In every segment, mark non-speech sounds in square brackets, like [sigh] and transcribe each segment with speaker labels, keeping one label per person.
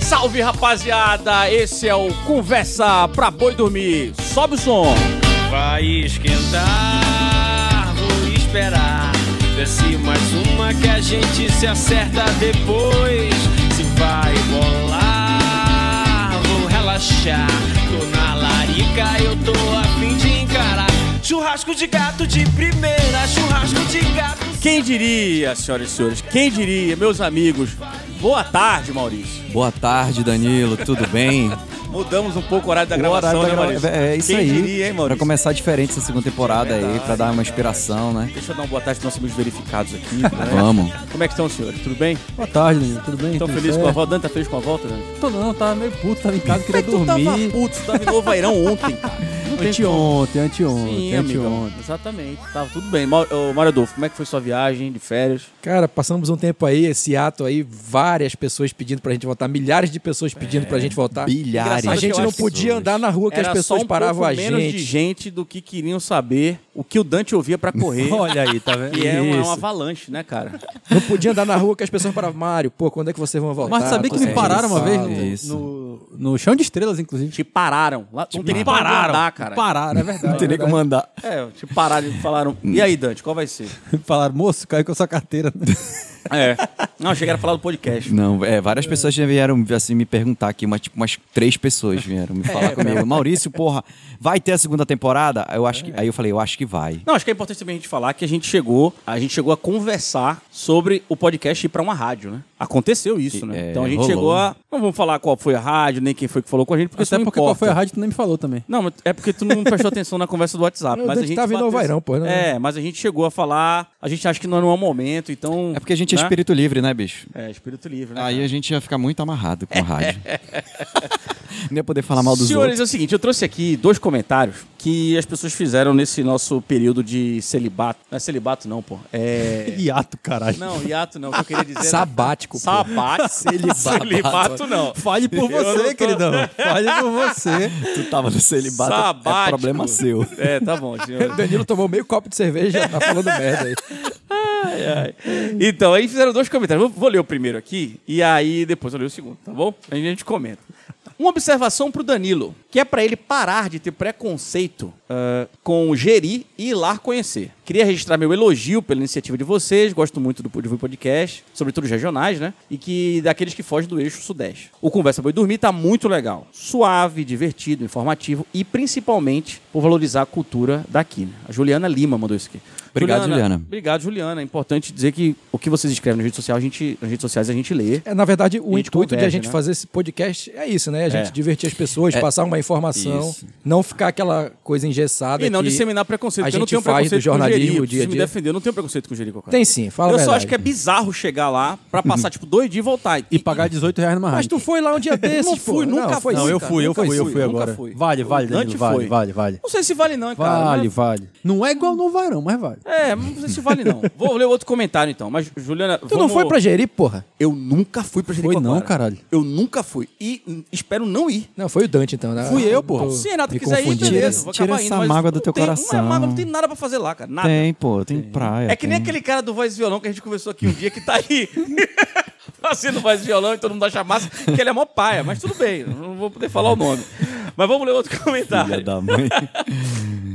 Speaker 1: Salve, rapaziada! Esse é o Conversa pra Boi Dormir. Sobe o som!
Speaker 2: Vai esquentar, vou esperar. Desce mais uma que a gente se acerta depois. Se vai bolar, vou relaxar. Tô na larica, eu tô a fim de encarar. Churrasco de gato de primeira, churrasco de gato.
Speaker 1: Quem diria, senhoras e senhores, quem diria, meus amigos? Boa tarde, Maurício.
Speaker 3: Boa tarde, Danilo, tudo bem?
Speaker 1: Mudamos um pouco o horário da
Speaker 3: O
Speaker 1: gravação,
Speaker 3: horário da
Speaker 1: né,
Speaker 3: grava-
Speaker 1: Maurício?
Speaker 3: É isso
Speaker 1: quem
Speaker 3: aí.
Speaker 1: diria, hein,
Speaker 3: pra
Speaker 1: Maurício?
Speaker 3: começar diferente essa segunda temporada aí, pra dar uma inspiração, né?
Speaker 1: Deixa eu dar uma boa tarde aos nossos amigos verificados aqui. né?
Speaker 3: Vamos.
Speaker 1: Como é que estão, senhores? Tudo bem?
Speaker 4: Boa tarde, Danilo. Tudo bem?
Speaker 1: Estão
Speaker 4: Tudo
Speaker 1: felizes com a
Speaker 4: certo?
Speaker 1: volta? Dante tá feliz com a volta, Dante?
Speaker 4: Tô não, tava meio puto, tava em casa, queria
Speaker 1: Tu tava
Speaker 4: dormir.
Speaker 1: puto, tu tava em Novo Airão ontem, cara. Não tem como.
Speaker 4: Anteontem, anteontem,
Speaker 1: Sim, amigo.
Speaker 4: anteontem.
Speaker 1: Exatamente. Tava tudo bem. Mau- Ô, Mário Adolfo, como é que foi sua viagem de férias?
Speaker 4: Cara, passamos um tempo aí, esse ato aí, várias pessoas pedindo pra gente voltar, milhares de pessoas pedindo
Speaker 3: É,
Speaker 4: pra gente voltar.
Speaker 3: Bilhares.
Speaker 4: A
Speaker 1: Engraçado que
Speaker 4: gente
Speaker 1: eu
Speaker 4: não
Speaker 1: acho que
Speaker 4: podia andar na rua que as
Speaker 1: Era
Speaker 4: pessoas
Speaker 1: só um
Speaker 4: paravam
Speaker 1: pouco
Speaker 4: a
Speaker 1: menos
Speaker 4: gente.
Speaker 1: de gente do que queriam saber o que o Dante ouvia pra correr.
Speaker 4: [laughs] Olha aí, tá vendo?
Speaker 1: E é uma, é uma
Speaker 4: Isso.
Speaker 1: avalanche, né, cara?
Speaker 4: Não podia andar na rua que as pessoas paravam. Mário, pô, quando é que vocês vão voltar? é
Speaker 5: Mas sabia
Speaker 4: Tô
Speaker 5: que me
Speaker 4: sentindo
Speaker 5: pararam uma
Speaker 4: falta.
Speaker 5: vez
Speaker 3: Isso.
Speaker 5: no, no, no chão de estrelas, inclusive.
Speaker 1: Te pararam. Lá,
Speaker 4: Tipo,
Speaker 1: não tem nem pra andar, cara.
Speaker 5: Pararam, é verdade.
Speaker 3: teria como andar.
Speaker 1: É, te pararam e falaram. E aí, Dante, qual vai ser?
Speaker 5: Falaram, moço, caiu com a
Speaker 4: [laughs]
Speaker 5: sua carteira.
Speaker 1: É. Não, chegaram a falar do podcast.
Speaker 3: Não, é, várias pessoas já vieram assim, me perguntar aqui, mas tipo, umas três pessoas vieram [laughs] me falar comigo. Maurício, porra, vai ter a segunda temporada? Eu acho que, aí eu falei, eu acho que vai.
Speaker 1: Não, acho que é importante também a gente falar que a gente chegou, a gente chegou a conversar sobre o podcast ir pra uma rádio, né? Aconteceu isso, né?
Speaker 3: é,
Speaker 1: então a gente
Speaker 3: rolou.
Speaker 1: chegou a. Não vamos falar qual foi a rádio, nem quem foi que falou com a gente, porque isso
Speaker 5: Até
Speaker 1: não
Speaker 5: porque
Speaker 1: importa.
Speaker 5: qual foi a rádio, tu nem me falou também.
Speaker 1: Não, mas é porque tu não prestou atenção na conversa do WhatsApp.
Speaker 4: Eu
Speaker 1: mas a
Speaker 4: deve
Speaker 1: gente
Speaker 4: tava em
Speaker 1: bateu-
Speaker 4: Novo Airão, pô, né?
Speaker 1: É, mas a gente chegou a falar. A gente acha que não é um momento, então.
Speaker 3: É porque a gente é
Speaker 1: né?
Speaker 3: espírito livre, né, bicho?
Speaker 1: É, espírito livre, né?
Speaker 3: Aí
Speaker 1: cara?
Speaker 3: a gente ia ficar muito amarrado com a [laughs] rádio. não ia poder falar mal dos
Speaker 1: Senhores,
Speaker 3: outros.
Speaker 1: é o seguinte, eu trouxe aqui dois comentários que as pessoas fizeram nesse nosso período de celibato. Não é celibato, não, pô. É.
Speaker 5: Iato, caralho.
Speaker 1: Não, hiato não, o que eu queria dizer. era-
Speaker 4: Sabático, pô.
Speaker 1: Sabático. Celibato. não.
Speaker 5: Fale por
Speaker 1: Eu não
Speaker 5: você,
Speaker 1: tô-
Speaker 5: queridão. Fale por você. [laughs]
Speaker 3: Tu tava no celibato,
Speaker 1: Sabático.
Speaker 3: é problema seu.
Speaker 1: É, tá bom, senhor.
Speaker 4: Danilo tomou meio copo de cerveja, já tá falando merda aí.
Speaker 1: Ai, ai. Então, aí fizeram dois comentários. Vou, vou ler o primeiro aqui e aí depois eu leio o segundo, tá bom? Aí a gente comenta. Uma observação pro Danilo, que é pra ele parar de ter preconceito ah, com gerir e ir lá conhecer. Queria registrar meu elogio pela iniciativa de vocês, gosto muito do do podcast, sobretudo os regionais, né? E que daqueles que fogem do eixo sudeste. O Conversa Boi Dormir tá muito legal. Suave, divertido, informativo e principalmente por valorizar a cultura daqui. Né? A Juliana Lima mandou isso aqui.
Speaker 3: Obrigado, Juliana.
Speaker 1: Obrigado, Juliana. É importante dizer que o que vocês escrevem nas redes sociais, a gente, nas redes sociais a gente lê.
Speaker 4: É, na verdade, o
Speaker 1: A gente
Speaker 4: intuito de
Speaker 1: converge,
Speaker 4: a gente
Speaker 1: né?
Speaker 4: fazer esse podcast é isso, né? A gente
Speaker 1: É.
Speaker 4: divertir as pessoas, passar uma informação,
Speaker 3: Isso.
Speaker 4: não ficar aquela coisa engessada.
Speaker 1: E não
Speaker 4: que-
Speaker 1: disseminar preconceito.
Speaker 4: a
Speaker 1: porque eu não
Speaker 4: gente
Speaker 1: tenho
Speaker 4: faz do
Speaker 1: preconceito
Speaker 4: jornalismo,
Speaker 1: com
Speaker 4: o dia a
Speaker 1: Se me
Speaker 4: dia.
Speaker 1: defender, eu não tenho preconceito com Jerico, cara.
Speaker 4: Tem sim, fala
Speaker 1: Eu
Speaker 4: a
Speaker 1: só
Speaker 4: verdade.
Speaker 1: acho que é bizarro chegar lá [laughs] pra passar, tipo, dois dias e voltar.
Speaker 5: E pagar 18 reais numa
Speaker 4: Mas
Speaker 5: rádio.
Speaker 4: tu foi lá um
Speaker 5: [laughs]
Speaker 4: dia desses,
Speaker 1: Não fui,
Speaker 4: pô.
Speaker 1: nunca
Speaker 4: não, foi
Speaker 1: fui,
Speaker 5: Não,
Speaker 4: sim,
Speaker 5: eu
Speaker 4: cara.
Speaker 5: fui, eu
Speaker 1: nunca
Speaker 5: fui, eu
Speaker 1: fui,
Speaker 5: fui
Speaker 1: nunca
Speaker 5: agora.
Speaker 1: fui.
Speaker 5: Vale, vale,
Speaker 1: O
Speaker 5: Danilo,
Speaker 1: Dante foi.
Speaker 5: vale, vale, vale.
Speaker 1: Não sei se vale não, hein, cara.
Speaker 5: Vale,
Speaker 1: Mas-
Speaker 5: vale. Não é igual no varão, mas vale.
Speaker 1: É, não sei se vale não. Vou ler outro comentário então. Mas, Juliana.
Speaker 4: Tu não foi pra gerir, porra?
Speaker 1: Eu nunca fui pra Jerico.
Speaker 5: Foi não, caralho.
Speaker 1: Eu nunca fui. E hum, espero não ir.
Speaker 4: Não, foi o Dante, então. né?
Speaker 5: Fui eu, porra.
Speaker 4: Tô
Speaker 1: Se Renato
Speaker 4: me
Speaker 1: quiser ir,
Speaker 4: confundindo.
Speaker 1: beleza. vou
Speaker 3: tira
Speaker 1: acabar
Speaker 3: essa
Speaker 1: indo, mas
Speaker 3: mágoa do
Speaker 1: não
Speaker 3: teu
Speaker 1: tem- Não,
Speaker 3: coração.
Speaker 1: é mágoa, não tem nada pra fazer lá, cara. Nada.
Speaker 3: Tem, pô, tem, praia.
Speaker 1: É que nem
Speaker 3: tem-
Speaker 1: aquele cara do voz e violão que a gente conversou aqui um dia que tá aí. [laughs] Fazendo voz e violão e todo mundo acha massa, que ele é mó paia, mas tudo bem, eu não vou poder falar o nome. Mas vamos ler outro [laughs]
Speaker 3: [laughs] Filha
Speaker 1: comentário.
Speaker 3: da mãe.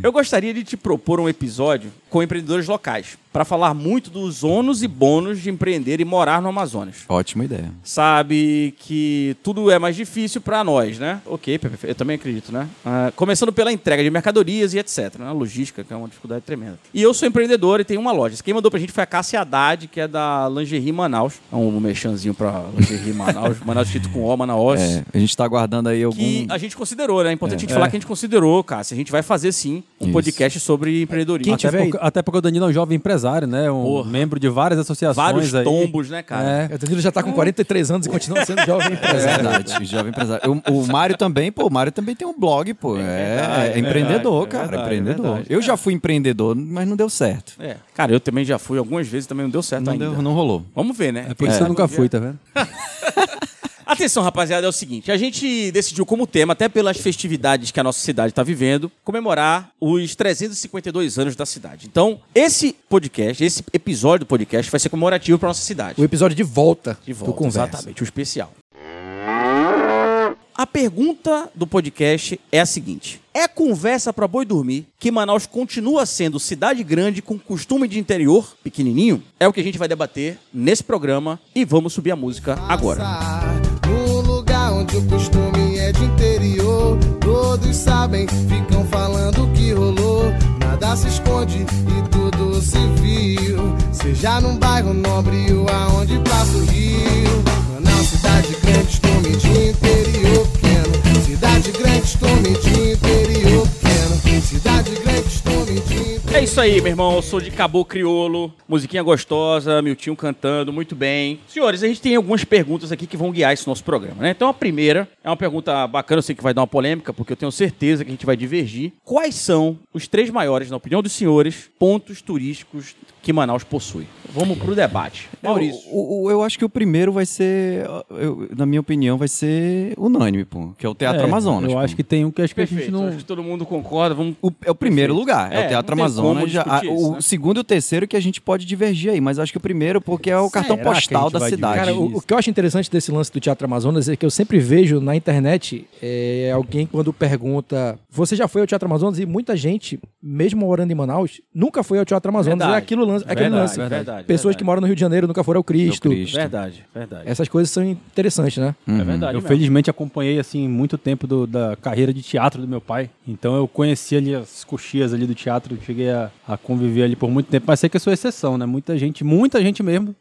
Speaker 1: Eu gostaria de te propor um episódio com empreendedores locais, para falar muito dos ônus e bônus de empreender e morar no Amazonas.
Speaker 3: Ótima ideia.
Speaker 1: Sabe que tudo é mais difícil para nós, né? Ok, perfeito. eu também acredito, né? Ah, começando pela entrega de mercadorias e etc. Né? A logística, que é uma dificuldade tremenda. E eu sou empreendedor e tenho uma loja. Quem mandou pra gente foi a Cássia Haddad, que é da Lingerie Manaus. É um mexanzinho pra Lingerie Manaus. [laughs] Manaus escrito com O, Manaus.
Speaker 3: É, a gente tá aguardando aí algum.
Speaker 1: Que a gente considerou, né? É importante a gente falar que a gente considerou, Cássia. A gente vai fazer sim um
Speaker 3: Isso.
Speaker 1: podcast sobre empreendedorismo.
Speaker 4: Quem
Speaker 1: Até
Speaker 4: tiver
Speaker 5: Até porque, até porque o Danilo é um jovem empresário, né? Um
Speaker 1: Porra.
Speaker 5: membro de várias associações
Speaker 1: vários
Speaker 5: aí.
Speaker 1: tombos, né, cara?
Speaker 5: É.
Speaker 4: O Danilo já tá com 43 anos e continua sendo jovem
Speaker 3: É
Speaker 4: empresário.
Speaker 3: verdade, jovem empresário. O, o Mário também, pô, o Mário também tem um blog, pô. É, é empreendedor,
Speaker 1: verdade,
Speaker 3: cara,
Speaker 1: é verdade, é
Speaker 3: empreendedor.
Speaker 1: verdade.
Speaker 3: eu já fui empreendedor, mas não deu certo.
Speaker 1: É. Cara, eu também já fui algumas vezes também não deu certo
Speaker 3: Não,
Speaker 1: ainda.
Speaker 3: deu, não rolou.
Speaker 1: Vamos ver, né?
Speaker 5: É por isso que eu nunca fui, tá vendo?
Speaker 1: Atenção, rapaziada, é o seguinte: a gente decidiu como tema, até pelas festividades que a nossa cidade está vivendo, comemorar os 352 anos da cidade. Então, esse podcast, esse episódio do podcast, vai ser comemorativo para nossa cidade.
Speaker 5: é.
Speaker 4: O episódio de volta,
Speaker 1: De volta,
Speaker 4: do Conversa.
Speaker 1: exatamente, o especial. A pergunta do podcast é a seguinte: é conversa pra boi dormir que Manaus continua sendo cidade grande com costume de interior pequenininho? É o que a gente vai debater nesse programa e vamos subir a música agora.
Speaker 6: Num lugar onde o costume é de interior, todos sabem, ficam falando o que rolou. Nada se esconde e tudo se viu. Seja num bairro nobre ou aonde passa o rio. Manaus, cidade grande, costume de interior pequeno. Cidade grande, costume de interior pequeno. Cidade grande, costume de interior
Speaker 1: É isso aí, meu irmão. Eu sou de Cabo Criolo. Musiquinha gostosa, Miltinho cantando, muito bem. Senhores, a gente tem algumas perguntas aqui que vão guiar esse nosso programa, né? Então a primeira é uma pergunta bacana, eu sei que vai dar uma polêmica, porque eu tenho certeza que a gente vai divergir. Quais são os três maiores, na opinião dos senhores, pontos turísticos que Manaus possui? Vamos pro debate. Maurício.
Speaker 3: O, o- eu acho que o primeiro vai ser, eu- na minha opinião, vai ser unânime, pô. Que é o Teatro
Speaker 5: É,
Speaker 3: Amazonas.
Speaker 5: Eu
Speaker 3: pô.
Speaker 5: acho que tem um que acho que a gente
Speaker 1: Perfeito.
Speaker 5: não.
Speaker 1: Acho que todo mundo concorda. Vamos
Speaker 3: O- é o primeiro lugar, é,
Speaker 1: É,
Speaker 3: o Teatro
Speaker 1: não tem como
Speaker 3: Amazonas. Já- a-
Speaker 1: discutir isso,
Speaker 3: o
Speaker 1: né?
Speaker 3: segundo e o terceiro que a gente pode divergir aí, mas acho que o primeiro porque é o cartão
Speaker 5: Será que a
Speaker 3: postal
Speaker 5: gente
Speaker 3: da
Speaker 5: vai
Speaker 3: cidade.
Speaker 5: divergir?
Speaker 4: Cara, o, o que eu acho interessante desse lance do Teatro Amazonas é que eu sempre vejo na internet é, alguém quando pergunta: Você já foi ao Teatro Amazonas? E muita gente, mesmo morando em Manaus, nunca foi ao Teatro Amazonas.
Speaker 1: Verdade.
Speaker 4: É aquilo lance, é aquele
Speaker 5: Verdade,
Speaker 4: lance.
Speaker 5: verdade.
Speaker 4: Pessoas que moram no Rio de Janeiro nunca foram ao Cristo.
Speaker 3: Cristo.
Speaker 5: é,
Speaker 1: Verdade, verdade.
Speaker 4: Essas coisas são interessantes, né?
Speaker 1: É verdade.
Speaker 5: Uhum. Eu
Speaker 1: mesmo.
Speaker 5: felizmente acompanhei assim muito tempo do- da carreira de teatro do meu pai. Então eu conheci ali as coxias ali do teatro, cheguei a, a conviver ali por muito tempo, mas sei que eu sou exceção, né? Muita gente, muita gente mesmo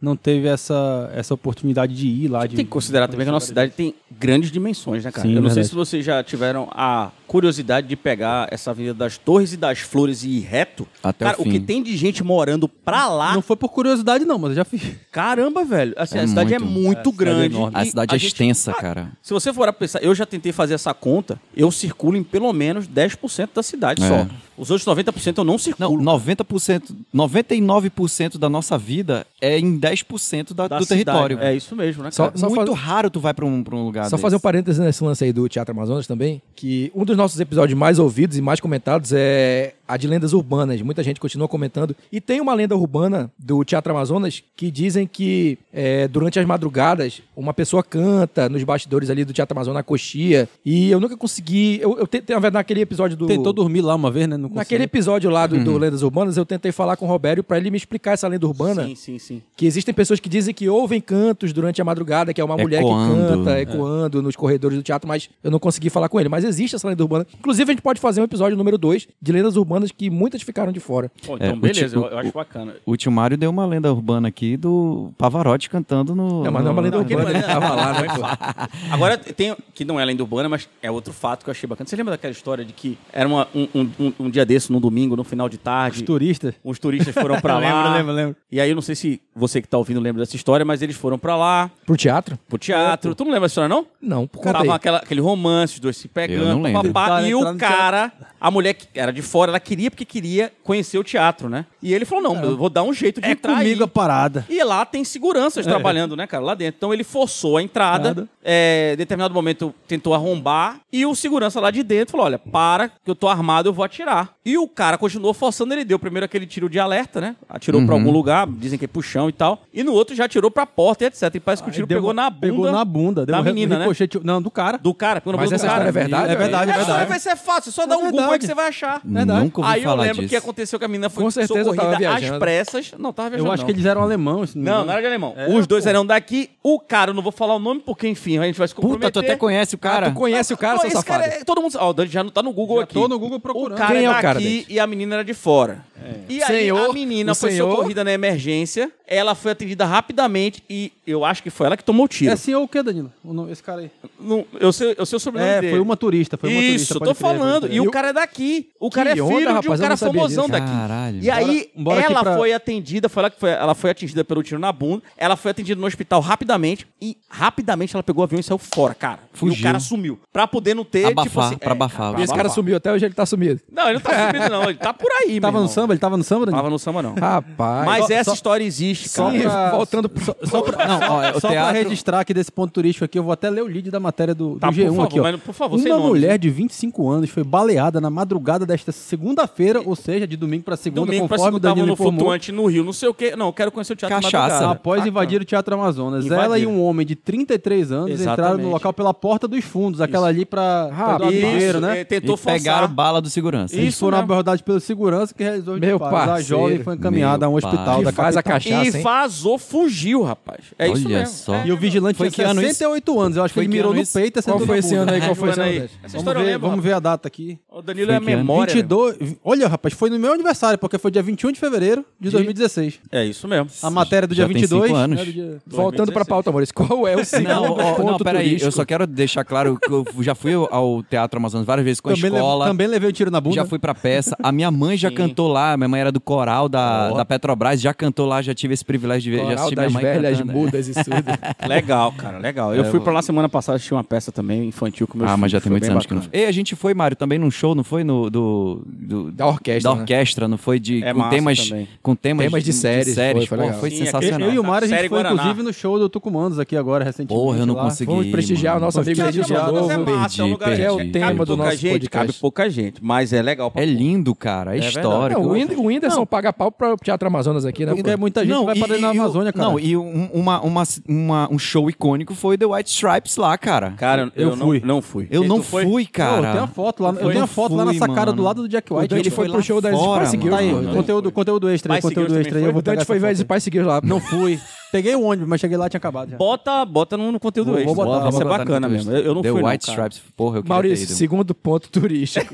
Speaker 5: não teve essa, essa oportunidade de ir lá de
Speaker 1: É. Tem que considerar também que a nossa cidade tem grandes dimensões, né, cara?
Speaker 5: Sim,
Speaker 1: Eu não sei
Speaker 5: verdade.
Speaker 1: se vocês já tiveram a curiosidade de pegar essa Avenida das Torres e das Flores e ir reto.
Speaker 3: Até o
Speaker 1: cara, o,
Speaker 3: fim.
Speaker 1: que tem de gente morando pra lá,
Speaker 5: Não foi por curiosidade não, mas eu
Speaker 1: [laughs]
Speaker 5: já fiz.
Speaker 1: caramba, velho. Assim,
Speaker 3: É
Speaker 1: a cidade é
Speaker 3: muito.
Speaker 1: muito
Speaker 5: É, a cidade é
Speaker 1: grande.
Speaker 5: enorme.
Speaker 3: A
Speaker 1: e
Speaker 3: cidade é
Speaker 1: gente-
Speaker 3: extensa,
Speaker 1: Ah,
Speaker 3: cara.
Speaker 1: Se você for a pensar, eu já tentei fazer essa conta, eu circulo em pelo menos 10% da cidade
Speaker 3: É.
Speaker 1: só. Os outros 90% eu não
Speaker 3: Não,
Speaker 1: circulo.
Speaker 3: 90%, 99% da nossa vida é em 10% da,
Speaker 1: da
Speaker 3: do
Speaker 1: cidade.
Speaker 3: território.
Speaker 1: É isso mesmo, né,
Speaker 4: Só-
Speaker 1: cara?
Speaker 3: Muito
Speaker 4: fazer-
Speaker 3: raro tu vai pra um, pra um lugar
Speaker 4: Só fazer um
Speaker 3: desse.
Speaker 4: parênteses nesse lance aí do Teatro Amazonas também, que um dos nossos episódios mais ouvidos e mais comentados é a de lendas urbanas. Muita gente continua comentando. E tem uma lenda urbana do Teatro Amazonas que dizem que é, durante as madrugadas uma pessoa canta nos bastidores ali do Teatro Amazonas, na coxia. E eu nunca consegui. Eu, eu tentei, na verdade, naquele episódio do.
Speaker 5: Tentou dormir lá uma vez, né? Não consegui.
Speaker 4: Naquele episódio lá do,
Speaker 1: Uhum.
Speaker 4: do Lendas Urbanas, eu tentei falar com o Robério pra ele me explicar essa lenda urbana.
Speaker 1: Sim, sim, sim.
Speaker 4: Que existem pessoas que dizem que ouvem cantos durante a madrugada, que é uma mulher que
Speaker 3: Ecoando.
Speaker 1: É.
Speaker 4: canta, ecoando nos corredores do teatro, mas eu não consegui falar com ele. Mas existe essa lenda urbana. Inclusive, a gente pode fazer um episódio número 2 de lendas urbanas que muitas ficaram de fora.
Speaker 1: Pô,
Speaker 3: É,
Speaker 1: então,
Speaker 3: o
Speaker 1: beleza,
Speaker 3: tipo-
Speaker 1: eu, eu acho bacana.
Speaker 3: O tio Mário deu uma lenda urbana aqui do Pavarotti cantando no.
Speaker 4: Não, mas não é
Speaker 3: no-
Speaker 4: uma lenda
Speaker 1: Aquele
Speaker 4: urbana.
Speaker 1: ali,
Speaker 4: né?
Speaker 1: né? [laughs]
Speaker 4: Tava lá, né? pô?
Speaker 1: Agora, tem, que não é lenda urbana, mas é outro fato que eu achei bacana. Você lembra daquela história de que era uma- um, um- um- um dia desse, num domingo, no final de tarde,
Speaker 5: Os turistas.
Speaker 1: uns turistas foram pra lá.
Speaker 5: [laughs] Lembro, lembro, lembro.
Speaker 1: E aí, eu não sei se você que tá ouvindo lembra dessa história, mas eles foram pra lá,
Speaker 4: Pro teatro?
Speaker 1: pro teatro. Tu não lembra dessa história, não?
Speaker 4: Não, por
Speaker 1: Tava
Speaker 4: conta
Speaker 1: aquela- aquele romance, os dois se
Speaker 3: Eu
Speaker 1: pegando,
Speaker 3: não lembro.
Speaker 1: papapá,
Speaker 5: Tentaram
Speaker 1: e
Speaker 5: entrar
Speaker 1: o
Speaker 5: Tá no
Speaker 1: cara, a mulher que era de fora, ela queria porque queria conhecer o teatro, né? E ele falou, não, eu vou dar um jeito de
Speaker 5: É
Speaker 1: entrar
Speaker 5: comigo
Speaker 1: aí.
Speaker 5: a parada.
Speaker 1: E lá tem seguranças trabalhando, né, cara, lá dentro. Então ele forçou a entrada,
Speaker 5: Nada.
Speaker 1: é, em determinado momento tentou arrombar, e o segurança lá de dentro falou: olha, para, que eu tô armado, eu vou atirar. E o cara continuou forçando, ele deu primeiro aquele tiro de alerta, né? Atirou pra algum lugar, dizem que é puxão e tal. E no outro já atirou pra porta e etc. E parece que o
Speaker 5: Aí
Speaker 1: tiro
Speaker 5: deu-
Speaker 1: pegou na bunda.
Speaker 5: Pegou na bunda. deu
Speaker 1: da
Speaker 5: um re-
Speaker 1: menina, né?
Speaker 5: ricochete- Não, do cara.
Speaker 1: Do cara, pegou na
Speaker 4: Mas
Speaker 1: bunda
Speaker 4: essa
Speaker 1: do cara.
Speaker 4: história é verdade?
Speaker 5: É verdade, é
Speaker 1: A história
Speaker 5: verdade.
Speaker 1: vai ser fácil, só dá um Google aí que
Speaker 5: verdade.
Speaker 1: você vai achar.
Speaker 4: é
Speaker 5: Verdade.
Speaker 3: Nunca ouvi
Speaker 1: Aí eu
Speaker 3: falar
Speaker 1: lembro
Speaker 3: disso.
Speaker 1: que aconteceu que a menina foi
Speaker 4: Com certeza eu tava
Speaker 1: socorrida às
Speaker 4: viajando.
Speaker 1: pressas. Não, tava viajando.
Speaker 5: Eu acho
Speaker 1: não.
Speaker 5: que eles eram alemão. se
Speaker 1: Não,
Speaker 5: me engano.
Speaker 1: não era de alemão.
Speaker 5: É,
Speaker 1: Os dois
Speaker 5: pô.
Speaker 1: eram daqui. O cara, eu não vou falar o nome porque, enfim, a gente vai se comprometer.
Speaker 3: Puta, tu até
Speaker 1: Ah,
Speaker 3: conhece o cara.
Speaker 4: Tu conhece o cara,
Speaker 1: Pô,
Speaker 4: seu
Speaker 1: esse
Speaker 4: safado?
Speaker 1: cara é- todo mundo. Ó, o Dante já não tá no Google
Speaker 5: Já
Speaker 1: aqui.
Speaker 5: tô no Google procurando.
Speaker 1: O cara
Speaker 4: Quem
Speaker 1: é
Speaker 4: é o
Speaker 1: daqui
Speaker 4: cara, Dante?
Speaker 1: e a menina era de fora. E aí
Speaker 4: Senhor,
Speaker 1: a menina
Speaker 4: o
Speaker 1: foi
Speaker 4: senhor-
Speaker 1: socorrida na emergência. Ela foi atendida rapidamente e eu acho que foi ela que tomou o tiro.
Speaker 5: É assim ou o que, Danilo? O nome- Esse cara aí.
Speaker 1: Não, eu, sei, eu sei o sobrenome
Speaker 5: É,
Speaker 1: dele.
Speaker 5: foi uma turista, foi uma turista.
Speaker 1: Isso,
Speaker 5: pode
Speaker 1: tô
Speaker 5: crer, pode
Speaker 1: falando.
Speaker 5: crer.
Speaker 1: E o
Speaker 4: Eu-
Speaker 1: cara é daqui. O cara
Speaker 4: Que
Speaker 1: é
Speaker 4: onda,
Speaker 1: filho de um
Speaker 4: rapaz, eu
Speaker 1: cara
Speaker 4: não sabia disso.
Speaker 1: famosão daqui.
Speaker 3: Caralho.
Speaker 1: E aí,
Speaker 5: bora aqui
Speaker 1: ela
Speaker 5: pra-
Speaker 1: foi atendida, foi ela que foi, ela foi atingida pelo tiro na bunda, ela foi atendida no hospital rapidamente, e rapidamente ela pegou o avião e saiu fora, cara. E
Speaker 3: Fugiu.
Speaker 1: o cara sumiu. Pra poder não ter, tipo
Speaker 3: Abafar,
Speaker 1: assim...
Speaker 3: pra abafar.
Speaker 4: E esse cara sumiu, até hoje ele tá sumido.
Speaker 1: Não, ele não tá subido, não. Ele tá por aí, meu
Speaker 5: É. Tava
Speaker 1: irmão.
Speaker 5: no samba? Ele tava no samba, é Danilo?
Speaker 1: Tava no samba, não.
Speaker 4: Rapaz.
Speaker 1: Mas
Speaker 5: só-
Speaker 1: essa
Speaker 5: só-
Speaker 1: história existe,
Speaker 5: Só
Speaker 1: cara.
Speaker 5: [laughs] pra,
Speaker 4: voltando pro-
Speaker 5: só, só pra, não, ó,
Speaker 3: o
Speaker 5: só pra
Speaker 3: teatro-
Speaker 5: registrar aqui desse ponto turístico aqui, eu vou até ler o lead da matéria do, do
Speaker 1: Tá, por
Speaker 5: G1
Speaker 1: favor,
Speaker 5: aqui, ó.
Speaker 1: mas, por favor, sem
Speaker 5: Uma
Speaker 1: nomes,
Speaker 5: mulher de 25 anos foi baleada na madrugada desta segunda-feira, ou seja, de domingo pra segunda,
Speaker 1: Domingo pra
Speaker 5: conforme
Speaker 1: segunda
Speaker 5: o
Speaker 1: tava
Speaker 5: Danilo
Speaker 1: no
Speaker 5: informou.
Speaker 1: flutuante no Rio, não sei o quê. Não, eu quero conhecer o teatro
Speaker 3: Cachaça.
Speaker 1: Madrugada.
Speaker 5: Após invadir o Teatro Amazonas, ela e
Speaker 1: Invadiram.
Speaker 5: um homem de 33 anos entraram no
Speaker 1: Exatamente.
Speaker 5: local pela porta dos fundos, aquela ali pra pra do
Speaker 1: Isso,
Speaker 5: Aviveiro, né?
Speaker 1: é, tentou
Speaker 3: e pegaram
Speaker 1: forçar.
Speaker 3: bala do segurança.
Speaker 5: Eles
Speaker 1: Isso
Speaker 5: foram
Speaker 1: mesmo.
Speaker 5: abordados pelo segurança que realizou os
Speaker 4: Meu
Speaker 5: disparos. A
Speaker 4: parceiro.
Speaker 5: jovem foi encaminhada a um
Speaker 3: Meu
Speaker 5: hospital
Speaker 3: pai.
Speaker 5: da
Speaker 4: que faz a
Speaker 5: capital.
Speaker 4: cachaça,
Speaker 1: e
Speaker 4: hein?
Speaker 1: vazou, fugiu, rapaz. É isso
Speaker 3: Olha
Speaker 1: mesmo.
Speaker 3: só.
Speaker 1: É.
Speaker 5: E o vigilante
Speaker 3: Foi que
Speaker 5: tinha
Speaker 3: ano isso?
Speaker 5: 68 anos. Eu acho que
Speaker 3: Foi
Speaker 5: ele
Speaker 3: que
Speaker 5: mirou
Speaker 3: ano
Speaker 5: no
Speaker 3: isso?
Speaker 5: peito e
Speaker 4: Qual
Speaker 5: acertou
Speaker 4: foi
Speaker 5: na
Speaker 4: esse
Speaker 5: bunda.
Speaker 4: ano
Speaker 1: É,
Speaker 4: aí? Qual foi esse
Speaker 1: Vamos
Speaker 4: ano?
Speaker 1: ver.
Speaker 4: Dante?
Speaker 1: Essa
Speaker 5: Vamos,
Speaker 1: história eu
Speaker 5: ver,
Speaker 1: lembro.
Speaker 5: vamos
Speaker 1: rapaz.
Speaker 5: ver a data aqui.
Speaker 1: O Danilo é a
Speaker 3: Foi que ano?
Speaker 1: memória. né?
Speaker 5: 22. Olha, rapaz, foi no meu aniversário, porque foi dia 21 de fevereiro de 2016.
Speaker 1: É isso mesmo.
Speaker 5: A matéria do dia
Speaker 3: Já tem
Speaker 5: 22.
Speaker 3: cinco anos.
Speaker 4: É
Speaker 5: né, do dia-
Speaker 4: Voltando pra pauta, Maurício. Qual é o segundo
Speaker 3: Não, ó,
Speaker 4: ponto
Speaker 3: não, peraí,
Speaker 4: turístico?
Speaker 3: eu só quero deixar claro que eu já fui ao Teatro Amazonas várias vezes com a
Speaker 5: Também,
Speaker 3: escola.
Speaker 5: levei, também levei um tiro na bunda.
Speaker 3: Já fui pra peça. A minha mãe já cantou lá. Minha mãe era do coral da, da Petrobras, já cantou lá, já tive esse privilégio de ver. Já
Speaker 4: Coral
Speaker 3: assisti minha
Speaker 4: das
Speaker 3: mãe
Speaker 4: velhas
Speaker 3: cantando. né?
Speaker 4: mudas
Speaker 3: [laughs]
Speaker 4: e surdas.
Speaker 1: Legal, cara, legal. Eu
Speaker 3: É,
Speaker 1: fui
Speaker 3: eu-
Speaker 1: pra lá semana passada, assisti uma peça também infantil com meus
Speaker 3: Ah, mas já
Speaker 1: filhos, foi
Speaker 3: tem muitos
Speaker 1: bem
Speaker 3: anos que não
Speaker 1: bacana.
Speaker 3: foi. E a gente foi, Mário, também num show, não foi? No, do, do-
Speaker 4: Da orquestra,
Speaker 3: Da orquestra, não foi? De,
Speaker 1: É
Speaker 3: com,
Speaker 1: massa
Speaker 3: temas,
Speaker 1: também.
Speaker 3: com temas.
Speaker 4: Temas de séries,
Speaker 3: séries.
Speaker 4: foi, foi
Speaker 3: Pô,
Speaker 4: legal.
Speaker 3: foi
Speaker 1: Sim,
Speaker 3: sensacional.
Speaker 5: Eu e o Mário, a gente
Speaker 1: Série
Speaker 5: foi,
Speaker 1: Guaraná.
Speaker 5: inclusive, no show do Tucumanos aqui agora, recentemente.
Speaker 3: Porra, eu não
Speaker 5: lá.
Speaker 3: consegui.
Speaker 4: Vamos prestigiar
Speaker 3: mano.
Speaker 4: o nosso amigo
Speaker 1: Teatro
Speaker 4: Egídio
Speaker 1: Amazonas
Speaker 4: Novo.
Speaker 1: é massa, é um
Speaker 3: perdi,
Speaker 1: lugar
Speaker 3: perdi.
Speaker 1: que
Speaker 4: É o tema
Speaker 1: cabe
Speaker 4: do
Speaker 1: pouca
Speaker 4: nosso
Speaker 1: gente,
Speaker 4: podcast.
Speaker 1: Cabe pouca gente, mas é legal. pra
Speaker 3: É
Speaker 1: porra.
Speaker 3: lindo, cara. É,
Speaker 1: verdade.
Speaker 3: histórico.
Speaker 4: Não, o Whind- o Whindersson paga pau pro Teatro Amazonas aqui, né?
Speaker 5: Porque Então, é muita gente vai
Speaker 3: e-
Speaker 5: para dentro da
Speaker 3: e o-
Speaker 5: Amazônia, cara.
Speaker 3: Não, e um, uma- uma- uma- um show icônico foi The White Stripes lá, cara.
Speaker 1: Cara, eu,
Speaker 5: Eu
Speaker 1: não-
Speaker 5: fui.
Speaker 1: Não, fui.
Speaker 3: eu
Speaker 1: Ei,
Speaker 3: não
Speaker 1: tu foi?
Speaker 3: fui,
Speaker 5: Pô,
Speaker 3: cara.
Speaker 5: eu tenho a foto lá, eu
Speaker 3: Foi,
Speaker 5: tenha
Speaker 3: não
Speaker 5: foto lá na
Speaker 3: fui,
Speaker 5: sacada
Speaker 3: mano.
Speaker 5: do lado do Jack
Speaker 4: O
Speaker 5: White.
Speaker 4: Dante
Speaker 3: Ele
Speaker 4: foi
Speaker 3: foi
Speaker 4: pro
Speaker 3: lá
Speaker 4: show das
Speaker 3: fora,
Speaker 4: Spice
Speaker 3: mano.
Speaker 4: Girls.
Speaker 5: Tá aí,
Speaker 4: pô.
Speaker 1: não.
Speaker 5: conteúdo, conteúdo extra, aí,
Speaker 1: Spice
Speaker 5: conteúdo
Speaker 1: Girls
Speaker 5: extra aí,
Speaker 1: também
Speaker 5: eu
Speaker 1: foi?
Speaker 5: vou
Speaker 4: O
Speaker 5: pegar
Speaker 4: Dante foi
Speaker 5: essa
Speaker 4: ver as
Speaker 5: foto aí.
Speaker 4: Spice Girls lá. pô.
Speaker 5: Não fui. Peguei o ônibus, mas cheguei lá e tinha acabado já.
Speaker 1: Bota, bota no, no conteúdo
Speaker 5: Vou- vou
Speaker 1: extra.
Speaker 5: botar,
Speaker 1: Vai
Speaker 5: vou
Speaker 1: ser
Speaker 3: botar no
Speaker 1: é bacana
Speaker 3: Twitter.
Speaker 1: mesmo. Eu, eu não
Speaker 3: The
Speaker 1: fui, não,
Speaker 3: White
Speaker 1: cara.
Speaker 3: Stripes, porra, eu queria
Speaker 4: Maurício,
Speaker 3: ter ido.
Speaker 4: segundo ponto turístico.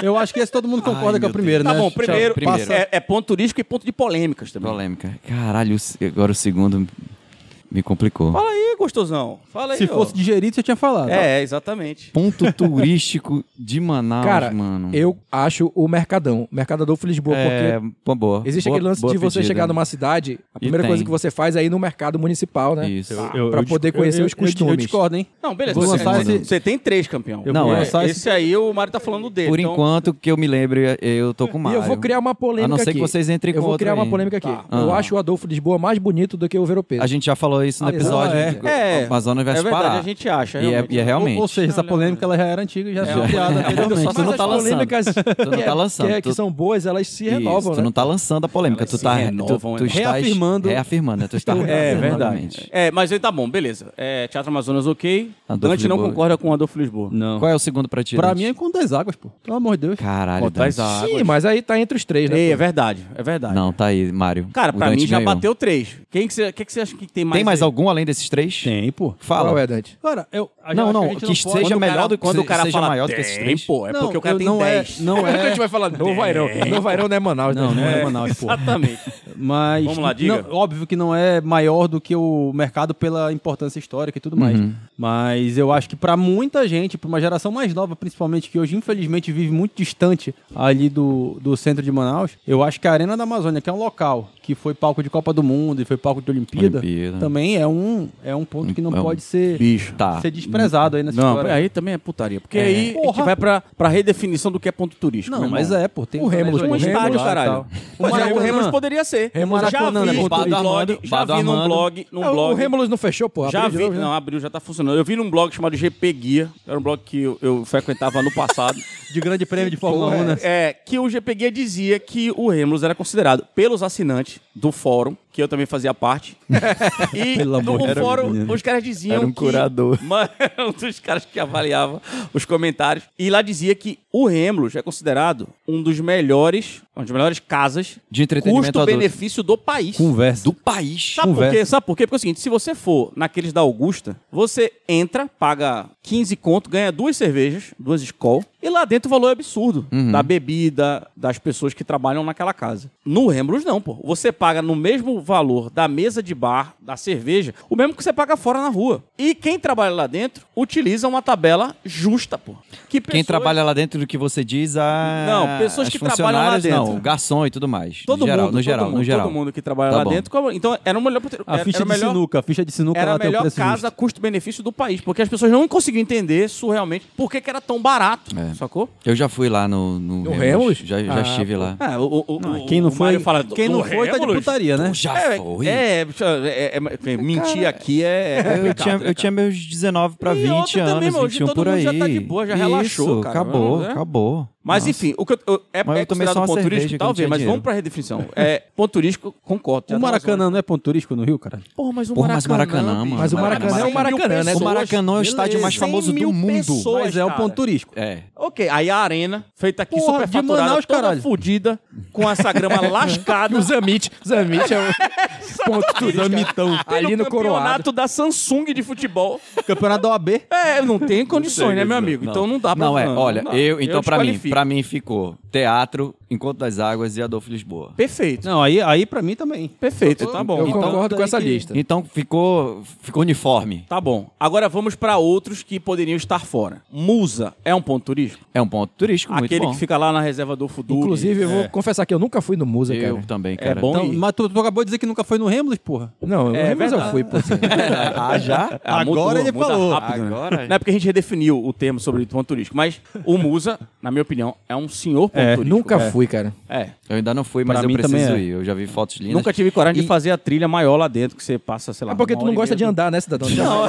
Speaker 5: Eu acho que esse todo mundo concorda
Speaker 3: Ai,
Speaker 5: que é o
Speaker 3: meu
Speaker 5: primeiro,
Speaker 1: Tá
Speaker 5: né?
Speaker 1: bom, primeiro,
Speaker 3: primeiro.
Speaker 1: passa- É, é ponto turístico e ponto de polêmicas também.
Speaker 3: Polêmica. Caralho, o se- agora o segundo me complicou.
Speaker 1: Fala aí, gostosão. Fala aí.
Speaker 5: Se
Speaker 1: É, ó.
Speaker 5: fosse digerido, você tinha falado.
Speaker 1: É, é, exatamente.
Speaker 3: Ponto turístico de Manaus,
Speaker 4: Cara,
Speaker 3: mano.
Speaker 4: eu acho o Mercadão. Mercadão Adolfo Lisboa,
Speaker 3: É,
Speaker 4: porque
Speaker 3: uma boa.
Speaker 4: existe
Speaker 3: Boa-
Speaker 4: aquele lance
Speaker 3: boa
Speaker 4: de você
Speaker 3: pedida.
Speaker 4: chegar numa cidade, a primeira
Speaker 3: tem.
Speaker 4: coisa que você faz é ir no mercado municipal, né?
Speaker 3: Isso.
Speaker 4: pra poder
Speaker 5: discu-
Speaker 4: conhecer
Speaker 5: eu-
Speaker 4: os
Speaker 5: eu- eu- Eu
Speaker 4: costumes.
Speaker 5: discordo, hein?
Speaker 1: Não, beleza.
Speaker 5: Vou
Speaker 1: Você,
Speaker 5: lançar
Speaker 1: você-
Speaker 5: esse-
Speaker 1: você tem três, campeão.
Speaker 5: Eu
Speaker 3: Não,
Speaker 5: vou
Speaker 3: é.
Speaker 5: lançar esse-
Speaker 1: Esse aí o Mário tá falando dele.
Speaker 3: Por
Speaker 1: então-
Speaker 3: enquanto, que eu me lembre, eu tô com
Speaker 4: E
Speaker 3: Mário.
Speaker 4: eu vou criar uma polêmica
Speaker 3: A não ser
Speaker 4: aqui.
Speaker 3: que vocês entrem
Speaker 4: Eu
Speaker 3: com
Speaker 4: vou
Speaker 3: outra
Speaker 4: criar uma
Speaker 3: aí.
Speaker 4: polêmica aqui.
Speaker 1: Tá.
Speaker 4: Eu
Speaker 3: Ah.
Speaker 4: acho o Adolfo Lisboa mais bonito do que o Vero Pedro.
Speaker 3: A gente já falou isso no
Speaker 5: Ah,
Speaker 3: episódio.
Speaker 5: é.
Speaker 3: de-
Speaker 1: É.
Speaker 3: Amazonas
Speaker 1: É
Speaker 3: versus
Speaker 1: verdade,
Speaker 3: Pará.
Speaker 1: a gente acha.
Speaker 3: E é,
Speaker 1: realmente.
Speaker 3: e é realmente.
Speaker 5: Ou, ou seja, essa polêmica ela já era antiga e já
Speaker 1: É.
Speaker 5: foi
Speaker 1: [laughs]
Speaker 5: criada
Speaker 1: É.
Speaker 5: anteriormente.
Speaker 3: Mas tu não
Speaker 4: as
Speaker 3: tá lançando.
Speaker 4: polêmicas
Speaker 3: Tu não
Speaker 4: que é-
Speaker 3: tá lançando.
Speaker 4: Que, é- que
Speaker 3: Tu-
Speaker 4: são boas, elas se
Speaker 3: Isso,
Speaker 4: renovam,
Speaker 3: tu
Speaker 4: né?
Speaker 3: não tá lançando a polêmica, tu
Speaker 1: se
Speaker 3: tá
Speaker 1: renovam,
Speaker 3: tu, tu
Speaker 1: né?
Speaker 3: estás
Speaker 5: Reafirmando.
Speaker 3: reafirmando, né? tu está
Speaker 1: É,
Speaker 3: reafirmando
Speaker 1: verdade.
Speaker 3: novamente.
Speaker 1: É, mas aí tá bom, beleza. É, Teatro Amazonas, ok.
Speaker 3: Adolfo
Speaker 1: Dante não
Speaker 3: Lisboa.
Speaker 1: concorda com o Adolfo Lisboa.
Speaker 5: Não.
Speaker 3: Qual é o segundo pra ti?
Speaker 5: Pra
Speaker 3: Dante?
Speaker 5: mim é com das águas, pô. Pelo amor de Deus.
Speaker 3: caralho,
Speaker 1: Pô, tá das
Speaker 3: Dante.
Speaker 1: águas.
Speaker 4: Sim, mas aí tá entre os três, né?
Speaker 1: Ei, é
Speaker 4: pô?
Speaker 1: verdade, é verdade.
Speaker 3: Não, tá aí, Mário.
Speaker 1: Cara,
Speaker 3: O
Speaker 1: pra
Speaker 3: Dante
Speaker 1: mim já
Speaker 3: ganhou.
Speaker 1: bateu três. Quem que você que que você acha que tem mais?
Speaker 3: Tem mais
Speaker 1: aí?
Speaker 3: algum além desses três?
Speaker 5: Tem, pô.
Speaker 3: Fala.
Speaker 4: Qual é, Dante?
Speaker 5: Cara, eu. a-
Speaker 3: Não,
Speaker 5: acho
Speaker 3: não,
Speaker 5: a gente
Speaker 3: que
Speaker 5: pode-
Speaker 3: seja
Speaker 1: Quando o cara-
Speaker 3: melhor do que
Speaker 1: quando o cara
Speaker 3: seja
Speaker 1: fala
Speaker 3: maior do que esses
Speaker 1: "Tem,
Speaker 3: três.
Speaker 1: pô, é
Speaker 5: Não,
Speaker 1: porque o cara
Speaker 5: eu
Speaker 1: tem
Speaker 5: não é-
Speaker 1: 10.
Speaker 5: Não
Speaker 4: Nunca a
Speaker 5: é.
Speaker 4: gente vai [laughs] falar Novo Airão. Novo Airão não é Manaus, né?
Speaker 5: Não, não é Manaus,
Speaker 1: [laughs]
Speaker 5: pô.
Speaker 1: Exatamente.
Speaker 5: Mas.
Speaker 1: Vamos lá, diga.
Speaker 5: não, óbvio que não é maior do que o mercado pela importância histórica e tudo mais. Mas eu acho que pra muita gente, pra uma geração mais nova, principalmente, que hoje infelizmente vive muito distante ali do, do centro de Manaus, eu acho que a Arena da Amazônia, que é um local que foi palco de Copa do Mundo e foi palco de Olimpíada,
Speaker 3: Olimpíada.
Speaker 5: também é um, é um ponto que não
Speaker 3: É um
Speaker 5: pode ser,
Speaker 1: Bicho.
Speaker 3: Tá.
Speaker 5: ser desprezado aí nessa
Speaker 1: Não,
Speaker 5: história.
Speaker 1: aí também é putaria. Porque aí a gente
Speaker 5: Porra.
Speaker 1: vai pra, pra redefinição do que é ponto turístico.
Speaker 5: Não,
Speaker 1: meu
Speaker 5: mas
Speaker 1: irmão.
Speaker 5: é, pô. Tem
Speaker 4: O Remo,
Speaker 5: tem
Speaker 1: Um
Speaker 4: o Remo
Speaker 1: estádio,
Speaker 4: lá e
Speaker 1: caralho.
Speaker 4: tal.
Speaker 1: O Mas
Speaker 5: Maracanã.
Speaker 1: o Remos poderia ser.
Speaker 4: Remo
Speaker 1: já
Speaker 4: Maracanã,
Speaker 1: vi
Speaker 4: né?
Speaker 1: num
Speaker 3: Bar do
Speaker 1: blog,
Speaker 3: Armando,
Speaker 1: já
Speaker 3: Bar do
Speaker 1: vi num
Speaker 3: Armando.
Speaker 1: blog, num
Speaker 4: Não, O
Speaker 1: um blog.
Speaker 4: Rêmulos não fechou, pô.
Speaker 1: Já
Speaker 4: Abriu de
Speaker 1: vi,
Speaker 4: novo, né?
Speaker 1: não, É, abriu, já tá funcionando. Eu vi num blog chamado GP Guia, era um blog que eu, eu frequentava no passado.
Speaker 5: de grande prêmio de Fórmula 1, né?
Speaker 1: É, que o GP Guia dizia que o Remulus era considerado pelos assinantes do fórum, que eu também fazia
Speaker 5: [laughs]
Speaker 1: parte. e
Speaker 5: Pelo amor de
Speaker 1: no
Speaker 5: Deus,
Speaker 1: fórum,
Speaker 5: menino.
Speaker 1: os caras diziam
Speaker 3: Era um
Speaker 1: que-
Speaker 3: curador.
Speaker 1: [laughs] Mano, um dos caras que avaliava os comentários. E lá dizia que o Remulus é considerado um dos melhores, uma das melhores casas
Speaker 3: De entretenimento adulto.
Speaker 1: custo-benefício do país.
Speaker 5: Conversa.
Speaker 3: Do país.
Speaker 1: Sabe por
Speaker 5: Conversa.
Speaker 1: quê? Sabe por quê? Porque é o seguinte, se você for naqueles da Augusta, você entra, paga 15 conto, ganha duas cervejas, duas Skol, e lá dentro o valor é absurdo
Speaker 3: Uhum.
Speaker 1: da bebida, das pessoas que trabalham naquela casa. No Rembrandt não, pô. Você paga no mesmo valor da mesa de bar, da cerveja, o mesmo que você paga fora na rua. E quem trabalha lá dentro utiliza uma tabela justa, pô. Que
Speaker 3: Quem
Speaker 1: pessoas-
Speaker 3: trabalha lá dentro do que você diz, a.
Speaker 1: Não, pessoas
Speaker 3: as
Speaker 1: que trabalham lá
Speaker 3: funcionárias, Não,
Speaker 1: dentro.
Speaker 3: garçom e tudo mais.
Speaker 1: Todo
Speaker 3: no geral,
Speaker 1: mundo,
Speaker 3: no geral,
Speaker 1: todo mundo,
Speaker 3: no geral.
Speaker 1: todo mundo que trabalha
Speaker 3: Tá
Speaker 1: lá
Speaker 3: bom.
Speaker 1: dentro. como- Então era uma melhor
Speaker 5: A
Speaker 1: era-
Speaker 5: ficha
Speaker 1: era
Speaker 5: de
Speaker 1: melhor-
Speaker 5: sinuca, a ficha de sinuca
Speaker 1: era a
Speaker 5: lá Então, tem o
Speaker 1: melhor
Speaker 5: preço
Speaker 1: casa
Speaker 5: justo.
Speaker 1: custo-benefício do país, porque as pessoas não conseguiam entender surrealmente por que, que era tão barato,
Speaker 3: É.
Speaker 1: sacou?
Speaker 3: Eu já fui lá no. No,
Speaker 4: Remos?
Speaker 3: Já, já
Speaker 4: Ah,
Speaker 3: estive lá.
Speaker 1: É, o, o- o-
Speaker 5: Quem não
Speaker 1: o Mário
Speaker 5: foi,
Speaker 1: fala,
Speaker 5: quem
Speaker 1: "Do
Speaker 5: não foi tá de
Speaker 1: Remus?"
Speaker 5: putaria, né?
Speaker 3: Já
Speaker 1: É,
Speaker 3: Ah, foi.
Speaker 1: é, é, é, é, é, mentir aqui é. é
Speaker 3: Eu
Speaker 1: complicado,
Speaker 3: tinha,
Speaker 1: né,
Speaker 3: eu tinha meus 19 pra
Speaker 1: E
Speaker 3: 20
Speaker 1: outra também,
Speaker 3: anos,
Speaker 1: meu, hoje
Speaker 3: 21
Speaker 1: todo
Speaker 3: por
Speaker 1: mundo
Speaker 3: aí.
Speaker 1: já tá de boa, já
Speaker 3: Isso,
Speaker 1: relaxou, cara.
Speaker 3: Acabou,
Speaker 1: Né?
Speaker 3: acabou.
Speaker 1: Mas
Speaker 3: Nossa.
Speaker 1: enfim, o que eu, eu- é,
Speaker 3: Mas
Speaker 1: é
Speaker 3: eu tomei só
Speaker 1: considerado
Speaker 3: uma
Speaker 1: ponto
Speaker 3: cerveja
Speaker 1: turístico,
Speaker 3: que
Speaker 1: talvez,
Speaker 3: não tinha
Speaker 1: mas vamos
Speaker 3: dinheiro.
Speaker 1: pra redefinição. É, ponto turístico, concordo. tá tem
Speaker 5: O
Speaker 1: razão.
Speaker 5: Maracanã não é ponto turístico no Rio, cara?
Speaker 1: Porra, mas o
Speaker 3: Porra, mas
Speaker 1: Maracanã.
Speaker 3: Maracanã,
Speaker 1: bicho,
Speaker 3: mano.
Speaker 4: Mas o Maracanã é o
Speaker 1: 100 mil
Speaker 4: Maracanã, né?
Speaker 1: pessoas.
Speaker 3: O Maracanã é o estádio mais
Speaker 1: 100
Speaker 3: famoso
Speaker 1: mil
Speaker 3: do mundo.
Speaker 1: pessoas,
Speaker 5: Mas é o
Speaker 1: cara.
Speaker 5: ponto turístico.
Speaker 3: É.
Speaker 1: Ok, aí a arena, feita aqui,
Speaker 5: Porra,
Speaker 1: super
Speaker 5: de
Speaker 1: faturada,
Speaker 5: Manaus,
Speaker 1: toda
Speaker 5: caralho.
Speaker 1: fudida, com essa grama [laughs] lascada.
Speaker 4: O Zamit, Zamit
Speaker 1: [laughs]
Speaker 4: é o ponto turístico. Ali no Coroado.
Speaker 1: um campeonato da Samsung de futebol.
Speaker 3: Tá
Speaker 5: Campeonato da OAB.
Speaker 1: É, não tem condições, né, meu amigo? Então não dá pra...
Speaker 3: Não, é, olha,
Speaker 1: não dá.
Speaker 3: eu, então pra mim,
Speaker 1: desqualifico.
Speaker 3: pra mim ficou Teatro, Encontro das Águas e Adolfo Lisboa.
Speaker 1: Perfeito,
Speaker 5: Não, aí, aí pra mim também.
Speaker 1: perfeito, tá bom.
Speaker 4: Eu
Speaker 1: Então-
Speaker 4: concordo com
Speaker 5: daí
Speaker 4: essa
Speaker 5: que-
Speaker 4: lista.
Speaker 3: Então ficou, ficou uniforme.
Speaker 1: Tá bom. Agora vamos pra outros que poderiam estar fora. Musa é um ponto turístico?
Speaker 3: É um ponto turístico muito
Speaker 1: Aquele
Speaker 3: bom.
Speaker 1: que fica lá na reserva do Fudu.
Speaker 4: Inclusive, eu vou confessar que eu nunca fui no Musa,
Speaker 3: É. Eu
Speaker 4: cara.
Speaker 3: também,
Speaker 1: É
Speaker 3: cara.
Speaker 1: bom
Speaker 5: Então,
Speaker 1: ir.
Speaker 5: mas tu, tu acabou de dizer que nunca foi no Rembrandt, porra.
Speaker 4: Não, no
Speaker 1: É
Speaker 4: Remos eu
Speaker 1: verdade.
Speaker 4: fui, pô. assim.
Speaker 3: [laughs] Ah, já?
Speaker 1: Ah, muda-
Speaker 5: Agora ele
Speaker 1: muda
Speaker 5: falou.
Speaker 1: rápido, né?
Speaker 3: Agora?
Speaker 1: Não é porque a gente redefiniu o termo sobre ponto turístico, mas o Musa, na minha opinião, é um senhor ponto turístico.
Speaker 4: Nunca fui, cara.
Speaker 1: É.
Speaker 3: Eu ainda não fui, mas
Speaker 5: Pra
Speaker 3: eu
Speaker 5: mim também
Speaker 3: preciso
Speaker 5: é.
Speaker 3: ir. Eu já vi fotos lindas.
Speaker 1: Nunca tive coragem de
Speaker 3: E-
Speaker 1: fazer a trilha maior lá dentro, que você passa, sei lá.
Speaker 4: É porque tu não gosta de andar, né, cidadão? Não,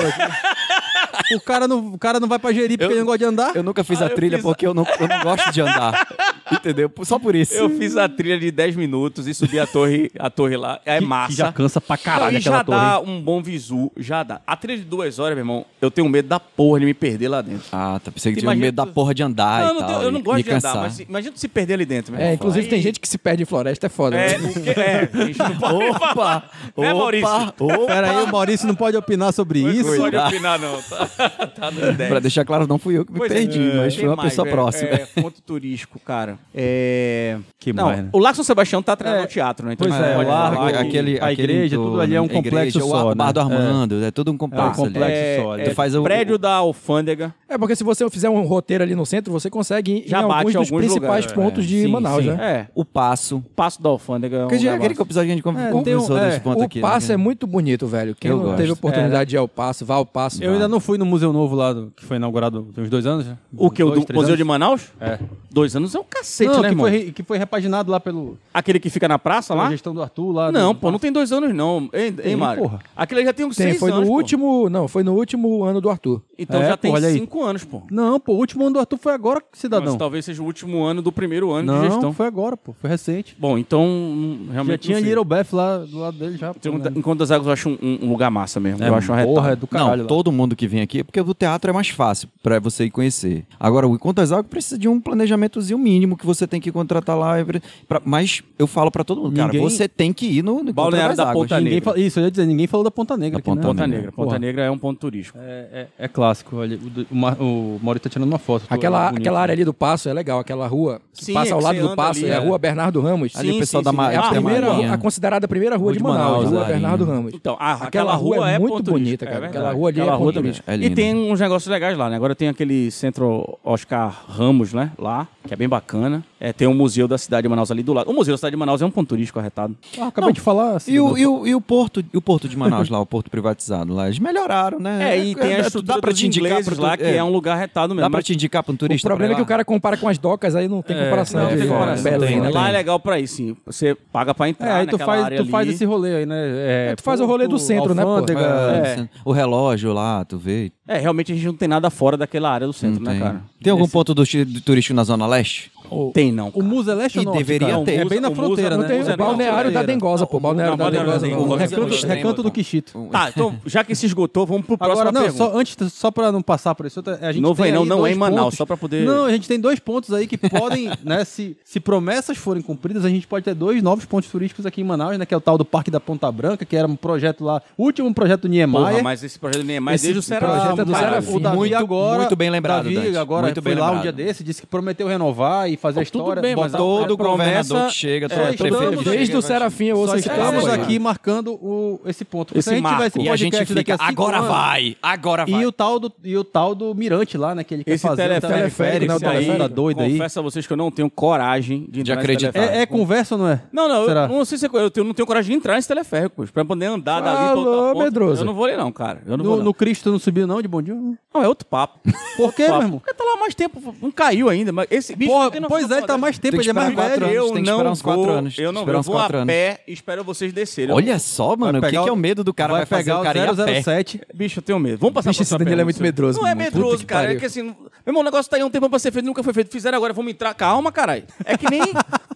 Speaker 5: O cara não, o cara não vai pra gerir porque ele não gosta de andar.
Speaker 3: Ah, Eu nunca fiz a trilha
Speaker 1: fiz a-
Speaker 3: porque eu, não, eu não [laughs] gosto de andar. Entendeu? Só por isso.
Speaker 1: Eu fiz a trilha de 10 minutos e subi a torre, a torre lá. É
Speaker 5: Que-
Speaker 1: massa.
Speaker 5: que já cansa pra
Speaker 1: Não,
Speaker 5: caralho
Speaker 1: e
Speaker 5: aquela
Speaker 1: já dá um bom visu, já dá. A trilha de duas horas, meu irmão, eu tenho medo da porra de me perder lá dentro.
Speaker 3: Ah, tá. Pensei que tinha
Speaker 1: Imagina
Speaker 3: medo da
Speaker 1: tu-
Speaker 3: porra de andar
Speaker 1: não, Ah, eu
Speaker 3: e
Speaker 1: não
Speaker 3: tal.
Speaker 1: tenho- eu
Speaker 3: e
Speaker 1: não gosto
Speaker 3: me
Speaker 1: de andar,
Speaker 3: cansar.
Speaker 1: mas imagina tu se perder ali dentro. meu
Speaker 4: É,
Speaker 1: irmão.
Speaker 4: inclusive
Speaker 1: Aí-
Speaker 4: tem gente que se perde em floresta, é foda.
Speaker 1: É,
Speaker 4: né?
Speaker 1: o que- é, a gente não pode falar.
Speaker 3: Opa!
Speaker 1: Né,
Speaker 3: opa,
Speaker 1: Maurício?
Speaker 3: opa.
Speaker 5: Pera aí, o Maurício não pode opinar sobre isso.
Speaker 1: Não pode
Speaker 3: cuidado.
Speaker 1: opinar, não. Tá, [laughs] tá dando ideia.
Speaker 3: Pra deixar claro, não fui eu que me
Speaker 1: Pois é,
Speaker 3: perdi,
Speaker 1: é,
Speaker 3: mas
Speaker 1: tem
Speaker 3: foi uma
Speaker 1: mais,
Speaker 3: pessoa
Speaker 1: é,
Speaker 3: próxima.
Speaker 1: É, ponto turístico, cara. É...
Speaker 5: Que
Speaker 1: não,
Speaker 5: mais, né?
Speaker 1: o Largo São Sebastião tá treinando teatro, né? Então
Speaker 5: pois
Speaker 1: a gente
Speaker 5: é,
Speaker 1: pode
Speaker 5: o
Speaker 1: falar
Speaker 5: Largo,
Speaker 1: que-
Speaker 5: aquele- a igreja, tudo ali é um
Speaker 3: a igreja,
Speaker 5: complexo
Speaker 3: o
Speaker 5: só,
Speaker 3: O bar
Speaker 5: né?
Speaker 3: do Armando, é, todo um complexo
Speaker 5: um
Speaker 3: ali.
Speaker 5: complexo
Speaker 1: É,
Speaker 5: só, né?
Speaker 1: é,
Speaker 3: Tu faz o-
Speaker 1: prédio da alfândega.
Speaker 4: É porque se você fizer um roteiro ali no centro, você consegue ir
Speaker 1: Já
Speaker 4: em
Speaker 1: bate
Speaker 4: alguns dos
Speaker 1: alguns
Speaker 4: principais
Speaker 1: lugares, né?
Speaker 4: pontos de
Speaker 3: Sim,
Speaker 4: Manaus,
Speaker 3: sim.
Speaker 4: né?
Speaker 1: É,
Speaker 3: O Passo.
Speaker 1: passo da alfândega é um
Speaker 3: Porque já é aquele
Speaker 1: negócio.
Speaker 3: episódio que a gente con-
Speaker 5: É, tem um-
Speaker 3: conversou
Speaker 5: é,
Speaker 3: desse ponto
Speaker 4: o
Speaker 3: aqui. né,
Speaker 4: passo
Speaker 3: que-
Speaker 4: é muito bonito, velho. Quem
Speaker 3: Eu
Speaker 4: não
Speaker 3: gosto.
Speaker 4: teve oportunidade de ir ao passo, vá ao passo.
Speaker 5: Eu ainda não fui no Museu Novo lá, do- que foi inaugurado tem uns dois anos. já.
Speaker 1: O que? O
Speaker 5: Dois,
Speaker 1: do
Speaker 5: três
Speaker 1: Museu de
Speaker 5: anos.
Speaker 1: Manaus?
Speaker 5: É.
Speaker 1: Dois anos é um cacete,
Speaker 5: Não,
Speaker 1: né,
Speaker 5: que
Speaker 1: irmão?
Speaker 5: foi, re- que foi repaginado lá pelo,
Speaker 1: Aquele que fica na praça
Speaker 5: pela
Speaker 1: lá?
Speaker 5: gestão do Arthur lá.
Speaker 1: Não,
Speaker 5: do-
Speaker 1: pô, não tem dois anos, não. Hein, hein
Speaker 5: Tem,
Speaker 1: Mário?
Speaker 5: porra.
Speaker 1: Aquele já tem uns
Speaker 4: Tem,
Speaker 1: seis
Speaker 4: foi
Speaker 1: anos,
Speaker 4: no
Speaker 1: pô.
Speaker 4: último. Não, foi no último ano do Arthur.
Speaker 1: Então
Speaker 5: É,
Speaker 1: já tem
Speaker 5: pô, olha aí.
Speaker 1: cinco anos, pô.
Speaker 5: Não, pô, o último ano do Arthur foi agora,
Speaker 1: Mas
Speaker 5: cidadão.
Speaker 1: talvez seja o último ano do primeiro ano tá de
Speaker 5: Não,
Speaker 1: gestão.
Speaker 5: foi agora, pô, foi recente.
Speaker 1: Bom, então hum,
Speaker 5: Já
Speaker 1: realmente
Speaker 5: tinha
Speaker 1: não sei.
Speaker 5: Little Beth lá do lado dele já. pô,
Speaker 1: Tem um-
Speaker 5: né?
Speaker 1: Enquanto das Águas eu acho um, um lugar massa mesmo. eu acho uma
Speaker 5: Porra, é do caralho.
Speaker 3: Não,
Speaker 5: lá.
Speaker 3: todo mundo que vem aqui, porque o teatro é mais fácil pra você ir conhecer. Agora, o Encontras Águas precisa de um planejamentozinho mínimo que você tem que contratar lá. e pra- pra- mas eu falo pra todo mundo, cara,
Speaker 5: Ninguém-
Speaker 3: você tem que ir no, no Encontro
Speaker 1: Balneário
Speaker 3: das
Speaker 1: da
Speaker 3: Águas.
Speaker 1: Ponta
Speaker 5: Ninguém
Speaker 1: Negra.
Speaker 5: fala- isso, eu ia dizer, ninguém falou da Ponta Negra
Speaker 3: Da
Speaker 5: aqui, né?
Speaker 3: Ponta
Speaker 1: Ponta
Speaker 3: Negra.
Speaker 1: Negra. Ponta
Speaker 5: Porra.
Speaker 1: Negra é um ponto turístico.
Speaker 5: É, é- é clássico, olha. O, do- o Ma- o Maurício tá tirando uma foto.
Speaker 4: Aquela,
Speaker 5: bonita.
Speaker 4: aquela área ali do passo é legal, aquela rua que
Speaker 1: Sim, é
Speaker 4: passa ao
Speaker 1: que
Speaker 4: lado
Speaker 1: você
Speaker 4: do
Speaker 1: anda
Speaker 4: passo,
Speaker 1: ali,
Speaker 4: é a
Speaker 1: é.
Speaker 4: rua Bernardo Ramos.
Speaker 3: Ali
Speaker 1: Sim,
Speaker 3: o pessoal
Speaker 1: sim,
Speaker 3: da
Speaker 1: sim.
Speaker 3: Ma-
Speaker 4: É a
Speaker 3: da
Speaker 4: primeira,
Speaker 3: Marinha.
Speaker 4: rua- a considerada a primeira rua de Manaus, a
Speaker 5: Manaus,
Speaker 4: rua
Speaker 5: é.
Speaker 4: Bernardo Ramos.
Speaker 1: Então, a- aquela,
Speaker 4: Aquela
Speaker 1: rua,
Speaker 4: rua é
Speaker 1: é
Speaker 4: muito
Speaker 1: ponto
Speaker 4: bonita,
Speaker 1: turístico,
Speaker 4: cara.
Speaker 1: é verdade.
Speaker 4: Aquela rua ali é ponto
Speaker 1: também.
Speaker 3: turístico. É
Speaker 1: E
Speaker 3: linda.
Speaker 1: tem uns negócios legais lá, né? Agora tem aquele centro Oscar Ramos, né? Lá, que é bem bacana. É, tem um museu da cidade de Manaus ali do lado. O museu da cidade de Manaus é um ponto turístico arretado.
Speaker 5: Ah, acabei de falar.
Speaker 3: E
Speaker 5: cidadão.
Speaker 3: o, e, o, e o porto, e o porto de Manaus lá, o porto privatizado lá, eles melhoraram, né?
Speaker 1: É, e tem a estrutura
Speaker 3: pra
Speaker 1: dos
Speaker 3: te indicar
Speaker 1: ingleses
Speaker 3: pro tu-
Speaker 1: lá, que é. um lugar arretado mesmo.
Speaker 3: Dá pra te indicar pra um
Speaker 4: O
Speaker 3: turista
Speaker 4: problema
Speaker 3: pra
Speaker 4: é que
Speaker 3: ir
Speaker 4: o cara compara com as docas, aí não tem comparação.
Speaker 1: Não,
Speaker 4: de-
Speaker 1: tem
Speaker 3: fora,
Speaker 1: comparação.
Speaker 4: Belém,
Speaker 1: Tem.
Speaker 4: né?
Speaker 1: Lá é legal pra ir, sim. Você paga pra entrar
Speaker 5: É, aí tu
Speaker 1: Ah, naquela
Speaker 5: faz,
Speaker 1: área
Speaker 5: tu
Speaker 1: ali.
Speaker 5: faz esse rolê aí, né?
Speaker 4: É, tu faz o rolê do centro, né, pô?
Speaker 5: alfândega,
Speaker 3: lá? É, O relógio lá, tu vê.
Speaker 1: É, realmente a gente não tem nada fora daquela área do centro,
Speaker 3: Não
Speaker 1: né,
Speaker 3: tem.
Speaker 1: cara?
Speaker 3: tem algum ponto do, chi- do turístico na Zona Leste?
Speaker 1: Tem não,
Speaker 5: O
Speaker 1: cara.
Speaker 5: Musa é leste
Speaker 3: E
Speaker 5: ou norte,
Speaker 3: deveria
Speaker 5: cara?
Speaker 3: ter.
Speaker 5: É bem
Speaker 1: O
Speaker 5: na
Speaker 1: Musa-
Speaker 5: fronteira,
Speaker 1: não
Speaker 5: né?
Speaker 1: tem-
Speaker 5: Musa é
Speaker 4: o
Speaker 5: norte,
Speaker 4: balneário da
Speaker 5: fronteira.
Speaker 4: Dengosa, pô.
Speaker 5: né?
Speaker 4: Balneário da
Speaker 1: Não, Balneário da
Speaker 4: Dengosa.
Speaker 1: Dengosa.
Speaker 4: não.
Speaker 5: Recanto,
Speaker 3: Extremo,
Speaker 5: recanto do
Speaker 3: pô.
Speaker 5: Quixito.
Speaker 1: Tá, então, já que se esgotou, vamos pro próximo
Speaker 5: Agora, não,
Speaker 1: pergunta.
Speaker 5: só, antes, só pra não passar por isso, a gente
Speaker 1: Não
Speaker 5: tem
Speaker 1: vem não,
Speaker 5: aí
Speaker 1: não é
Speaker 5: dois
Speaker 1: em Manaus,
Speaker 5: pontos.
Speaker 1: só pra poder-
Speaker 5: Não, a gente tem dois pontos aí que
Speaker 1: [laughs]
Speaker 5: podem, né, se, se promessas forem cumpridas, a gente pode ter dois novos pontos turísticos aqui em Manaus, né, que é o tal do Parque da Ponta Branca, que era um projeto lá, o último projeto do Niemeyer.
Speaker 1: Porra, mas esse projeto nem é mais
Speaker 5: Esse
Speaker 1: desde o Ceará.
Speaker 5: projeto Tá,
Speaker 3: do
Speaker 5: do zero,
Speaker 3: caralho.
Speaker 5: o Davi
Speaker 3: muito,
Speaker 5: agora,
Speaker 3: muito bem lembrado,
Speaker 5: Davi
Speaker 3: Dante.
Speaker 5: agora
Speaker 3: muito
Speaker 5: foi
Speaker 3: bem
Speaker 5: lá
Speaker 3: lembrado.
Speaker 5: um dia desse, disse que prometeu renovar e fazer a
Speaker 1: tudo
Speaker 5: história.
Speaker 1: bem, mas
Speaker 5: botar-
Speaker 3: Todo
Speaker 5: é promessa-
Speaker 3: governador que chega, todo
Speaker 5: É,
Speaker 3: prefeito que
Speaker 5: estamos
Speaker 3: chega.
Speaker 4: Desde o Serafim eu ouço
Speaker 5: Só
Speaker 4: esse
Speaker 5: estamos
Speaker 4: papo aí.
Speaker 5: aqui marcando o, esse ponto. Porque
Speaker 1: Esse
Speaker 5: se Então a
Speaker 1: marco.
Speaker 5: gente tivesse
Speaker 3: E a gente
Speaker 5: podcast daqui
Speaker 3: fica,
Speaker 5: a cinco
Speaker 3: agora
Speaker 5: anos,
Speaker 3: vai, agora Ah, vai.
Speaker 5: E o, tal do, e o tal do Mirante lá, né? Que ele quer
Speaker 1: Esse
Speaker 5: fazer. o
Speaker 1: teleférico,
Speaker 5: né? O
Speaker 1: esse aí,
Speaker 5: teleférico da doida aí.
Speaker 1: Confesso a vocês que eu não tenho coragem de, entrar nesse
Speaker 3: acreditar.
Speaker 1: teleférico.
Speaker 5: É, é conversa ou não é?
Speaker 1: Não, não,
Speaker 5: Será?
Speaker 1: eu não sei se é co- eu, tenho- não tenho coragem de entrar nesse teleférico, pois, pra poder andar dali pra outra
Speaker 4: Alô,
Speaker 1: ponta.
Speaker 4: medroso.
Speaker 1: Eu não vou ali não, cara. Eu não vou
Speaker 5: No,
Speaker 1: não.
Speaker 5: no Cristo não subiu não de bom dia?
Speaker 1: Não, é outro papo.
Speaker 5: [laughs] Por quê,
Speaker 1: Papo.
Speaker 5: meu irmão?
Speaker 1: Porque tá lá mais tempo, não caiu ainda, mas esse bicho
Speaker 5: Porra,
Speaker 1: não tem noção
Speaker 5: pois
Speaker 1: da
Speaker 5: é, ele tá
Speaker 1: saudade.
Speaker 5: mais tempo,
Speaker 3: Tem que
Speaker 5: ele é mais
Speaker 3: esperar quatro
Speaker 5: velho.
Speaker 3: anos.
Speaker 1: Eu
Speaker 3: tem que
Speaker 1: não
Speaker 3: esperar uns
Speaker 1: vou,
Speaker 3: quatro anos, tem
Speaker 1: Eu
Speaker 3: que
Speaker 1: não vou,
Speaker 3: esperar
Speaker 1: eu
Speaker 3: uns
Speaker 1: vou a
Speaker 3: quatro anos.
Speaker 1: pé e espero vocês descerem.
Speaker 3: Olha só, mano, o que, que é o medo do cara vai, fazer
Speaker 5: pegar
Speaker 3: o cara ir a pé?
Speaker 5: o 007.
Speaker 1: Eu- Bicho, eu tenho medo. Vamos passar
Speaker 4: Bicho,
Speaker 1: pra
Speaker 4: esse
Speaker 1: outra
Speaker 4: Danilo é
Speaker 1: pergunta.
Speaker 4: muito medroso,
Speaker 1: Não é
Speaker 4: mano. Puta
Speaker 1: medroso,
Speaker 4: que
Speaker 1: cara.
Speaker 4: pariu.
Speaker 1: É que assim, meu irmão, o negócio tá aí há um tempo pra ser feito, nunca foi feito. Fizeram agora, vamos entrar. Calma, caralho. É
Speaker 5: [laughs]
Speaker 1: que nem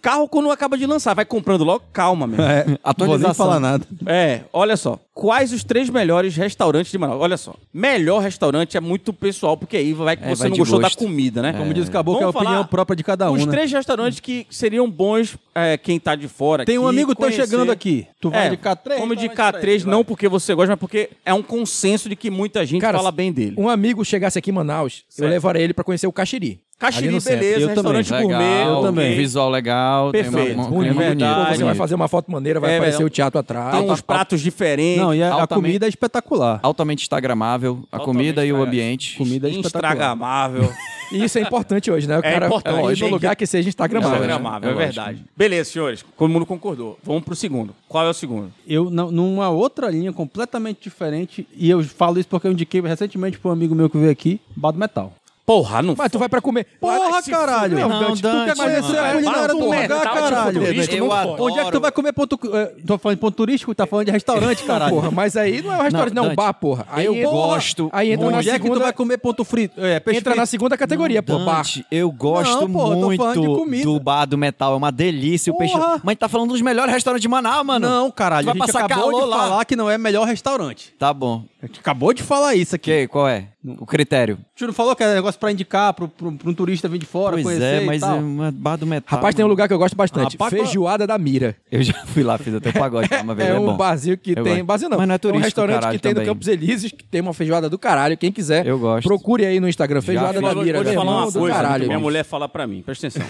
Speaker 1: carro quando acaba de lançar. Vai comprando logo, calma, meu.
Speaker 5: É.
Speaker 1: irmão.
Speaker 3: é Atualização.
Speaker 4: falar nada.
Speaker 1: É, olha só. Quais os três melhores restaurantes de Manaus? Olha só. Melhor restaurante é muito pessoal, porque aí vai que
Speaker 3: É,
Speaker 1: você
Speaker 3: vai
Speaker 1: não
Speaker 3: de
Speaker 1: gostou
Speaker 3: gosto.
Speaker 1: da comida, né?
Speaker 5: Como diz o Caboclo, é a
Speaker 1: Vamos
Speaker 5: opinião
Speaker 1: falar
Speaker 5: própria de cada um,
Speaker 1: Os
Speaker 5: né?
Speaker 1: três restaurantes que seriam bons é, quem tá de fora.
Speaker 5: Tem um
Speaker 1: aqui,
Speaker 5: amigo teu
Speaker 1: conhecer.
Speaker 5: chegando aqui. Tu vai
Speaker 1: É,
Speaker 5: de K3?
Speaker 1: Como de
Speaker 5: Então vai pra ele,
Speaker 1: K3, não porque você gosta, mas porque é um consenso de que muita gente
Speaker 4: Cara,
Speaker 1: fala bem dele.
Speaker 4: Um amigo chegasse aqui em Manaus, eu
Speaker 1: Certo.
Speaker 4: levaria ele pra conhecer o Caxiri.
Speaker 1: Caxiri,
Speaker 4: Ali no centro.
Speaker 1: beleza,
Speaker 5: Eu também.
Speaker 3: Tipo,
Speaker 1: restaurante gourmet.
Speaker 3: Legal,
Speaker 1: ok.
Speaker 3: Visual legal, tem
Speaker 1: Perfeito.
Speaker 3: uma, uma,
Speaker 1: Bonito,
Speaker 3: clima bonito.
Speaker 1: verdade.
Speaker 4: Pô, você vai
Speaker 1: bonito.
Speaker 4: fazer uma foto maneira, vai
Speaker 1: É,
Speaker 4: aparecer
Speaker 1: velho.
Speaker 4: o teatro atrás.
Speaker 1: Tem uns
Speaker 4: Alta-
Speaker 1: pratos diferentes.
Speaker 5: Não, e a, a
Speaker 3: altamente-
Speaker 5: comida é espetacular.
Speaker 3: Altamente instagramável, a comida e o ambiente.
Speaker 5: Comida é espetacular. [laughs]
Speaker 1: Instagramável.
Speaker 4: E isso é importante hoje, né? O
Speaker 1: É
Speaker 4: cara
Speaker 1: importante,
Speaker 4: ir
Speaker 1: gente.
Speaker 4: no lugar que seja Instagramável. né?
Speaker 1: Instagramável,
Speaker 3: É
Speaker 1: é
Speaker 3: lógico.
Speaker 1: verdade. Beleza, senhores. Todo mundo concordou. Vamos pro segundo. Qual é o segundo?
Speaker 5: Eu, na- numa outra linha completamente diferente, e eu falo isso porque eu indiquei recentemente pra um amigo meu que veio aqui, Bado Metal.
Speaker 1: Porra, não
Speaker 4: Mas tu vai pra comer.
Speaker 5: Porra,
Speaker 1: Vai se
Speaker 5: caralho!
Speaker 3: fuder. Não, Dante,
Speaker 5: tu quer conhecer
Speaker 3: mano.
Speaker 5: a
Speaker 1: Vai
Speaker 5: culinária
Speaker 1: Bado
Speaker 5: do lugar,
Speaker 1: Metal, tipo
Speaker 5: caralho!
Speaker 1: turístico,
Speaker 3: Eu
Speaker 1: não
Speaker 3: adoro.
Speaker 5: Onde é que tu vai comer ponto... eh, Tô falando de ponto turístico, tá falando
Speaker 3: [laughs]
Speaker 5: de restaurante, caralho.
Speaker 4: Porra, mas aí não é um restaurante, não, é um
Speaker 3: Dante,
Speaker 4: bar, porra. Aí
Speaker 3: eu
Speaker 4: entra-
Speaker 3: gosto
Speaker 4: Aí entra na
Speaker 5: Onde é que tu
Speaker 4: segunda,
Speaker 5: vai comer ponto frito? É, peixe
Speaker 4: entra na
Speaker 5: frito.
Speaker 4: segunda categoria, pô, bar.
Speaker 3: Dante, eu gosto
Speaker 5: Não, pô, eu tô falando de
Speaker 3: muito
Speaker 5: comida.
Speaker 3: do bar do metal. É uma delícia o peixe.
Speaker 5: Porra.
Speaker 3: Mas tá falando dos melhores restaurantes de Manaus, mano.
Speaker 5: Não, caralho,
Speaker 3: Vai
Speaker 5: a gente
Speaker 3: passar
Speaker 5: acabou
Speaker 3: calor
Speaker 5: de
Speaker 3: lá.
Speaker 5: falar que não é melhor restaurante.
Speaker 3: Tá bom.
Speaker 5: A gente acabou de falar isso aqui.
Speaker 3: Que, qual é? O critério.
Speaker 5: Tu não falou que é negócio pra indicar pro, pro, pra um turista vir de fora,
Speaker 3: pois
Speaker 5: conhecer
Speaker 3: é, mas
Speaker 5: e
Speaker 3: é
Speaker 5: tal.
Speaker 3: uma bar do metal.
Speaker 4: Rapaz, tem um
Speaker 3: mano.
Speaker 4: lugar que eu gosto bastante.
Speaker 5: Rapaz, qual-
Speaker 4: Feijoada da Mira.
Speaker 3: Eu já [laughs] fui lá, fiz até o pagode lá uma vez.
Speaker 4: [laughs] É, um
Speaker 3: bom.
Speaker 4: barzinho que
Speaker 3: Eu
Speaker 4: tem.
Speaker 3: gosto.
Speaker 4: Barzinho não.
Speaker 3: Mas não é turístico,
Speaker 4: um restaurante
Speaker 3: caralho,
Speaker 4: que tem
Speaker 3: também.
Speaker 4: no Campos Elíseos, que tem uma feijoada do caralho. Quem quiser,
Speaker 3: Eu gosto.
Speaker 4: procure aí no Instagram. Feijoada
Speaker 3: fiz.
Speaker 4: da
Speaker 1: Vou-
Speaker 4: Mira.
Speaker 1: Vou te
Speaker 4: meu
Speaker 1: falar
Speaker 4: irmão
Speaker 1: uma
Speaker 4: do
Speaker 1: coisa
Speaker 4: caralho.
Speaker 1: que minha mulher fala pra mim, presta
Speaker 5: [laughs]
Speaker 1: atenção.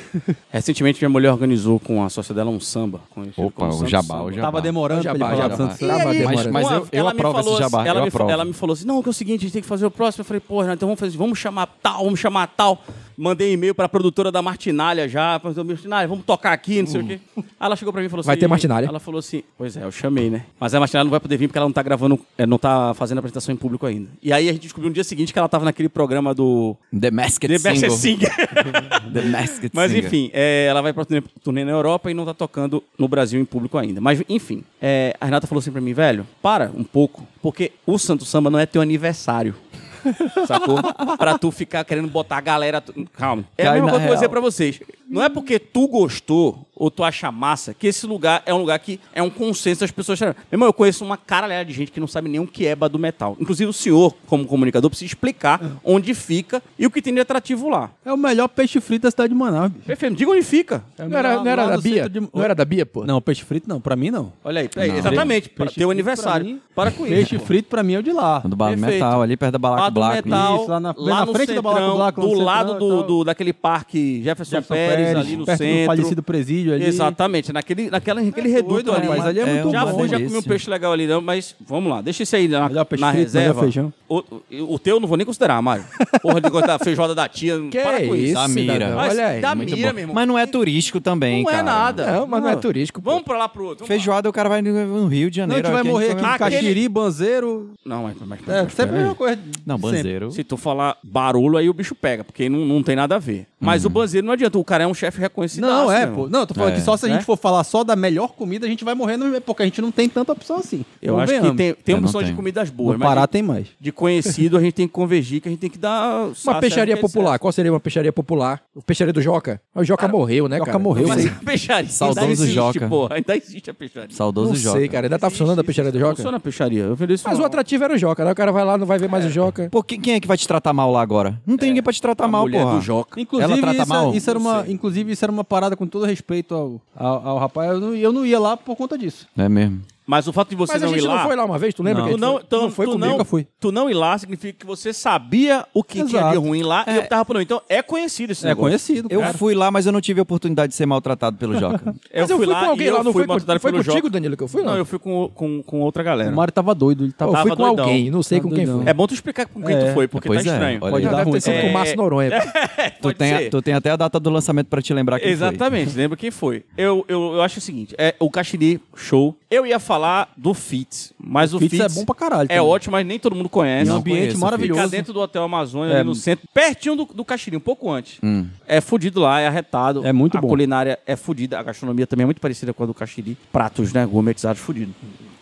Speaker 1: Recentemente, minha mulher organizou com a sócia dela um samba. conhecido
Speaker 3: Opa,
Speaker 1: como
Speaker 3: o
Speaker 1: Santo
Speaker 3: jabá,
Speaker 1: Samba.
Speaker 3: o jabá.
Speaker 5: Tava demorando
Speaker 4: Jabá,
Speaker 5: pra ele falar
Speaker 4: jabá.
Speaker 5: do Santos.
Speaker 4: E aí?
Speaker 3: Mas- mas
Speaker 1: Uma-
Speaker 3: eu- eu
Speaker 1: tipo, ela me
Speaker 3: aprovo
Speaker 1: falou
Speaker 3: esse jabá,
Speaker 1: assim- Ela,
Speaker 3: eu
Speaker 1: me, fa-
Speaker 3: aprovo.
Speaker 1: ela me falou assim: não, que é o seguinte, a gente tem que fazer o próximo. Eu falei, porra, então vamos fazer assim, vamos chamar tal, vamos chamar tal. Mandei e-mail pra produtora da Martinalha já. falei, Martinalha, vamos tocar aqui, não sei o quê.
Speaker 3: Hum.
Speaker 1: Aí ela chegou pra mim e falou assim:
Speaker 4: Vai ter Martinalha.
Speaker 1: Ela falou assim: pois é, eu chamei, né? Mas a Martinalha não vai poder vir porque ela não tá gravando, é, não tá fazendo apresentação em público ainda. E aí a gente descobriu no dia seguinte que ela tava naquele programa do.
Speaker 3: The Masked
Speaker 1: The Masked
Speaker 3: Singer.
Speaker 1: Singer.
Speaker 3: The Masked
Speaker 1: Mas
Speaker 3: Singer.
Speaker 1: enfim, é, ela vai pra turnê, turnê na Europa e não tá tocando no Brasil em público ainda. Mas enfim, é, a Renata falou assim pra mim, velho, para um pouco, porque o Santo Samba não é teu
Speaker 3: [laughs]
Speaker 1: aniversário. Sacou? pra tu ficar querendo botar a galera. tu- Calma. É
Speaker 3: Cai
Speaker 1: a mesma coisa que
Speaker 3: na
Speaker 1: eu vou dizer
Speaker 3: real.
Speaker 1: pra vocês. Não é porque tu gostou ou tu acha massa que esse lugar é um lugar que é um consenso das pessoas. Meu irmão, eu conheço uma caralhada de gente que não sabe nem o que é Badu Metal. Inclusive, o senhor, como comunicador, precisa explicar onde fica e o que tem de atrativo lá.
Speaker 5: É o melhor peixe frito da cidade de Manaus, bicho.
Speaker 1: Perfeito, diga onde fica.
Speaker 4: Não era, não era
Speaker 5: Lá
Speaker 4: da
Speaker 5: no
Speaker 4: Bia?
Speaker 5: centro de-
Speaker 4: Não era da Bia, pô?
Speaker 5: Não, peixe frito não, pra mim não.
Speaker 1: Olha aí, peraí, exatamente, para
Speaker 5: Peixe
Speaker 1: teu
Speaker 5: frito
Speaker 1: aniversário.
Speaker 5: pra mim-
Speaker 1: para com isso.
Speaker 5: Peixe
Speaker 1: pô.
Speaker 5: frito pra mim é o de lá.
Speaker 3: Do bar do
Speaker 1: Perfeito.
Speaker 3: metal, ali perto da Balaco
Speaker 1: Lá do
Speaker 3: Black. né?
Speaker 1: metal,
Speaker 5: Isso,
Speaker 1: lá na,
Speaker 5: lá na- bem na
Speaker 1: frente
Speaker 5: frente
Speaker 1: centrão,
Speaker 5: da Balaco Blaco, lá
Speaker 1: do
Speaker 5: no
Speaker 1: lado
Speaker 5: centrão e
Speaker 1: do,
Speaker 5: tal.
Speaker 1: do- daquele parque Jefferson,
Speaker 5: Jefferson
Speaker 1: Pérez,
Speaker 5: Pérez,
Speaker 1: ali no
Speaker 5: perto do
Speaker 1: centro.
Speaker 5: falecido presídio ali.
Speaker 1: Exatamente, naquele, naquela, naquele redondo ali.
Speaker 5: rapaz,
Speaker 1: Mas
Speaker 5: ali é muito
Speaker 1: já
Speaker 5: bom.
Speaker 1: fui, já comi
Speaker 3: Delícia.
Speaker 1: um peixe legal ali, não, mas vamos lá, deixa isso aí na,
Speaker 5: Melhor peixe
Speaker 1: na
Speaker 5: frito, melhor
Speaker 1: reserva.
Speaker 5: feijão.
Speaker 1: O, o, o teu eu não vou nem considerar, Mário. Porra, de gosto da feijoada da
Speaker 5: [laughs]
Speaker 1: tia,
Speaker 4: Que
Speaker 1: para com isso.
Speaker 4: isso,
Speaker 3: Da Mira.
Speaker 4: cidadão?
Speaker 1: Mas
Speaker 4: Olha aí.
Speaker 1: da
Speaker 3: Muito
Speaker 1: mira,
Speaker 3: bom.
Speaker 1: meu irmão.
Speaker 3: Mas não é turístico também,
Speaker 1: Não é
Speaker 3: cara.
Speaker 1: nada.
Speaker 4: Não, mas não é turístico, pô.
Speaker 1: Vamos pra lá pro outro. vamos lá.
Speaker 3: Feijoada, o cara vai no- no Rio de
Speaker 5: Não, a
Speaker 3: Janeiro.
Speaker 5: gente vai
Speaker 3: a gente
Speaker 5: morrer
Speaker 3: come-
Speaker 5: aqui em
Speaker 1: Aquele-
Speaker 5: Caxiri, Banzeiro.
Speaker 1: Não, mas... mas, mas
Speaker 5: É, sempre a mesma coisa.
Speaker 3: um- Não,
Speaker 5: Sempre.
Speaker 3: banzeiro.
Speaker 1: Uhum. Se tu falar barulho, aí o bicho pega, porque não, não tem nada a ver. Mas
Speaker 4: Uhum.
Speaker 1: o banzeiro não adianta, o cara é um chefe reconhecido.
Speaker 5: Não, é, pô. Não, eu tô falando
Speaker 3: É.
Speaker 5: que só se a gente
Speaker 1: Né?
Speaker 5: for falar só da melhor comida, a gente vai morrer, no- porque a gente não tem tanta opção assim.
Speaker 1: Eu acho que
Speaker 5: Convenhamos.
Speaker 1: tem, tem
Speaker 3: Eu não
Speaker 1: opção de
Speaker 3: tenho.
Speaker 1: comidas boas,
Speaker 5: No
Speaker 1: mas
Speaker 5: Pará
Speaker 1: de,
Speaker 5: tem mais.
Speaker 1: de conhecido a gente tem que convergir, que a gente tem que dar...
Speaker 4: Uma
Speaker 1: saciar
Speaker 4: peixaria
Speaker 1: o que é
Speaker 4: popular. Qual seria uma peixaria popular? O peixaria do Joca? O Joca morreu, né,
Speaker 5: Joca
Speaker 4: cara?
Speaker 5: morreu,
Speaker 4: Não
Speaker 1: necessário. Mas
Speaker 4: sei,
Speaker 1: a peixaria
Speaker 3: Saudoso
Speaker 1: ainda existe,
Speaker 3: Joca.
Speaker 1: porra. Ainda existe a peixaria.
Speaker 3: Saudoso
Speaker 4: não
Speaker 3: Joca.
Speaker 4: sei, cara. Ainda tá funcionando a peixaria do Joca?
Speaker 1: Funciona a peixaria. Eu vejo isso
Speaker 4: Mas o
Speaker 1: lá.
Speaker 4: atrativo era o Joca, né? O cara vai lá, não vai ver mais o Joca.
Speaker 3: Pô, quem, quem é que vai te tratar mal lá agora? Não tem ninguém pra te tratar
Speaker 1: É, A
Speaker 4: é
Speaker 3: mal,
Speaker 1: mulher
Speaker 3: porra.
Speaker 1: do Joca.
Speaker 5: Inclusive,
Speaker 3: Ela trata
Speaker 5: isso, é-
Speaker 3: mal?
Speaker 5: isso era
Speaker 1: Não
Speaker 5: uma,
Speaker 1: sei.
Speaker 5: inclusive, isso era uma parada com todo respeito ao, ao, ao rapaz. Eu não, eu não ia lá por conta disso.
Speaker 3: É mesmo.
Speaker 1: Mas o fato de você
Speaker 4: Mas a
Speaker 1: não
Speaker 4: gente
Speaker 1: ir lá.
Speaker 4: não foi lá uma vez, tu lembra?
Speaker 5: Não.
Speaker 4: que a
Speaker 1: Tu
Speaker 4: gente
Speaker 1: não,
Speaker 4: foi?
Speaker 1: então,
Speaker 4: foi
Speaker 1: tu
Speaker 4: comigo,
Speaker 1: não,
Speaker 4: eu fui.
Speaker 1: Tu não ir lá significa que você sabia o que tinha de
Speaker 4: Exato.
Speaker 1: ruim lá e
Speaker 3: É.
Speaker 1: optava por não. Então é conhecido esse
Speaker 5: É
Speaker 1: negócio.
Speaker 5: conhecido,
Speaker 3: Eu
Speaker 5: cara.
Speaker 3: fui lá, mas eu não tive a oportunidade de ser maltratado pelo [laughs] Joca.
Speaker 1: Eu
Speaker 4: Mas eu
Speaker 1: fui
Speaker 4: fui
Speaker 1: lá
Speaker 4: com
Speaker 1: e
Speaker 4: alguém
Speaker 1: eu
Speaker 4: lá, não
Speaker 1: fui
Speaker 4: foi com-
Speaker 1: maltratado
Speaker 4: foi
Speaker 1: pelo
Speaker 4: contigo,
Speaker 1: Joca.
Speaker 4: Danilo, que eu fui, não?
Speaker 1: Não, eu fui com, com, com outra galera.
Speaker 5: O Mário tava doido, ele
Speaker 4: Pô,
Speaker 5: tava...
Speaker 4: eu fui
Speaker 1: tava
Speaker 4: com
Speaker 1: doidão.
Speaker 4: alguém, não sei
Speaker 5: Tá
Speaker 4: com quem
Speaker 5: doidão.
Speaker 4: foi.
Speaker 1: É bom tu explicar com quem tu
Speaker 5: É,
Speaker 1: foi, porque tá
Speaker 3: pois é,
Speaker 1: estranho. É,
Speaker 3: olha
Speaker 4: Pode
Speaker 3: aí.
Speaker 4: dar
Speaker 5: deve
Speaker 4: ruim.
Speaker 5: ter
Speaker 4: Sido
Speaker 5: sido
Speaker 4: com o Márcio
Speaker 1: [laughs]
Speaker 4: Noronha.
Speaker 3: tu, tem a, tu tem até a data do lançamento pra te lembrar quem foi.
Speaker 1: Exatamente, lembra quem foi. Eu, eu, eu acho o seguinte: é o Caxiri, show. Eu ia falar do Fitz, mas o,
Speaker 5: Fitz é
Speaker 1: Fitz
Speaker 5: bom pra caralho
Speaker 1: É
Speaker 5: também.
Speaker 1: ótimo, mas nem todo mundo conhece.
Speaker 5: Um
Speaker 3: Não
Speaker 5: ambiente
Speaker 3: conheço,
Speaker 5: maravilhoso.
Speaker 1: Fica dentro do Hotel Amazônia,
Speaker 5: É.
Speaker 1: ali no centro, pertinho do, do Caxiri, um pouco antes. É fudido lá, é arretado.
Speaker 5: É muito
Speaker 1: a
Speaker 5: bom.
Speaker 1: A culinária é fudida, a gastronomia também é muito parecida com a do Caxiri. Pratos, né, gourmetizados, fudido.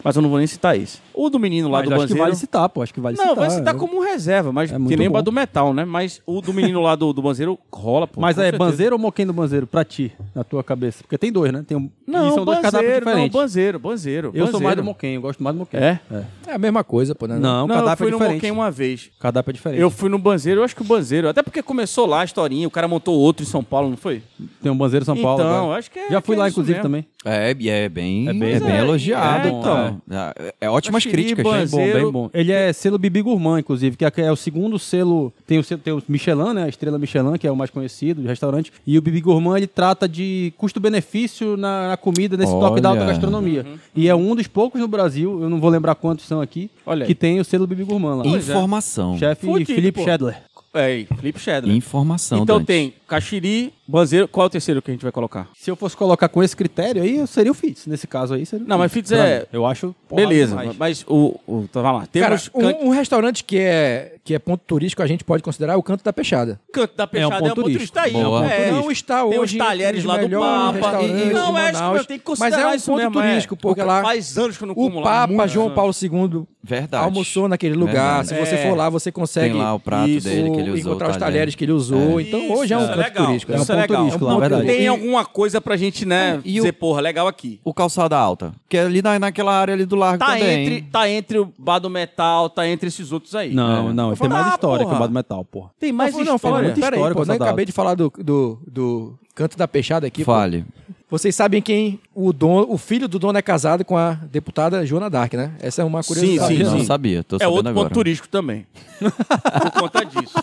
Speaker 1: Mas eu não vou nem citar esse. O do menino lá
Speaker 5: Mas
Speaker 1: do
Speaker 5: acho que
Speaker 1: Banzeiro...
Speaker 5: vale citar, pô. Acho que vale
Speaker 1: não,
Speaker 5: citar.
Speaker 1: vai citar
Speaker 5: né?
Speaker 1: como reserva, mas
Speaker 5: É
Speaker 1: que
Speaker 5: muito
Speaker 1: nem o
Speaker 5: bom.
Speaker 1: do metal, né? Mas o do menino lá do, do Banzeiro rola, pô.
Speaker 5: Mas
Speaker 1: com
Speaker 5: é
Speaker 1: certeza.
Speaker 5: banzeiro ou moquém do banzeiro? Pra ti, na tua cabeça. Porque tem dois, né? Tem um...
Speaker 1: Não,
Speaker 5: e são dois cardápios
Speaker 1: banzeiro, não,
Speaker 5: diferentes.
Speaker 1: banzeiro, banzeiro.
Speaker 5: eu sou mais do
Speaker 1: banzeiro.
Speaker 5: moquém, eu gosto mais do moquém.
Speaker 1: É? um
Speaker 4: É a mesma coisa, pô, né?
Speaker 5: Não, o
Speaker 1: Não, eu
Speaker 5: cardápio
Speaker 1: fui
Speaker 5: é
Speaker 1: no
Speaker 5: diferente.
Speaker 1: Moquém uma vez.
Speaker 5: O cardápio é diferente.
Speaker 1: Eu fui no Banzeiro, eu acho que o Banzeiro, até porque começou lá a historinha, o cara montou outro em São Paulo, não foi?
Speaker 5: Tem um banzeiro em São Paulo.
Speaker 1: Então,
Speaker 5: agora.
Speaker 1: acho que é-
Speaker 5: Já fui
Speaker 1: que é
Speaker 5: lá,
Speaker 1: isso
Speaker 5: inclusive,
Speaker 1: mesmo.
Speaker 5: também.
Speaker 3: É, e é bem, é
Speaker 5: bem-
Speaker 3: bem,
Speaker 1: é,
Speaker 3: elogiado.
Speaker 1: é, então.
Speaker 3: É, é ótimas
Speaker 1: Acho que
Speaker 3: críticas.
Speaker 1: Iban-
Speaker 5: Bem bom,
Speaker 1: Banzeiro-
Speaker 5: bem bom. Ele é selo Bibi Gourmand, inclusive, que é- que é o segundo selo. Tem o, selo- tem o Michelin, né? A estrela Michelin, que é o mais conhecido do restaurante. E o Bibi Gourmand, ele trata de custo-benefício na, na comida, nesse toque da
Speaker 3: Olha.
Speaker 5: alta gastronomia.
Speaker 1: Uhum,
Speaker 5: E é um dos poucos no Brasil, eu não vou lembrar quantos são aqui,
Speaker 1: Olha aí.
Speaker 5: que tem o selo Bibi Gourmand lá.
Speaker 1: é.
Speaker 3: Informação.
Speaker 5: Chefe
Speaker 1: Fudido,
Speaker 5: Felipe
Speaker 1: pô.
Speaker 5: Schedler.
Speaker 1: É, e Felipe Shedler.
Speaker 3: Informação,
Speaker 1: Então
Speaker 3: Dante.
Speaker 1: tem Caxiri, Banzeiro, qual é o terceiro que a gente vai colocar?
Speaker 5: Se eu fosse colocar com esse critério aí, eu seria o Fitz. Nesse caso aí, seria o
Speaker 1: Não, mas Fitz
Speaker 5: Pra
Speaker 1: é-
Speaker 5: mim, Eu acho. porrada
Speaker 1: Beleza,
Speaker 5: demais.
Speaker 1: mas o, o então vai lá.
Speaker 4: Cara,
Speaker 1: Temos can-
Speaker 4: um, um restaurante que é, que é ponto turístico, a gente pode considerar é o Canto da Peixada.
Speaker 1: canto da peixada, é um
Speaker 5: ponto
Speaker 1: ponto turista aí.
Speaker 3: Boa.
Speaker 1: é,
Speaker 4: Não
Speaker 1: isso.
Speaker 4: está
Speaker 1: Tem os
Speaker 4: hoje
Speaker 1: talheres
Speaker 4: um
Speaker 1: lá do
Speaker 4: dos melhores
Speaker 1: Papa. e-
Speaker 4: restaurantes
Speaker 1: não,
Speaker 4: de
Speaker 1: é, acho que
Speaker 4: Manaus.
Speaker 1: eu tenho que considerar
Speaker 4: Mas é um
Speaker 1: isso
Speaker 4: ponto
Speaker 1: mesmo,
Speaker 4: turístico,
Speaker 1: é.
Speaker 4: porque lá
Speaker 1: Faz anos que eu não como
Speaker 4: o
Speaker 1: lá.
Speaker 4: Papa
Speaker 1: muitos
Speaker 4: João
Speaker 1: anos.
Speaker 4: Paulo II
Speaker 3: Verdade.
Speaker 4: almoçou naquele lugar.
Speaker 3: Verdade.
Speaker 4: Se você
Speaker 1: É.
Speaker 4: for lá, você consegue
Speaker 3: Tem lá o prato
Speaker 4: isso,
Speaker 3: dele que ele usou, tá
Speaker 4: encontrar
Speaker 3: o
Speaker 4: os
Speaker 3: talher.
Speaker 4: talheres que ele usou. Então
Speaker 1: Isso,
Speaker 4: hoje é um
Speaker 1: isso
Speaker 4: canto
Speaker 1: legal,
Speaker 4: turístico.
Speaker 1: isso é
Speaker 4: ponto
Speaker 1: legal.
Speaker 5: turístico lá,
Speaker 4: ponto
Speaker 5: verdade.
Speaker 4: turístico.
Speaker 1: Tem alguma coisa pra gente, né,
Speaker 3: e
Speaker 1: dizer,
Speaker 3: o-
Speaker 1: porra, legal aqui.
Speaker 3: O calçada alta. Que é ali na, naquela área ali do largo
Speaker 1: Tá
Speaker 3: também.
Speaker 1: entre, tá entre o Bar do Metal, tá entre esses outros aí.
Speaker 5: Não, não, tem
Speaker 1: falo,
Speaker 5: mais
Speaker 1: ah,
Speaker 5: história
Speaker 1: porra.
Speaker 5: que o Bado Metal, porra.
Speaker 1: Tem mais
Speaker 4: Tá não, não, fala
Speaker 1: história.
Speaker 4: muita
Speaker 5: Peraí,
Speaker 4: história.
Speaker 5: pô,
Speaker 4: pô, nem
Speaker 5: Sadalto.
Speaker 4: acabei de falar do, do, do Canto da Peixada aqui. pô.
Speaker 3: Fale.
Speaker 4: Vocês sabem quem o dono, o filho do dono é casado com a deputada Joana Dark, né? Essa é uma curiosidade.
Speaker 1: Sim,
Speaker 3: não
Speaker 1: sim.
Speaker 3: sabia, tô
Speaker 1: É
Speaker 3: sabendo
Speaker 1: outro
Speaker 3: agora.
Speaker 1: ponto turístico também. Por conta disso.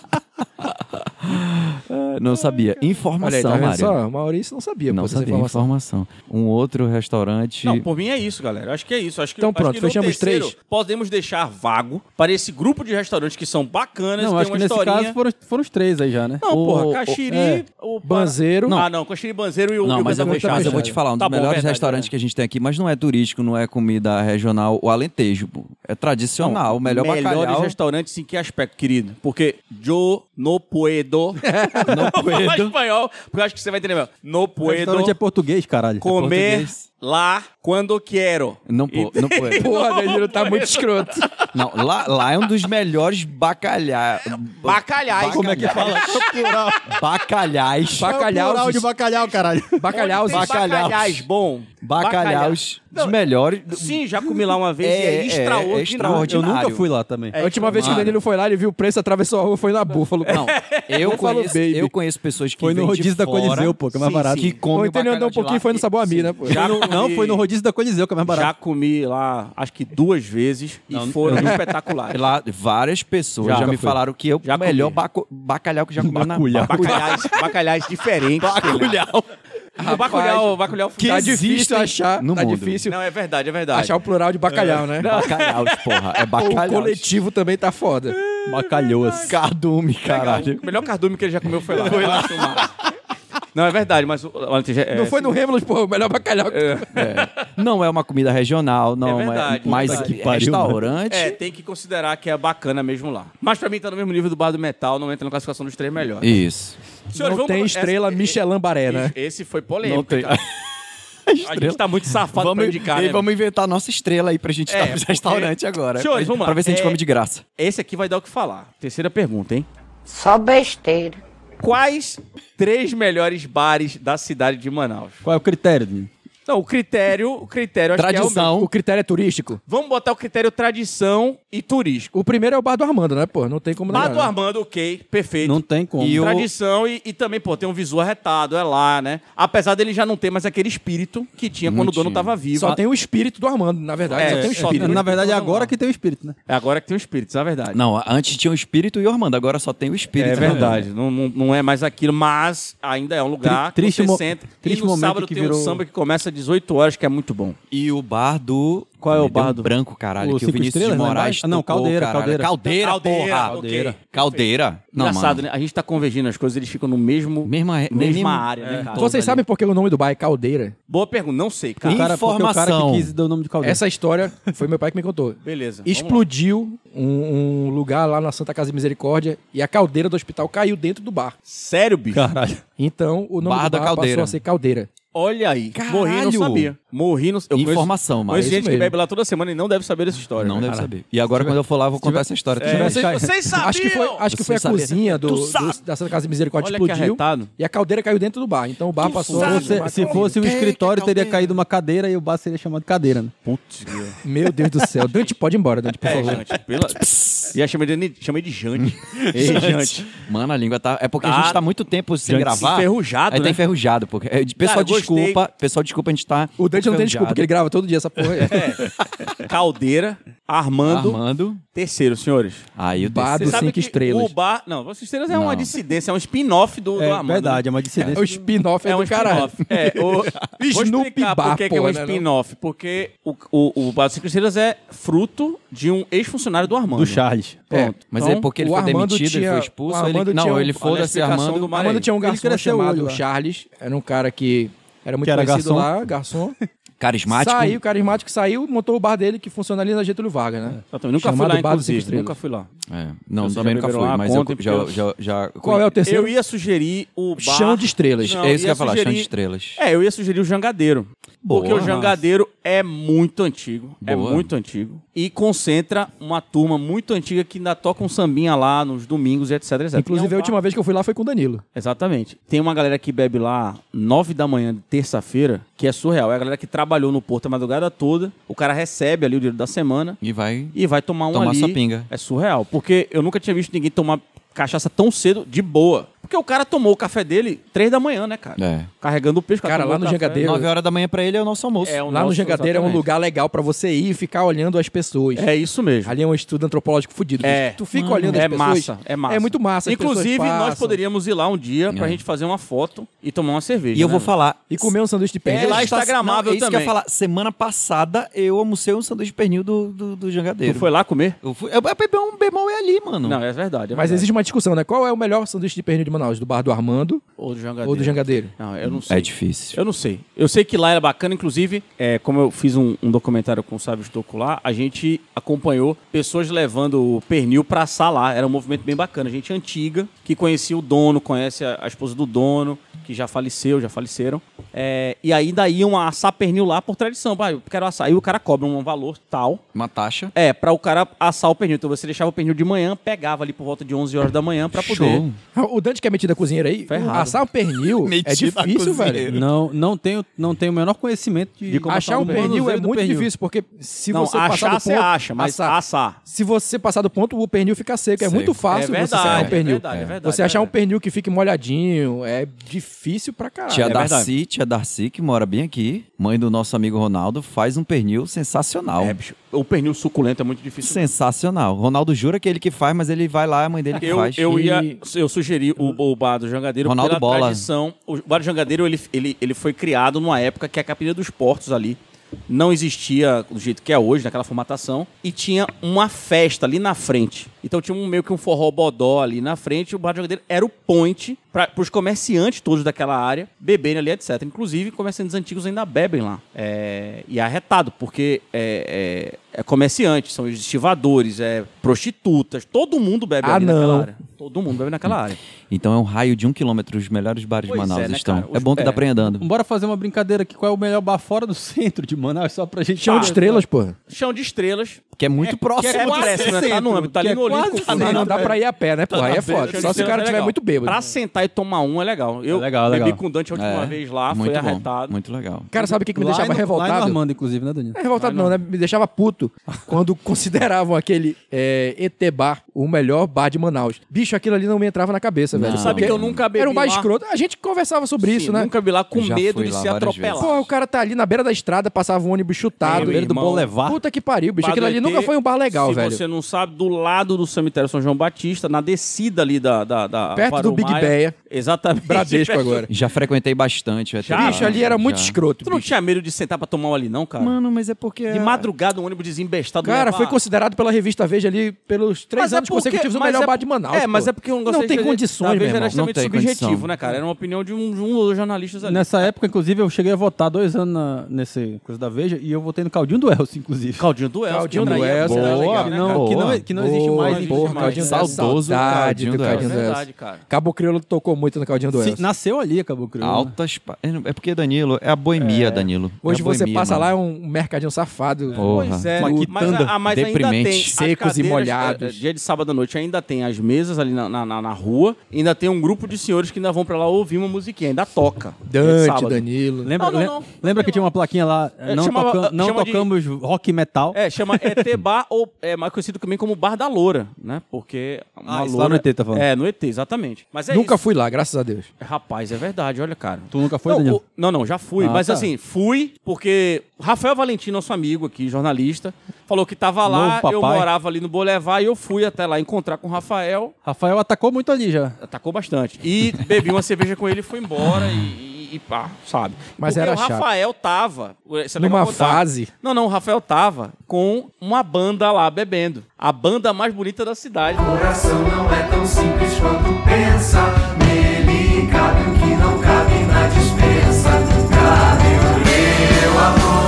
Speaker 3: Ah, Não sabia.
Speaker 4: Olha aí,
Speaker 3: Informação,
Speaker 4: tá vendo
Speaker 3: Mário.
Speaker 4: só? Maurício não sabia,
Speaker 3: Não
Speaker 4: pô,
Speaker 3: sabia,
Speaker 4: essa informação.
Speaker 3: informação. Um outro restaurante...
Speaker 1: Não, por mim é isso, galera. Acho que é isso. Acho que,
Speaker 4: Então
Speaker 1: acho
Speaker 4: pronto,
Speaker 1: que no
Speaker 4: fechamos
Speaker 1: terceiro,
Speaker 4: três.
Speaker 1: Podemos deixar vago para esse grupo de restaurantes que são bacanas,
Speaker 5: Não,
Speaker 1: tem
Speaker 5: acho que
Speaker 1: uma
Speaker 5: nesse
Speaker 1: historinha.
Speaker 5: caso foram, foram os três aí já, né?
Speaker 1: Não,
Speaker 3: O-
Speaker 1: porra,
Speaker 3: o-
Speaker 1: Caxiri,
Speaker 4: é.
Speaker 1: o Pará-
Speaker 4: Banzeiro.
Speaker 1: Ah, não, Caxiri, Banzeiro e o
Speaker 3: Não,
Speaker 1: e o
Speaker 3: mas eu vou,
Speaker 1: Banzeiro
Speaker 3: te, mas eu
Speaker 1: também.
Speaker 3: vou te falar, um dos
Speaker 1: Tá bom,
Speaker 3: melhores
Speaker 1: verdade,
Speaker 3: restaurantes
Speaker 1: né?
Speaker 3: que a gente tem aqui, mas não é turístico, não é comida regional, o Alentejo, pô. É tradicional, o melhor
Speaker 1: Melhores
Speaker 3: bacalhau.
Speaker 1: restaurantes em que aspecto, querido? Porque yo no puedo. [laughs] no puedo. Falar espanhol, porque eu acho que você vai entender melhor. No
Speaker 5: O
Speaker 1: puedo
Speaker 5: restaurante é português, caralho.
Speaker 1: comer
Speaker 3: português.
Speaker 1: lá quando quero.
Speaker 3: Não, pô, não pode.
Speaker 4: [laughs] Porra, Danilo tá muito escroto.
Speaker 3: Não, lá, lá é um dos melhores bacalhau.
Speaker 1: Bacalhais.
Speaker 3: Como é que fala? Bacalhais.
Speaker 4: Bacalhau.
Speaker 5: bacalhau, caralho.
Speaker 4: Bacalhau.
Speaker 1: Onde tem Bacalhaus bom.
Speaker 3: Bacalhaus. Dos melhores.
Speaker 1: Sim, já comi lá uma vez e é,
Speaker 3: É, é, é
Speaker 1: extraordinário. É
Speaker 5: Eu
Speaker 3: extraordinário.
Speaker 5: nunca fui lá também.
Speaker 4: A última vez que o
Speaker 3: tomara.
Speaker 4: Danilo foi lá, ele viu o preço, atravessou a rua, foi na Búfalo.
Speaker 1: [laughs]
Speaker 3: Não, eu,
Speaker 1: É.
Speaker 4: Não falo
Speaker 3: conheço,
Speaker 4: baby.
Speaker 3: eu conheço pessoas que
Speaker 5: Foi no
Speaker 3: vêm de
Speaker 5: rodízio da
Speaker 3: fora,
Speaker 5: Coliseu, pô, que é mais
Speaker 1: Sim,
Speaker 5: barato.
Speaker 1: sim.
Speaker 3: Que come
Speaker 4: o Entendeu andou um pouquinho foi no Saboami, né? Pô?
Speaker 1: Já
Speaker 5: Não, não, foi no rodízio da Coliseu, que é mais barato.
Speaker 1: Já comi lá, acho que duas vezes e foram espetaculares.
Speaker 3: Lá, várias pessoas
Speaker 5: Já,
Speaker 3: já,
Speaker 5: nunca
Speaker 3: me
Speaker 5: fui.
Speaker 3: falaram que eu
Speaker 1: Já
Speaker 3: o melhor
Speaker 1: comi.
Speaker 3: baco- bacalhau que já comeu na
Speaker 5: Baculhau.
Speaker 1: [laughs] Bacalhais, bacalhais diferentes. Bacalhau. O bacalhau, o bacalhau
Speaker 4: Que tá difícil
Speaker 3: existem
Speaker 4: achar,
Speaker 3: no
Speaker 4: tá
Speaker 3: mundo.
Speaker 4: difícil
Speaker 1: Não, é verdade, é verdade.
Speaker 4: achar o plural de bacalhau, né?
Speaker 3: Bacalhau, é porra. É
Speaker 4: O
Speaker 3: bacalhau.
Speaker 4: coletivo também tá foda.
Speaker 5: Bacalhoas.
Speaker 3: Cardume, caralho.
Speaker 1: O melhor cardume que ele já comeu foi lá. Foi lá. [laughs] Não, é verdade, mas... o- o- é-
Speaker 4: Não foi no Remelos, pô, o melhor bacalhau. que-
Speaker 3: Não é uma comida regional, não é.
Speaker 1: verdade,
Speaker 3: mas
Speaker 1: puta
Speaker 5: que pariu,
Speaker 3: restaurante.
Speaker 1: É, tem que considerar que é bacana mesmo lá. Mas pra mim tá no mesmo nível do Bar do Metal, não entra na classificação dos três melhores.
Speaker 3: Isso.
Speaker 1: Senhores,
Speaker 4: não
Speaker 1: vamos- É,
Speaker 4: tem
Speaker 1: essa-
Speaker 4: estrela
Speaker 1: e-
Speaker 4: Michelin Baré,
Speaker 1: e-
Speaker 4: né?
Speaker 1: Esse foi
Speaker 3: Não
Speaker 1: polêmico.
Speaker 3: tem.
Speaker 1: cara. [laughs] A gente tá muito safado
Speaker 3: Vamos,
Speaker 1: pra indicar,
Speaker 3: e
Speaker 1: né?
Speaker 3: vamos inventar a nossa estrela aí pra
Speaker 1: É,
Speaker 3: gente estar no
Speaker 1: porque-
Speaker 3: restaurante agora.
Speaker 1: Senhores, vamos lá.
Speaker 3: Pra ver se a gente
Speaker 1: É-
Speaker 3: come de graça.
Speaker 1: Esse aqui vai dar o que falar. Terceira pergunta, hein?
Speaker 7: Só besteira.
Speaker 1: Quais três melhores bares da cidade de Manaus?
Speaker 5: Qual é o critério, Dini?
Speaker 1: Não, o critério, o critério acho que é o mesmo.
Speaker 4: O critério é turístico.
Speaker 1: Vamos botar o critério tradição e turístico.
Speaker 4: O primeiro é o Bar do Armando, né, pô? Não tem como
Speaker 1: Bar
Speaker 4: negar,
Speaker 1: do
Speaker 4: né?
Speaker 1: Armando, ok, perfeito.
Speaker 5: Não tem como.
Speaker 3: E o-
Speaker 1: Tradição e, e também, pô, tem um visual retado, é lá, né? Apesar dele já não ter mais aquele espírito que tinha quando o
Speaker 3: Não
Speaker 1: dono
Speaker 3: tinha.
Speaker 1: tava vivo.
Speaker 4: Só tem o espírito do Armando, na verdade.
Speaker 1: É,
Speaker 4: só tem o
Speaker 1: só
Speaker 4: espírito.
Speaker 1: tem-
Speaker 5: Na verdade, é
Speaker 1: Vamos lá.
Speaker 5: agora que tem o espírito, né?
Speaker 1: É agora que tem o espírito, isso é a verdade.
Speaker 3: Não, antes tinha o espírito e o Armando, agora só tem o espírito.
Speaker 1: É
Speaker 3: né?
Speaker 1: verdade, não, não, não é mais aquilo, mas ainda é um lugar
Speaker 5: Tri- triste
Speaker 1: que
Speaker 5: mo-
Speaker 1: você senta. E
Speaker 5: triste
Speaker 1: no
Speaker 5: momento
Speaker 1: sábado
Speaker 5: que
Speaker 1: tem um
Speaker 5: virou-
Speaker 1: samba que começa às 18 horas, que é muito bom.
Speaker 3: E o bar do.
Speaker 5: Qual é o
Speaker 3: Me deu
Speaker 5: bar
Speaker 3: um
Speaker 5: do-
Speaker 3: Branco, caralho,
Speaker 5: O
Speaker 3: que o
Speaker 5: Cinco
Speaker 3: Vinícius de
Speaker 5: Estrelas lá
Speaker 3: Moraes.
Speaker 5: embaixo? Ah, não,
Speaker 3: tocou,
Speaker 5: Caldeira,
Speaker 3: caralho.
Speaker 5: caldeira.
Speaker 3: Caldeira, porra.
Speaker 1: ok.
Speaker 5: Caldeira.
Speaker 3: Caldeira. Não,
Speaker 1: Engraçado,
Speaker 3: mano.
Speaker 1: né? A gente tá convergindo as coisas, eles ficam no mesmo
Speaker 3: Mesma- nem-
Speaker 1: mesma área, né, cara?
Speaker 4: Vocês sabem por que o nome do bar é Caldeira?
Speaker 1: Boa pergunta, não sei, cara.
Speaker 5: O cara, porque o cara
Speaker 3: Informação.
Speaker 5: que quis dar o nome de Caldeira.
Speaker 4: Essa história foi meu pai que me contou.
Speaker 1: Beleza. [laughs] vamos lá.
Speaker 4: Explodiu um, um lugar lá na Santa Casa de Misericórdia e a caldeira do hospital caiu dentro do bar.
Speaker 1: Sério, bicho?
Speaker 5: Caralho.
Speaker 4: Então o nome
Speaker 3: Bar
Speaker 4: do
Speaker 3: da
Speaker 4: bar
Speaker 3: Caldeira.
Speaker 4: passou a ser Caldeira.
Speaker 1: Olha aí.
Speaker 3: Caralho.
Speaker 1: Morri e não sabia. Morri e não eu
Speaker 3: Informação,
Speaker 1: Mas
Speaker 3: mas.
Speaker 1: gente que
Speaker 4: mesmo.
Speaker 1: bebe lá toda semana e não deve saber dessa história.
Speaker 3: Não
Speaker 1: né,
Speaker 3: deve
Speaker 1: cara?
Speaker 3: saber. E agora, quando eu for lá, eu vou contar essa história.
Speaker 1: É,
Speaker 3: também.
Speaker 1: vocês, vocês sabiam?
Speaker 4: Acho que foi, acho que
Speaker 3: Você
Speaker 4: foi a
Speaker 3: sabia.
Speaker 5: né?
Speaker 4: cozinha do,
Speaker 3: Tu
Speaker 4: do-
Speaker 3: sabe.
Speaker 4: da Santa Casa de Misericórdia
Speaker 1: Olha que
Speaker 4: explodiu
Speaker 1: arretado.
Speaker 4: e a caldeira caiu dentro do bar. Então o bar passou a
Speaker 5: Se,
Speaker 4: ser-
Speaker 5: se fosse o
Speaker 3: Que que é
Speaker 5: escritório, teria
Speaker 3: caldeira?
Speaker 5: caído uma cadeira e o bar seria chamado de cadeira, né?
Speaker 1: Putz, meu.
Speaker 4: Meu Deus do céu. Dante, pode ir embora, Dante, por
Speaker 1: É,
Speaker 4: favor.
Speaker 1: Jante, pela... E aí chamei de, chamei de Jante. Ei, [laughs] Jante.
Speaker 3: Mano, a língua tá. É porque
Speaker 1: Tá.
Speaker 3: a gente tá muito tempo sem
Speaker 1: Gente,
Speaker 3: gravar.
Speaker 1: enferrujado,
Speaker 3: Aí tá
Speaker 1: né?
Speaker 3: enferrujado. Porque... é, de- Pessoal,
Speaker 1: Cara, eu gostei.
Speaker 3: desculpa. Pessoal, desculpa, a gente tá.
Speaker 4: O Dante não tem desculpa, porque ele grava todo dia essa porra aí.
Speaker 5: É,
Speaker 1: Caldeira, tá Armando,
Speaker 3: Armando.
Speaker 1: terceiro, senhores.
Speaker 3: Aí o
Speaker 4: Bar
Speaker 3: terceiro.
Speaker 4: do- Cinco Estrelas.
Speaker 1: o bar... Não, Cinco Estrelas é uma
Speaker 3: Não.
Speaker 1: dissidência, é um spin-off do, do
Speaker 5: É
Speaker 1: Armando.
Speaker 5: verdade,
Speaker 1: né?
Speaker 5: é uma
Speaker 4: É o
Speaker 5: dissidência.
Speaker 4: spin-off é
Speaker 1: É um
Speaker 4: do caralho.
Speaker 1: spin-off. É,
Speaker 4: [laughs]
Speaker 1: o... Vou
Speaker 4: Snoopy
Speaker 1: explicar
Speaker 4: bar,
Speaker 1: por que que é um
Speaker 4: porra, né, não?
Speaker 1: spin-off. Porque o, o, o Bar dos Cinco Estrelas é fruto de um ex-funcionário do Armando.
Speaker 5: Do Charles.
Speaker 1: Pronto.
Speaker 3: Mas
Speaker 1: então,
Speaker 3: é porque ele
Speaker 4: o
Speaker 3: foi
Speaker 4: Armando
Speaker 3: demitido, ele
Speaker 4: tinha-
Speaker 3: foi
Speaker 4: o
Speaker 3: expulso.
Speaker 4: Armando
Speaker 3: Ele... Não,
Speaker 4: tinha um-
Speaker 1: Olha
Speaker 3: ele
Speaker 1: a
Speaker 3: foda-se
Speaker 1: explicação
Speaker 3: Armando.
Speaker 1: do Mar-
Speaker 4: Armando tinha um garçom
Speaker 5: cresceu
Speaker 4: chamado
Speaker 5: olho lá.
Speaker 4: Charles, era um cara que era muito
Speaker 5: Que era
Speaker 4: conhecido
Speaker 5: garçom.
Speaker 4: lá, garçom.
Speaker 3: Carismático.
Speaker 4: Saiu, carismático, saiu, montou o bar dele que funciona ali na Getúlio Vargas, né?
Speaker 5: É.
Speaker 1: Eu também nunca fui
Speaker 4: Chamado
Speaker 1: lá,
Speaker 4: Bar dos
Speaker 1: inclusive.
Speaker 4: Cinco Estrelas.
Speaker 1: Nunca fui lá.
Speaker 3: É. Não,
Speaker 1: Vocês
Speaker 3: também
Speaker 1: já
Speaker 3: nunca
Speaker 1: beberam
Speaker 3: fui,
Speaker 1: lá,
Speaker 3: mas eu
Speaker 1: contem,
Speaker 3: já,
Speaker 1: porque
Speaker 3: já, já.
Speaker 4: Qual é o terceiro?
Speaker 1: Eu ia sugerir o bar...
Speaker 4: Chão de estrelas.
Speaker 1: Não,
Speaker 3: É isso que eu
Speaker 1: ia
Speaker 3: ia falar,
Speaker 1: sugerir-
Speaker 3: chão de estrelas.
Speaker 1: É, eu ia sugerir o Jangadeiro. porque
Speaker 3: Boa.
Speaker 1: o Jangadeiro é muito antigo. É
Speaker 3: Boa.
Speaker 1: muito antigo. E concentra uma turma muito antiga que ainda toca um sambinha lá nos domingos e etc, etc.
Speaker 4: Inclusive,
Speaker 1: É um
Speaker 4: a
Speaker 5: tá.
Speaker 4: última vez que eu fui lá foi com o Danilo.
Speaker 1: Exatamente. Tem uma galera que bebe lá nove da manhã de terça-feira, que é surreal. É a galera que trabalhou no Porto a madrugada toda. O cara recebe ali o dinheiro da semana
Speaker 3: E vai.
Speaker 1: e vai tomar um
Speaker 3: Tomar
Speaker 1: ali.
Speaker 3: sua pinga.
Speaker 1: É surreal, porque eu nunca tinha visto ninguém tomar cachaça tão cedo de boa. Porque o cara tomou o café dele três da manhã, né, cara?
Speaker 3: É.
Speaker 1: Carregando o peixe. o
Speaker 4: Cara,
Speaker 1: tomou
Speaker 4: lá no
Speaker 1: café.
Speaker 4: Jangadeiro- Eu-
Speaker 3: 9 horas da manhã pra ele é o nosso almoço.
Speaker 1: É, o
Speaker 4: Lá no
Speaker 1: nosso,
Speaker 4: Jangadeiro é um
Speaker 1: exatamente.
Speaker 4: lugar legal pra você ir e ficar olhando as pessoas.
Speaker 1: É isso mesmo.
Speaker 4: Ali é um estudo antropológico fudido.
Speaker 1: É.
Speaker 4: Tu fica olhando as
Speaker 1: é
Speaker 4: pessoas.
Speaker 1: massa, é massa.
Speaker 4: É muito massa. as pessoas
Speaker 1: Inclusive, nós
Speaker 4: passam.
Speaker 1: poderíamos ir lá um dia pra
Speaker 3: É.
Speaker 1: gente fazer uma foto e tomar uma cerveja.
Speaker 3: E eu
Speaker 1: né,
Speaker 3: vou
Speaker 1: velho?
Speaker 3: falar.
Speaker 4: E comer um sanduíche de
Speaker 1: É,
Speaker 4: pernil.
Speaker 1: lá
Speaker 3: Não,
Speaker 1: instagramável
Speaker 3: é isso
Speaker 1: também.
Speaker 3: que eu ia falar. Semana passada eu almocei um sanduíche de pernil do, do, do
Speaker 1: Tu
Speaker 3: jangadeiro.
Speaker 1: foi lá comer?
Speaker 3: Eu fui. Eu, eu bebi um bemol é ali, mano.
Speaker 1: Não, é verdade. é
Speaker 4: Mas
Speaker 1: verdade.
Speaker 4: existe uma discussão, né? Qual é o melhor sanduíche de pernil de Manaus? Do bar do Armando
Speaker 1: Ou do Jangadeiro.
Speaker 4: ou do Jangadeiro?
Speaker 1: Não, eu não sei.
Speaker 3: É difícil.
Speaker 1: Eu não sei. Eu sei que lá era bacana, inclusive, é, como eu fiz um, um documentário com o Sábio Estocco lá, a gente acompanhou pessoas levando o pernil pra lá. Era um movimento bem bacana. Gente antiga, que conhecia o dono, conhece a, a esposa do dono, que já faleceu, já faleceram. É, e ainda iam assar pernil lá por tradição. Pai, eu quero assar. E o cara cobra um valor tal
Speaker 3: Uma taxa.
Speaker 1: é, pra o cara assar o pernil. Então você deixava o pernil de manhã, pegava ali por volta de 11 horas da manhã pra poder.
Speaker 3: Show.
Speaker 4: O Dante que é metido a cozinheira aí,
Speaker 1: Ferrado.
Speaker 4: assar um
Speaker 1: [laughs]
Speaker 4: pernil é
Speaker 3: Metido a
Speaker 4: difícil,
Speaker 3: cozinheira.
Speaker 4: velho.
Speaker 5: Não, não, tenho, não tenho o menor conhecimento de, como
Speaker 4: Achar um pernil é muito difícil, porque se
Speaker 1: Não,
Speaker 4: você passar
Speaker 1: achar
Speaker 4: do ponto...
Speaker 1: você acha, mas
Speaker 4: assar.
Speaker 1: assar.
Speaker 4: Se você passar do ponto, o pernil fica seco. É
Speaker 3: Seco.
Speaker 4: muito fácil
Speaker 1: É verdade,
Speaker 4: você achar um
Speaker 1: é
Speaker 4: pernil.
Speaker 1: verdade, é verdade,
Speaker 4: você
Speaker 1: é
Speaker 4: achar um
Speaker 1: verdade.
Speaker 4: pernil que fique molhadinho é difícil pra caralho.
Speaker 3: Tia
Speaker 4: É
Speaker 3: Darcy,
Speaker 4: verdade.
Speaker 3: tia Darcy, que mora bem aqui, mãe do nosso amigo Ronaldo, faz um pernil sensacional.
Speaker 1: É, bicho, o pernil suculento é muito difícil.
Speaker 3: sensacional. Ronaldo jura que é ele que faz, mas ele vai lá, é a mãe dele que
Speaker 1: Eu,
Speaker 3: faz.
Speaker 1: eu
Speaker 4: E-
Speaker 1: ia, eu sugeri o, o bar do Jangadeiro
Speaker 3: Ronaldo
Speaker 1: pela
Speaker 3: Bola.
Speaker 1: tradição. O bar do Jangadeiro ele, ele, ele foi criado numa época que a capilha dos portos ali não existia do jeito que é hoje, naquela formatação, e tinha uma festa ali na frente. Então tinha um, meio que um forró bodó ali na frente, e o bar do Jangadeiro era o point para os comerciantes todos daquela área beberem ali, etc. Inclusive, comerciantes antigos ainda bebem lá. É, e é arretado, porque é, é, é comerciante, são estivadores, é prostitutas, todo mundo bebe
Speaker 4: Ah,
Speaker 1: ali naquela
Speaker 4: não.
Speaker 1: área. Todo mundo bebe naquela área.
Speaker 3: Então é um raio de um quilômetro. Os melhores bares
Speaker 5: Pois
Speaker 3: de Manaus
Speaker 5: é, né,
Speaker 3: estão.
Speaker 5: cara?
Speaker 3: É
Speaker 5: Os-
Speaker 3: bom que
Speaker 5: é.
Speaker 3: dá pra ir andando.
Speaker 5: Bora fazer uma brincadeira aqui. Qual é o melhor bar fora do [laughs] centro de Manaus? Só pra gente.
Speaker 4: Chão de estrelas, porra.
Speaker 1: Chão de estrelas.
Speaker 3: Que é muito
Speaker 1: que
Speaker 3: próximo.
Speaker 1: é
Speaker 5: quase
Speaker 1: próximo, né? Tá no
Speaker 5: centro,
Speaker 1: âmbito, tá ali
Speaker 5: que é
Speaker 1: no Olímpico.
Speaker 5: quase
Speaker 1: Tá
Speaker 4: Não,
Speaker 5: centro.
Speaker 1: na-
Speaker 4: não dá pra ir a pé, né, porra? Aí é foda. Só se o cara
Speaker 1: É
Speaker 4: tiver
Speaker 1: legal.
Speaker 4: muito bêbado.
Speaker 1: Pra sentar e tomar um é legal. Eu
Speaker 5: É legal, é
Speaker 1: bebi
Speaker 5: legal.
Speaker 1: com o Dante a última
Speaker 3: É,
Speaker 1: vez lá,
Speaker 3: muito
Speaker 1: foi
Speaker 3: bom,
Speaker 1: arretado.
Speaker 3: Muito legal.
Speaker 4: Cara, sabe o que, que me
Speaker 5: Lá em-
Speaker 4: deixava
Speaker 5: Lá em
Speaker 4: revoltado?
Speaker 5: Normando, inclusive, né, Danilo?
Speaker 4: É revoltado não, né? Me deixava puto [laughs] quando consideravam aquele é, ET Bar o melhor bar de Manaus. Bicho, aquilo ali não me entrava na cabeça, velho.
Speaker 3: Não.
Speaker 1: Sabe que eu
Speaker 3: Não.
Speaker 1: nunca bebi
Speaker 4: Era um bar
Speaker 1: lá?
Speaker 4: escroto. A gente conversava sobre
Speaker 1: Sim,
Speaker 4: isso, né?
Speaker 1: Nunca bebi lá com
Speaker 3: Eu já
Speaker 1: medo
Speaker 3: fui
Speaker 1: de
Speaker 3: lá
Speaker 1: ser
Speaker 3: várias
Speaker 1: atropelado.
Speaker 4: Pô, o cara tá ali na beira da estrada, passava um ônibus chutado.
Speaker 1: É,
Speaker 5: Primeiro do
Speaker 1: irmão.
Speaker 5: Bolevar.
Speaker 4: Puta que pariu, bicho. Aquilo ali
Speaker 1: Padre
Speaker 4: nunca
Speaker 1: ET,
Speaker 4: foi um bar legal,
Speaker 1: se
Speaker 4: velho.
Speaker 1: Se você não sabe, do lado do cemitério São João Batista, na descida ali da. da, da
Speaker 4: Perto do Big
Speaker 1: Maia.
Speaker 4: Beia.
Speaker 1: Exatamente. [laughs]
Speaker 4: Bradesco agora.
Speaker 3: Já frequentei bastante. até lá.
Speaker 4: Bicho, ali era muito
Speaker 3: Já.
Speaker 4: escroto.
Speaker 1: Tu não
Speaker 4: bicho.
Speaker 1: tinha medo de sentar pra tomar um ali, não, cara?
Speaker 3: Mano, mas é porque.
Speaker 1: De madrugada, um ônibus desembestado.
Speaker 4: Cara,
Speaker 1: levar-
Speaker 4: foi considerado pela revista Veja ali pelos três
Speaker 1: Mas é
Speaker 4: anos
Speaker 1: porque-
Speaker 4: consecutivos o
Speaker 1: mas
Speaker 4: melhor
Speaker 1: é-
Speaker 4: bar de Manaus.
Speaker 1: É, mas
Speaker 4: pô.
Speaker 1: é porque eu não
Speaker 4: Não
Speaker 1: gostei
Speaker 4: tem
Speaker 1: de-
Speaker 4: condições,
Speaker 1: da vez
Speaker 4: meu irmão,
Speaker 1: era
Speaker 4: não
Speaker 1: extremamente
Speaker 3: tem
Speaker 1: subjetivo,
Speaker 3: condição.
Speaker 1: né, cara? Era uma opinião de um, de um dos jornalistas ali.
Speaker 5: Nessa época, inclusive, eu cheguei a votar dois anos na, nesse coisa da Veja e eu votei no Caldinho do Elcio, inclusive.
Speaker 1: Caldinho do Elcio.
Speaker 4: Caldinho do
Speaker 1: que traía-
Speaker 4: Elcio,
Speaker 1: Boa,
Speaker 4: era legal,
Speaker 1: que
Speaker 5: né,
Speaker 1: não-
Speaker 5: cara? que não, que não existe
Speaker 4: Boa,
Speaker 5: mais.
Speaker 1: porra,
Speaker 5: existe mais.
Speaker 1: Caldinho do Elcio.
Speaker 3: Saudoso
Speaker 4: Saudade
Speaker 3: Caldinho
Speaker 4: do
Speaker 3: do
Speaker 4: é Caldinho
Speaker 3: Elcio.
Speaker 4: do
Speaker 1: é Verdade,
Speaker 4: Elcio.
Speaker 1: cara.
Speaker 4: Cabo Crioulo tocou muito no Caldinho do
Speaker 5: Sim,
Speaker 4: Elcio.
Speaker 5: nasceu ali, Cabo né? Creio.
Speaker 3: Altas. pa- É porque, Danilo, é a boemia, Danilo.
Speaker 4: Hoje
Speaker 3: É a
Speaker 4: você
Speaker 3: boemia,
Speaker 4: passa
Speaker 3: mano.
Speaker 4: lá, é um mercadinho safado.
Speaker 3: Porra.
Speaker 1: Pois é,
Speaker 4: Uma
Speaker 1: mas,
Speaker 4: quitanda
Speaker 1: a, mas ainda
Speaker 3: deprimente.
Speaker 1: tem as
Speaker 4: Secos e
Speaker 1: cadeiras,
Speaker 4: molhados.
Speaker 1: é, é, Dia de sábado à noite ainda tem as mesas ali na, na, na- na rua, ainda tem um grupo de senhores que ainda vão pra lá ouvir uma musiquinha, ainda toca. Dia de
Speaker 4: Dante,
Speaker 1: sábado.
Speaker 4: Danilo.
Speaker 5: Lembra,
Speaker 1: Não, não,
Speaker 5: lem-
Speaker 1: não.
Speaker 5: lembra que tinha uma plaquinha lá,
Speaker 1: É,
Speaker 5: não,
Speaker 1: chamava-
Speaker 5: toca- não
Speaker 1: chama de-
Speaker 5: tocamos rock e metal.
Speaker 1: É, chama ET Bar, ou é mais conhecido também como Bar da Loura, né? Porque uma
Speaker 5: Ah, isso
Speaker 1: loura-
Speaker 5: lá no ET tá falando.
Speaker 1: É, no ET, exatamente. Mas é
Speaker 4: Nunca
Speaker 1: isso.
Speaker 4: fui lá, graças a Deus.
Speaker 1: Rapaz, é verdade, olha, cara.
Speaker 5: Tu nunca foi,
Speaker 1: não,
Speaker 5: Danilo?
Speaker 1: o- não, não, já fui.
Speaker 5: Ah,
Speaker 1: mas
Speaker 5: tá.
Speaker 1: assim, fui porque Rafael Valentim, nosso amigo aqui, jornalista, falou que tava lá,
Speaker 5: Novo
Speaker 1: eu
Speaker 5: papai.
Speaker 1: morava ali no Boulevard e eu fui até lá encontrar com o Rafael.
Speaker 5: Rafael atacou muito ali já.
Speaker 1: Atacou bastante. E bebi uma cerveja com ele e fui embora e, e, e pá, sabe?
Speaker 4: Mas
Speaker 1: Porque
Speaker 4: era
Speaker 1: o
Speaker 4: chato.
Speaker 1: Rafael tava. Isso é legal
Speaker 4: Numa
Speaker 1: contar.
Speaker 4: fase.
Speaker 1: Não, não, o Rafael tava com uma banda lá bebendo. A banda mais bonita da cidade.
Speaker 7: coração não é tão simples quanto pensa. Nele cabe o que não cabe na dispensa. Cabe o meu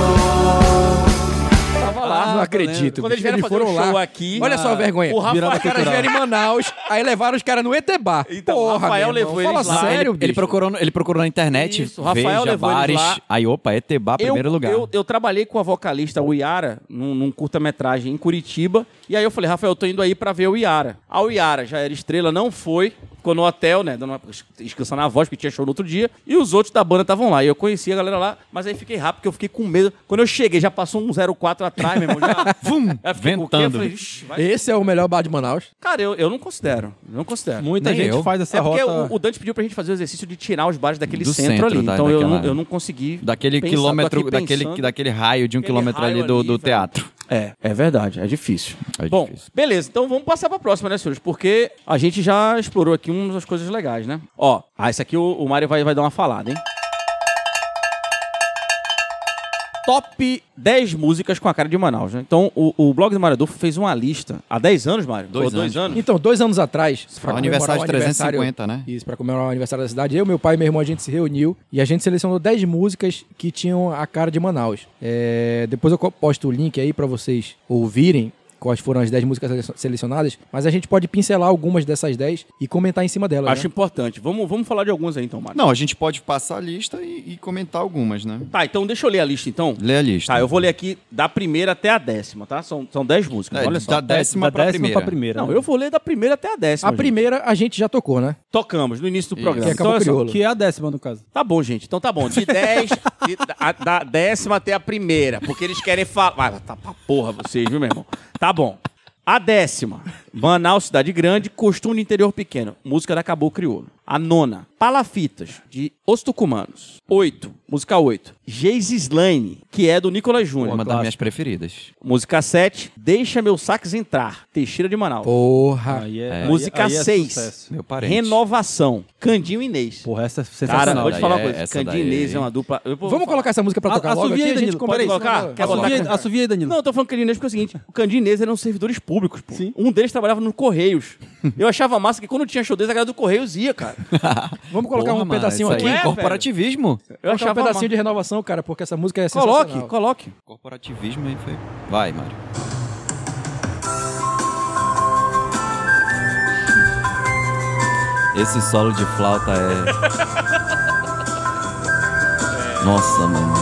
Speaker 1: Tava lá.
Speaker 4: não acredito.
Speaker 1: Quando
Speaker 4: bicho.
Speaker 1: eles vieram fazer um show aqui.
Speaker 4: Olha
Speaker 1: na-
Speaker 4: só a vergonha.
Speaker 1: O Rafael
Speaker 4: Os caras vieram em Manaus, aí levaram os caras no Etebar.
Speaker 1: Então,
Speaker 4: Porra,
Speaker 1: o Rafael
Speaker 4: meu irmão,
Speaker 1: levou
Speaker 4: Fala
Speaker 1: eles lá,
Speaker 4: sério,
Speaker 3: Ele
Speaker 4: bicho.
Speaker 3: procurou, no- ele procurou na internet,
Speaker 1: Isso, Rafael
Speaker 3: veja
Speaker 1: levou ele
Speaker 3: bares,
Speaker 1: lá.
Speaker 3: aí opa, Etebá, primeiro lugar.
Speaker 1: Eu, eu trabalhei com a vocalista o Iara num, num curta-metragem em Curitiba. E aí eu falei, Rafael, eu tô indo aí pra ver o Iara. A o Iara já era estrela, não foi. Ficou no hotel, né? Dando uma descansando na voz, porque tinha show no outro dia. E os outros da banda estavam lá. E eu conheci a galera lá, mas aí fiquei rápido, porque eu fiquei com medo. Quando eu cheguei, já passou um 04 atrás, meu irmão. Já...
Speaker 3: [laughs] Vum,
Speaker 1: Aí eu fiquei com o quê? Eu
Speaker 3: ventando.
Speaker 1: falei, "Ixi, vai-".
Speaker 4: Esse é o melhor bar de Manaus.
Speaker 1: Cara, eu, eu não considero. Não considero.
Speaker 5: Muita
Speaker 3: Nem
Speaker 5: gente
Speaker 3: eu.
Speaker 5: faz essa
Speaker 1: É porque
Speaker 5: rota.
Speaker 1: o, o Dante pediu pra gente fazer o exercício de tirar os bares daquele
Speaker 3: Do
Speaker 1: centro,
Speaker 3: centro,
Speaker 1: ali.
Speaker 3: da-
Speaker 1: então eu,
Speaker 3: daquela-
Speaker 1: não, eu não consegui.
Speaker 3: Daquele
Speaker 1: pensar, tô
Speaker 3: quilômetro,
Speaker 1: aqui
Speaker 3: daquele,
Speaker 1: pensando.
Speaker 3: daquele raio de um
Speaker 1: Aquele
Speaker 3: quilômetro
Speaker 1: raio
Speaker 3: ali do,
Speaker 1: ali,
Speaker 3: do
Speaker 1: velho.
Speaker 3: teatro.
Speaker 1: É, é verdade, é difícil.
Speaker 3: É
Speaker 1: Bom,
Speaker 3: difícil.
Speaker 1: beleza, então vamos passar pra próxima, né, senhores? Porque a gente já explorou aqui umas coisas legais, né? Ó, ah, esse aqui o, o Mário vai, vai dar uma falada, hein? Top 10 músicas com a cara de Manaus, né? Então, o, o blog do Mário Adolfo fez uma lista há 10 anos, Mário?
Speaker 3: Dois
Speaker 1: Ou dois anos.
Speaker 4: Então, dois anos atrás, pra
Speaker 3: o aniversário de
Speaker 4: comemorar o aniversário-
Speaker 3: 350, né?
Speaker 4: Isso, pra comemorar o aniversário da cidade. Eu, meu pai e meu irmão, a gente se reuniu e a gente selecionou 10 músicas que tinham a cara de Manaus. É, depois eu co- posto o link aí pra vocês ouvirem quais foram as 10 músicas sele- selecionadas, mas a gente pode pincelar algumas dessas 10 e comentar em cima delas.
Speaker 1: Então, Acho
Speaker 4: né?
Speaker 1: importante. Vamos, vamos falar de alguns aí, então, Mário.
Speaker 3: Não, a gente pode passar a lista e, e comentar algumas, né?
Speaker 1: Tá, então deixa eu ler a lista, então.
Speaker 3: Lê a lista.
Speaker 1: Tá, eu vou ler aqui da primeira até a décima, tá? São, são dez músicas,
Speaker 3: É,
Speaker 1: olha só.
Speaker 3: Da décima
Speaker 5: da
Speaker 3: pra
Speaker 5: décima
Speaker 3: primeira.
Speaker 5: pra primeira.
Speaker 1: Não,
Speaker 5: né?
Speaker 1: eu vou ler da primeira até a décima.
Speaker 4: A
Speaker 1: gente.
Speaker 4: primeira a gente já tocou, né?
Speaker 1: Tocamos no início do programa.
Speaker 4: Que é
Speaker 1: Então,
Speaker 4: Cabo
Speaker 1: olha só.
Speaker 4: Crioulo.
Speaker 5: Que é a décima, no caso.
Speaker 1: Tá bom, gente. Então tá bom.
Speaker 5: [laughs]
Speaker 1: De 10, de- da, da décima até a primeira. Porque eles querem falar. Ah, tá pra porra vocês, viu, meu irmão? Tá bom. A décima. Manaus, cidade grande, costume do interior pequeno. Música da Cabo Crioulo. A nona. Palafitas, de Os Tucumanos. Oito. Música oito. Geis Slane, que é do Nicolas Júnior.
Speaker 3: Uma das minhas preferidas.
Speaker 1: Música 7, Deixa Meus Saques Entrar, Teixeira de Manaus.
Speaker 4: Porra!
Speaker 1: Música
Speaker 5: aí Ah, é
Speaker 1: 6,
Speaker 5: sucesso.
Speaker 3: Meu parente.
Speaker 1: Renovação, Candinho e Inês.
Speaker 5: Porra, essa é
Speaker 1: Cara,
Speaker 5: sensacional.
Speaker 1: vou te falar uma
Speaker 3: daí é-
Speaker 1: coisa,
Speaker 3: essa
Speaker 1: Candinho e
Speaker 3: daí-
Speaker 1: Inês é uma dupla... eu vou-
Speaker 4: Vamos colocar essa música pra tocar
Speaker 5: A-
Speaker 4: logo
Speaker 5: assovia
Speaker 4: aqui,
Speaker 5: aí,
Speaker 4: a gente né?
Speaker 5: Danilo,
Speaker 4: comenta
Speaker 1: pode
Speaker 4: em cima
Speaker 1: colocar?
Speaker 4: dela.
Speaker 1: Quer
Speaker 5: Assovia,
Speaker 1: botar-
Speaker 5: assovia aí, Danilo.
Speaker 1: Não, eu tô falando Candinho e Inês porque é o seguinte, o Candinho e Inês eram servidores públicos, pô. Um deles trabalhava no Correios. Eu achava massa que quando tinha show deles, a galera do Correios ia, cara.
Speaker 4: Vamos colocar
Speaker 3: Porra,
Speaker 4: um
Speaker 3: mano,
Speaker 4: pedacinho
Speaker 3: isso
Speaker 4: aqui.
Speaker 3: aí
Speaker 1: É,
Speaker 3: é corporativismo.
Speaker 1: Eu
Speaker 4: Colocar
Speaker 1: achava
Speaker 4: um pedacinho
Speaker 1: massa.
Speaker 4: de renovação, cara, porque essa música é sensacional.
Speaker 1: Coloque, coloque.
Speaker 3: Corporativismo aí foi. Vai, Mário. Esse solo de flauta é. Nossa, mano.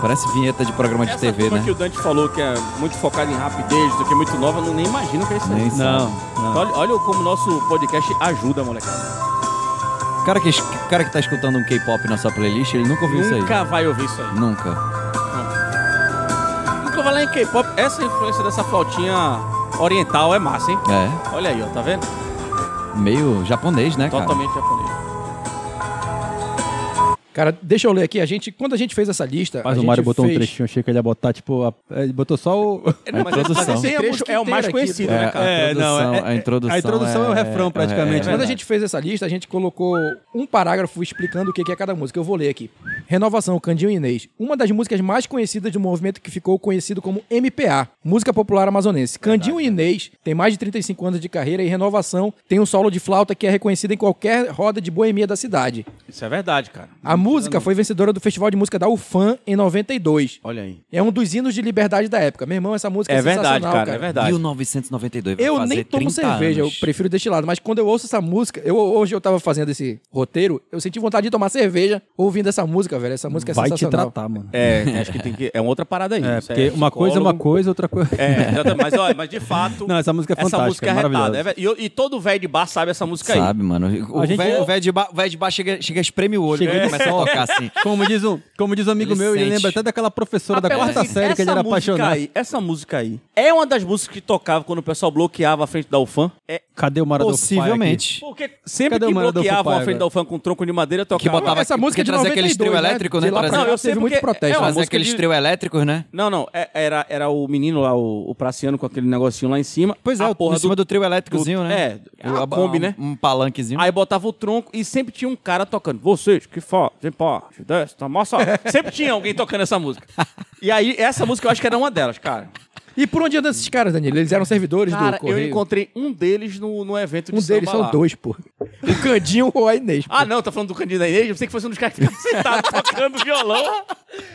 Speaker 3: Parece vinheta de programa de
Speaker 1: Essa
Speaker 3: TV,
Speaker 1: turma
Speaker 3: né?
Speaker 1: que o Dante falou que é muito focada em rapidez, do que é muito nova, eu não nem imagino que é isso aí.
Speaker 3: Nem sabe.
Speaker 1: Então, olha, olha como o nosso podcast ajuda, molecada.
Speaker 3: Cara que, es- cara que tá escutando um K-pop na sua playlist, ele nunca ouviu isso
Speaker 1: Nunca vai ouvir isso aí.
Speaker 3: aí. Nunca.
Speaker 1: Nunca vai lá em K-pop. Essa influência dessa flautinha oriental é massa, hein?
Speaker 3: É.
Speaker 1: Olha aí, ó, tá vendo?
Speaker 3: Meio japonês, né, cara?
Speaker 1: Totalmente japonês.
Speaker 4: Cara, deixa eu ler aqui. A gente, quando a gente fez essa lista.
Speaker 5: Mas
Speaker 4: a
Speaker 5: o Mário
Speaker 4: gente
Speaker 5: botou um
Speaker 4: fez-
Speaker 5: trechinho, achei que ele ia botar, tipo, a- ele botou só o.
Speaker 3: A introdução.
Speaker 1: Esse aí é,
Speaker 4: Trecho
Speaker 1: música- é o mais
Speaker 4: inteiro aqui,
Speaker 1: conhecido,
Speaker 4: pô.
Speaker 1: né, cara?
Speaker 5: É, não, é-
Speaker 3: a introdução.
Speaker 5: a introdução é o refrão, praticamente,
Speaker 3: é-
Speaker 5: né?
Speaker 4: Quando a gente fez essa lista, a gente colocou um parágrafo explicando o que que é cada música. Eu vou ler aqui. Renovação, Candinho e Inês. Uma das músicas mais conhecidas do movimento que ficou conhecido como MPA, Música Popular
Speaker 1: É
Speaker 4: Amazonense. Candinho e Inês tem mais de 35 anos de carreira e Renovação tem um solo de flauta que é reconhecido em qualquer roda de boemia da cidade.
Speaker 1: Isso é verdade, cara.
Speaker 4: A música foi vencedora do Festival de Música da UFAM em 92.
Speaker 1: Olha aí.
Speaker 4: É um dos hinos de liberdade da época. Meu irmão, essa música é,
Speaker 1: É verdade,
Speaker 4: sensacional,
Speaker 1: cara,
Speaker 4: cara.
Speaker 1: é verdade.
Speaker 3: 1992. vai
Speaker 4: Eu
Speaker 3: fazer
Speaker 4: nem tomo
Speaker 3: 30
Speaker 4: cerveja,
Speaker 3: anos.
Speaker 4: eu prefiro destilado. Mas quando eu ouço essa música, eu, hoje eu tava fazendo esse roteiro, eu senti vontade de tomar cerveja ouvindo essa música, velho. Essa música é
Speaker 5: Vai te
Speaker 4: sensacional.
Speaker 5: tratar, mano.
Speaker 1: É, acho que tem que. É uma outra parada aí.
Speaker 5: É,
Speaker 1: Isso
Speaker 5: porque uma coisa é uma
Speaker 1: psicólogo.
Speaker 5: coisa, outra coisa.
Speaker 1: É, exatamente. mas olha,
Speaker 5: [laughs]
Speaker 1: mas de fato.
Speaker 5: Não, essa música é fantástica,
Speaker 1: é
Speaker 5: maravilhosa.
Speaker 1: arretada. É ve- e, e todo velho de bar sabe essa música aí.
Speaker 3: Sabe, mano? O
Speaker 5: [laughs] A gente- é-
Speaker 3: velho, É, o velho de bar, o velho de bar chega, chega a espremer o olho
Speaker 5: Chega-
Speaker 3: quando começa a tocar assim.
Speaker 5: Como diz um, como diz um amigo
Speaker 3: Ele
Speaker 5: meu, ele
Speaker 3: sente.
Speaker 5: lembra até daquela professora da
Speaker 1: Apesar
Speaker 5: quarta
Speaker 1: de-
Speaker 5: série que ele
Speaker 1: essa
Speaker 5: era
Speaker 1: música
Speaker 5: apaixonado.
Speaker 1: Aí, essa música aí é uma das músicas que tocava quando o pessoal bloqueava a frente da UFAM. É,
Speaker 5: Cadê o Maradona?
Speaker 3: Possivelmente.
Speaker 1: porque sempre
Speaker 5: Cadê
Speaker 1: que
Speaker 5: o Maradona
Speaker 1: bloqueavam a
Speaker 5: Pai
Speaker 1: frente
Speaker 5: agora?
Speaker 1: da UFAM com tronco de madeira,
Speaker 3: Que
Speaker 1: tocava.
Speaker 3: botava
Speaker 4: essa
Speaker 3: porque
Speaker 4: música é de
Speaker 3: trazer aquele
Speaker 4: 92,
Speaker 3: trio
Speaker 4: né?
Speaker 3: elétrico, né?
Speaker 4: De lá pra
Speaker 3: Trazer,
Speaker 4: cá,
Speaker 1: Não, eu sei
Speaker 4: Teve
Speaker 1: porque
Speaker 4: muito protesto.
Speaker 1: É uma
Speaker 3: trazer
Speaker 1: música
Speaker 3: aqueles
Speaker 1: de-
Speaker 3: trio elétricos, né?
Speaker 1: Não, não, é- era, era o menino lá, o, o Praciano, com aquele negocinho lá em cima.
Speaker 3: Pois é,
Speaker 1: a
Speaker 3: em cima do, trio elétricozinho,
Speaker 1: do-
Speaker 3: né?
Speaker 1: é,
Speaker 3: O-
Speaker 1: a
Speaker 3: ab-
Speaker 1: Kombi,
Speaker 3: um-
Speaker 1: né?
Speaker 3: Um palanquezinho.
Speaker 1: Aí botava o tronco e sempre tinha um cara tocando. Vocês, que foda, vem pó, desce, toma só. Sempre tinha alguém tocando essa música. E aí, essa música eu acho que era uma delas, cara.
Speaker 4: E por onde andam esses caras, Danilo? Eles eram servidores
Speaker 1: Cara,
Speaker 4: do
Speaker 1: eu
Speaker 4: Correio?
Speaker 1: encontrei um deles no, no evento de
Speaker 4: Um deles
Speaker 1: samba
Speaker 4: são
Speaker 1: lá.
Speaker 4: dois, pô. O Candinho ou a Inês.
Speaker 1: [laughs]
Speaker 4: pô.
Speaker 1: Ah, não, tá falando do Candido da Inês? Eu pensei que fosse um dos caras que ficava sentado tocando violão.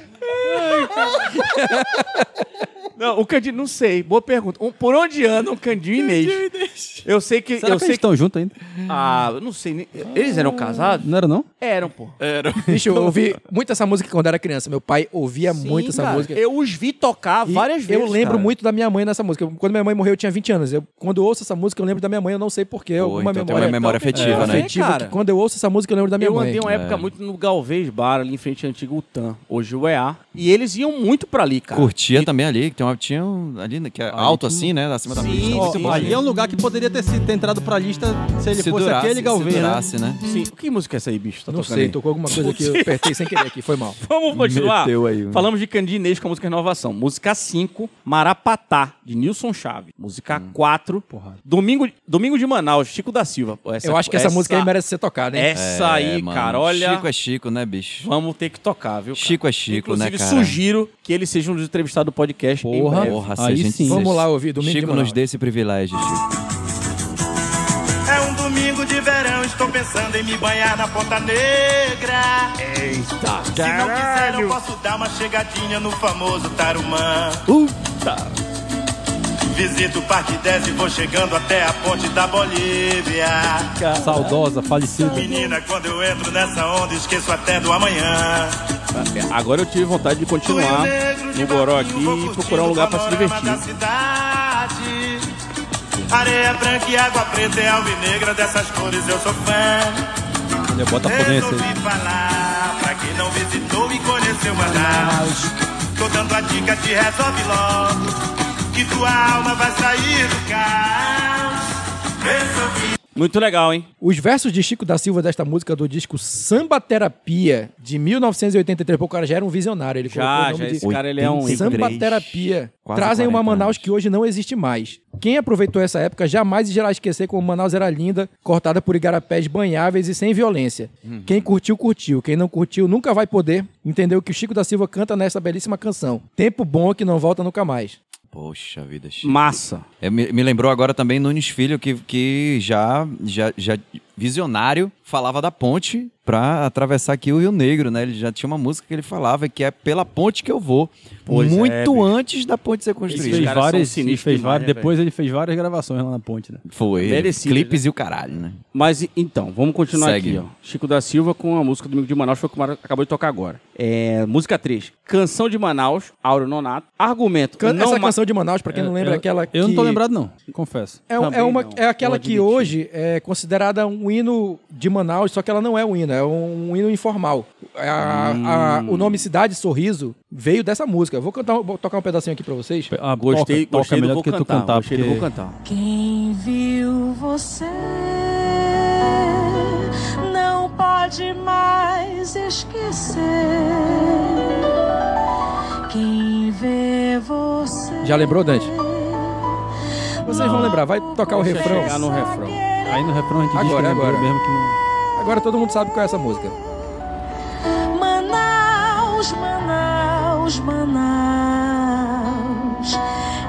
Speaker 1: Ai, cara. Não, o Candido, não sei. Boa pergunta. Um- por onde andam Candido e Inês? Eu sei que.
Speaker 5: Será
Speaker 1: eu
Speaker 5: que
Speaker 1: sei
Speaker 5: eles estão juntos ainda?
Speaker 1: que- Ah, eu não sei. nem- Eles eram casados?
Speaker 5: Não era, não?
Speaker 1: Eram, pô.
Speaker 4: Bicho, eu ouvi muito essa música quando era criança. Meu pai ouvia
Speaker 1: então. Sim,
Speaker 4: muito essa
Speaker 1: cara.
Speaker 4: música.
Speaker 1: Eu os vi tocar
Speaker 4: E
Speaker 1: várias vezes.
Speaker 4: Eu lembro
Speaker 1: cara.
Speaker 4: muito da minha mãe nessa música. Quando minha mãe morreu, eu tinha 20 anos. Eu, quando eu ouço essa música, eu lembro da minha mãe. Eu não sei porquê. alguma
Speaker 3: então tem
Speaker 4: memória.
Speaker 3: uma memória afetiva,
Speaker 1: é,
Speaker 3: né?
Speaker 4: afetiva
Speaker 1: cara.
Speaker 4: que quando eu ouço essa música, eu lembro da minha
Speaker 1: eu
Speaker 4: mãe.
Speaker 1: andei
Speaker 3: É.
Speaker 1: uma época muito no Galvez Bar, ali em frente ao antigo UTAM, hoje o EA. E eles iam muito pra ali, cara.
Speaker 3: Curtia também ali, que tem uma, tinha um ali né, que é alto assim, né? Acima da
Speaker 1: Sim,
Speaker 3: pista.
Speaker 1: ó,
Speaker 3: Muito
Speaker 1: sim.
Speaker 3: bom.
Speaker 5: Ali é um lugar que poderia ter, sido- ter entrado pra lista se ele
Speaker 3: Se
Speaker 5: fosse
Speaker 3: durasse,
Speaker 5: aquele Galvez,
Speaker 3: se
Speaker 5: né?
Speaker 3: durasse, né?
Speaker 1: Sim. Que música é essa aí, bicho? Tá
Speaker 4: Não
Speaker 1: tocando
Speaker 4: sei,
Speaker 1: aí?
Speaker 4: tocou alguma coisa que eu apertei sem querer aqui,
Speaker 3: [laughs]
Speaker 4: foi mal.
Speaker 1: Vamos continuar.
Speaker 3: Meteu aí, né?
Speaker 1: Falamos de Candinho Inês com a música Renovação. Música 5, Marapatá, de Nilson Chave. Música
Speaker 3: Hum.
Speaker 1: 4, Domingo, Domingo de Manaus, Chico da Silva. Pô,
Speaker 4: eu acho que essa, música aí merece ser tocada, hein?
Speaker 1: Essa aí,
Speaker 3: É, mano,
Speaker 1: cara, olha.
Speaker 3: Chico é Chico, né, bicho?
Speaker 1: Vamos ter que tocar, viu? cara?
Speaker 3: Chico é Chico,
Speaker 1: Inclusive,
Speaker 3: né, cara?
Speaker 1: sugiro que ele seja um dos entrevistados do podcast. em
Speaker 5: Porra.
Speaker 1: breve.
Speaker 3: Porra, se
Speaker 5: Aí
Speaker 3: a gente
Speaker 5: sim.
Speaker 3: se-
Speaker 4: Vamos lá ouvir Domingo de
Speaker 3: Chico
Speaker 4: Manaus.
Speaker 3: nos dê esse privilégio, Chico.
Speaker 8: É um domingo de verão, estou pensando em me banhar na Ponta Negra. Eita, Se não quiser, eu posso dar uma chegadinha no famoso Tarumã. Visito o Parque 10 e vou chegando até a Ponte da Bolívia.
Speaker 5: Saudosa, falecida.
Speaker 8: Menina, quando eu entro nessa onda, esqueço até do amanhã.
Speaker 1: Agora eu tive vontade de continuar no Goró aqui e procurar um lugar pra se divertir.
Speaker 8: Areia branca e água preta é alvinegra, dessas cores eu sou fã.
Speaker 5: Olha, bota a potência aí.
Speaker 8: Resolvi falar pra quem não visitou e conheceu Manaus. Tô dando a dica de resolve logo, que tua alma vai sair do caos. Resolvi.
Speaker 1: Muito legal, hein?
Speaker 4: Os versos de Chico da Silva desta música do disco Samba Terapia, de 1983. Pô, o cara já era um visionário. Ele colocou o
Speaker 1: Já,
Speaker 4: nome
Speaker 1: já.
Speaker 4: de
Speaker 1: Esse cara, ele é um...
Speaker 3: Oitenta e cinco.
Speaker 4: Samba
Speaker 3: Três,
Speaker 4: Terapia.
Speaker 3: quase
Speaker 4: Trazem uma
Speaker 3: 40
Speaker 4: Manaus
Speaker 3: anos.
Speaker 4: que hoje não existe mais. Quem aproveitou essa época jamais irá esquecer como Manaus era linda, cortada por igarapés banháveis e sem violência.
Speaker 5: Uhum.
Speaker 4: Quem curtiu, curtiu. Quem não curtiu, nunca vai poder entender o que o Chico da Silva canta nessa belíssima canção. Tempo bom que não volta nunca mais.
Speaker 3: Poxa vida, Chico.
Speaker 1: Massa.
Speaker 3: É, me, me lembrou agora também Nunes Filho, que, que já, já, já visionário, falava da ponte pra atravessar aqui o Rio Negro, né? Ele já tinha uma música que ele falava que é pela ponte que eu vou,
Speaker 1: Pois é,
Speaker 3: muito
Speaker 1: bicho.
Speaker 3: antes da ponte ser
Speaker 1: Esses
Speaker 3: construída.
Speaker 5: Fez
Speaker 1: caras são
Speaker 5: várias,
Speaker 1: sinistros
Speaker 5: fez
Speaker 1: demais,
Speaker 5: várias-
Speaker 1: né,
Speaker 5: depois ele fez várias gravações lá na ponte, né?
Speaker 3: Foi.
Speaker 1: Merecido,
Speaker 3: Clipes e o caralho, né?
Speaker 1: Mas e- então, vamos continuar
Speaker 3: Segue.
Speaker 1: aqui, ó. Chico da Silva com a música Domingo de Manaus, foi o que o Mara acabou de tocar agora. É, música 3. Canção de Manaus, Áureo Nonato. Argumento.
Speaker 4: Can-
Speaker 1: não
Speaker 4: essa
Speaker 1: ma-
Speaker 4: canção de Manaus, pra quem não lembra,
Speaker 5: eu,
Speaker 4: é aquela
Speaker 5: Eu não tô
Speaker 4: que-
Speaker 5: lembrado, não, confesso.
Speaker 4: É, um- é
Speaker 1: Também
Speaker 4: uma,
Speaker 1: não,
Speaker 4: é aquela
Speaker 1: vou
Speaker 4: que
Speaker 1: admitir.
Speaker 4: hoje é considerada um hino de Manaus, só que ela não é um hino, é um hino informal. É A- a-
Speaker 1: Hum.
Speaker 4: o nome Cidade Sorriso veio dessa música. Eu Vou, cantar, vou tocar um pedacinho aqui pra vocês.
Speaker 5: Ah,
Speaker 1: Gostei,
Speaker 5: toca, toca
Speaker 1: gostei
Speaker 5: melhor
Speaker 1: do
Speaker 5: do que
Speaker 1: vou
Speaker 5: tu
Speaker 1: cantar.
Speaker 5: cantar.
Speaker 1: gostei do
Speaker 5: porque-
Speaker 1: vou cantar.
Speaker 9: Quem viu você não pode mais esquecer. Quem vê você.
Speaker 4: Já lembrou, Dante? Vocês vão lembrar, vai tocar o
Speaker 1: Deixa eu
Speaker 4: refrão.
Speaker 1: chegar no refrão.
Speaker 5: Aí no refrão a gente
Speaker 4: Agora,
Speaker 5: diz que lembrou
Speaker 4: agora.
Speaker 5: mesmo que não...
Speaker 4: Agora todo mundo sabe qual é essa música.
Speaker 9: Manaus, Manaus, Manaus,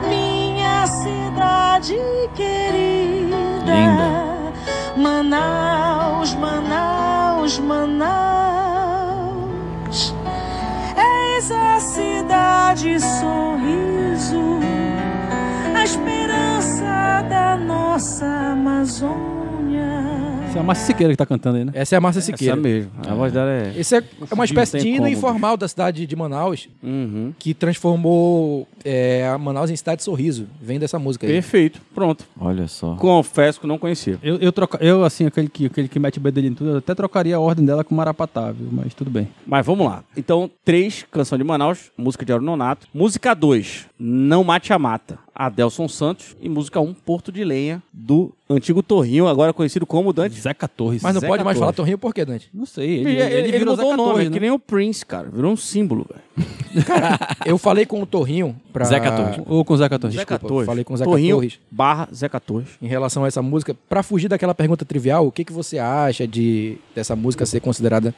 Speaker 9: minha cidade querida.
Speaker 3: Linda.
Speaker 9: Manaus, Manaus, Manaus, eis a cidade sorriso, a esperança da nossa Amazônia.
Speaker 5: Essa é a Márcia Siqueira que tá cantando aí, né?
Speaker 4: Essa é a Márcia
Speaker 1: Essa
Speaker 4: Siqueira.
Speaker 1: mesmo. A voz dela é...
Speaker 4: Esse é, é uma espécie
Speaker 1: Não
Speaker 4: de
Speaker 1: tem
Speaker 4: hino
Speaker 1: como,
Speaker 4: informal da cidade de Manaus
Speaker 1: Uhum.
Speaker 4: que transformou é, a Manaus em cidade sorriso. Vem dessa música aí.
Speaker 1: Perfeito. Pronto.
Speaker 3: Olha só.
Speaker 1: Confesso que não conhecia.
Speaker 5: Eu, eu, troca... eu assim, aquele que, aquele que mete o bedelho em tudo, eu até trocaria a ordem dela com Marapatá, viu? Mas tudo bem.
Speaker 1: Mas vamos lá. Então, três, Canção de Manaus, música de Auro Nonato. Música 2, Não Mate a Mata, Adelson Santos. E música 1, um, Porto de Lenha, do antigo Torrinho, agora conhecido como Dante.
Speaker 5: Zeca Torres.
Speaker 4: Mas não
Speaker 1: Zé
Speaker 4: pode mais
Speaker 1: 14.
Speaker 4: falar Torrinho por quê, Dante?
Speaker 5: Não sei, ele, ele, virou
Speaker 1: mudou
Speaker 5: Zeca
Speaker 1: o nome, é
Speaker 5: Torres, né?
Speaker 1: que nem o Prince, cara. Virou um símbolo, velho.
Speaker 4: Eu falei com o Torrinho pra...
Speaker 3: Zeca Torres.
Speaker 5: Ou com Zeca Torres.
Speaker 1: Zeca
Speaker 4: Desculpa,
Speaker 1: Torres.
Speaker 4: falei com Zeca
Speaker 1: Torrinho
Speaker 4: Torres.
Speaker 1: barra Zeca Torres.
Speaker 4: em relação a essa música, pra fugir daquela pergunta trivial, o que, que você acha de dessa música ser considerada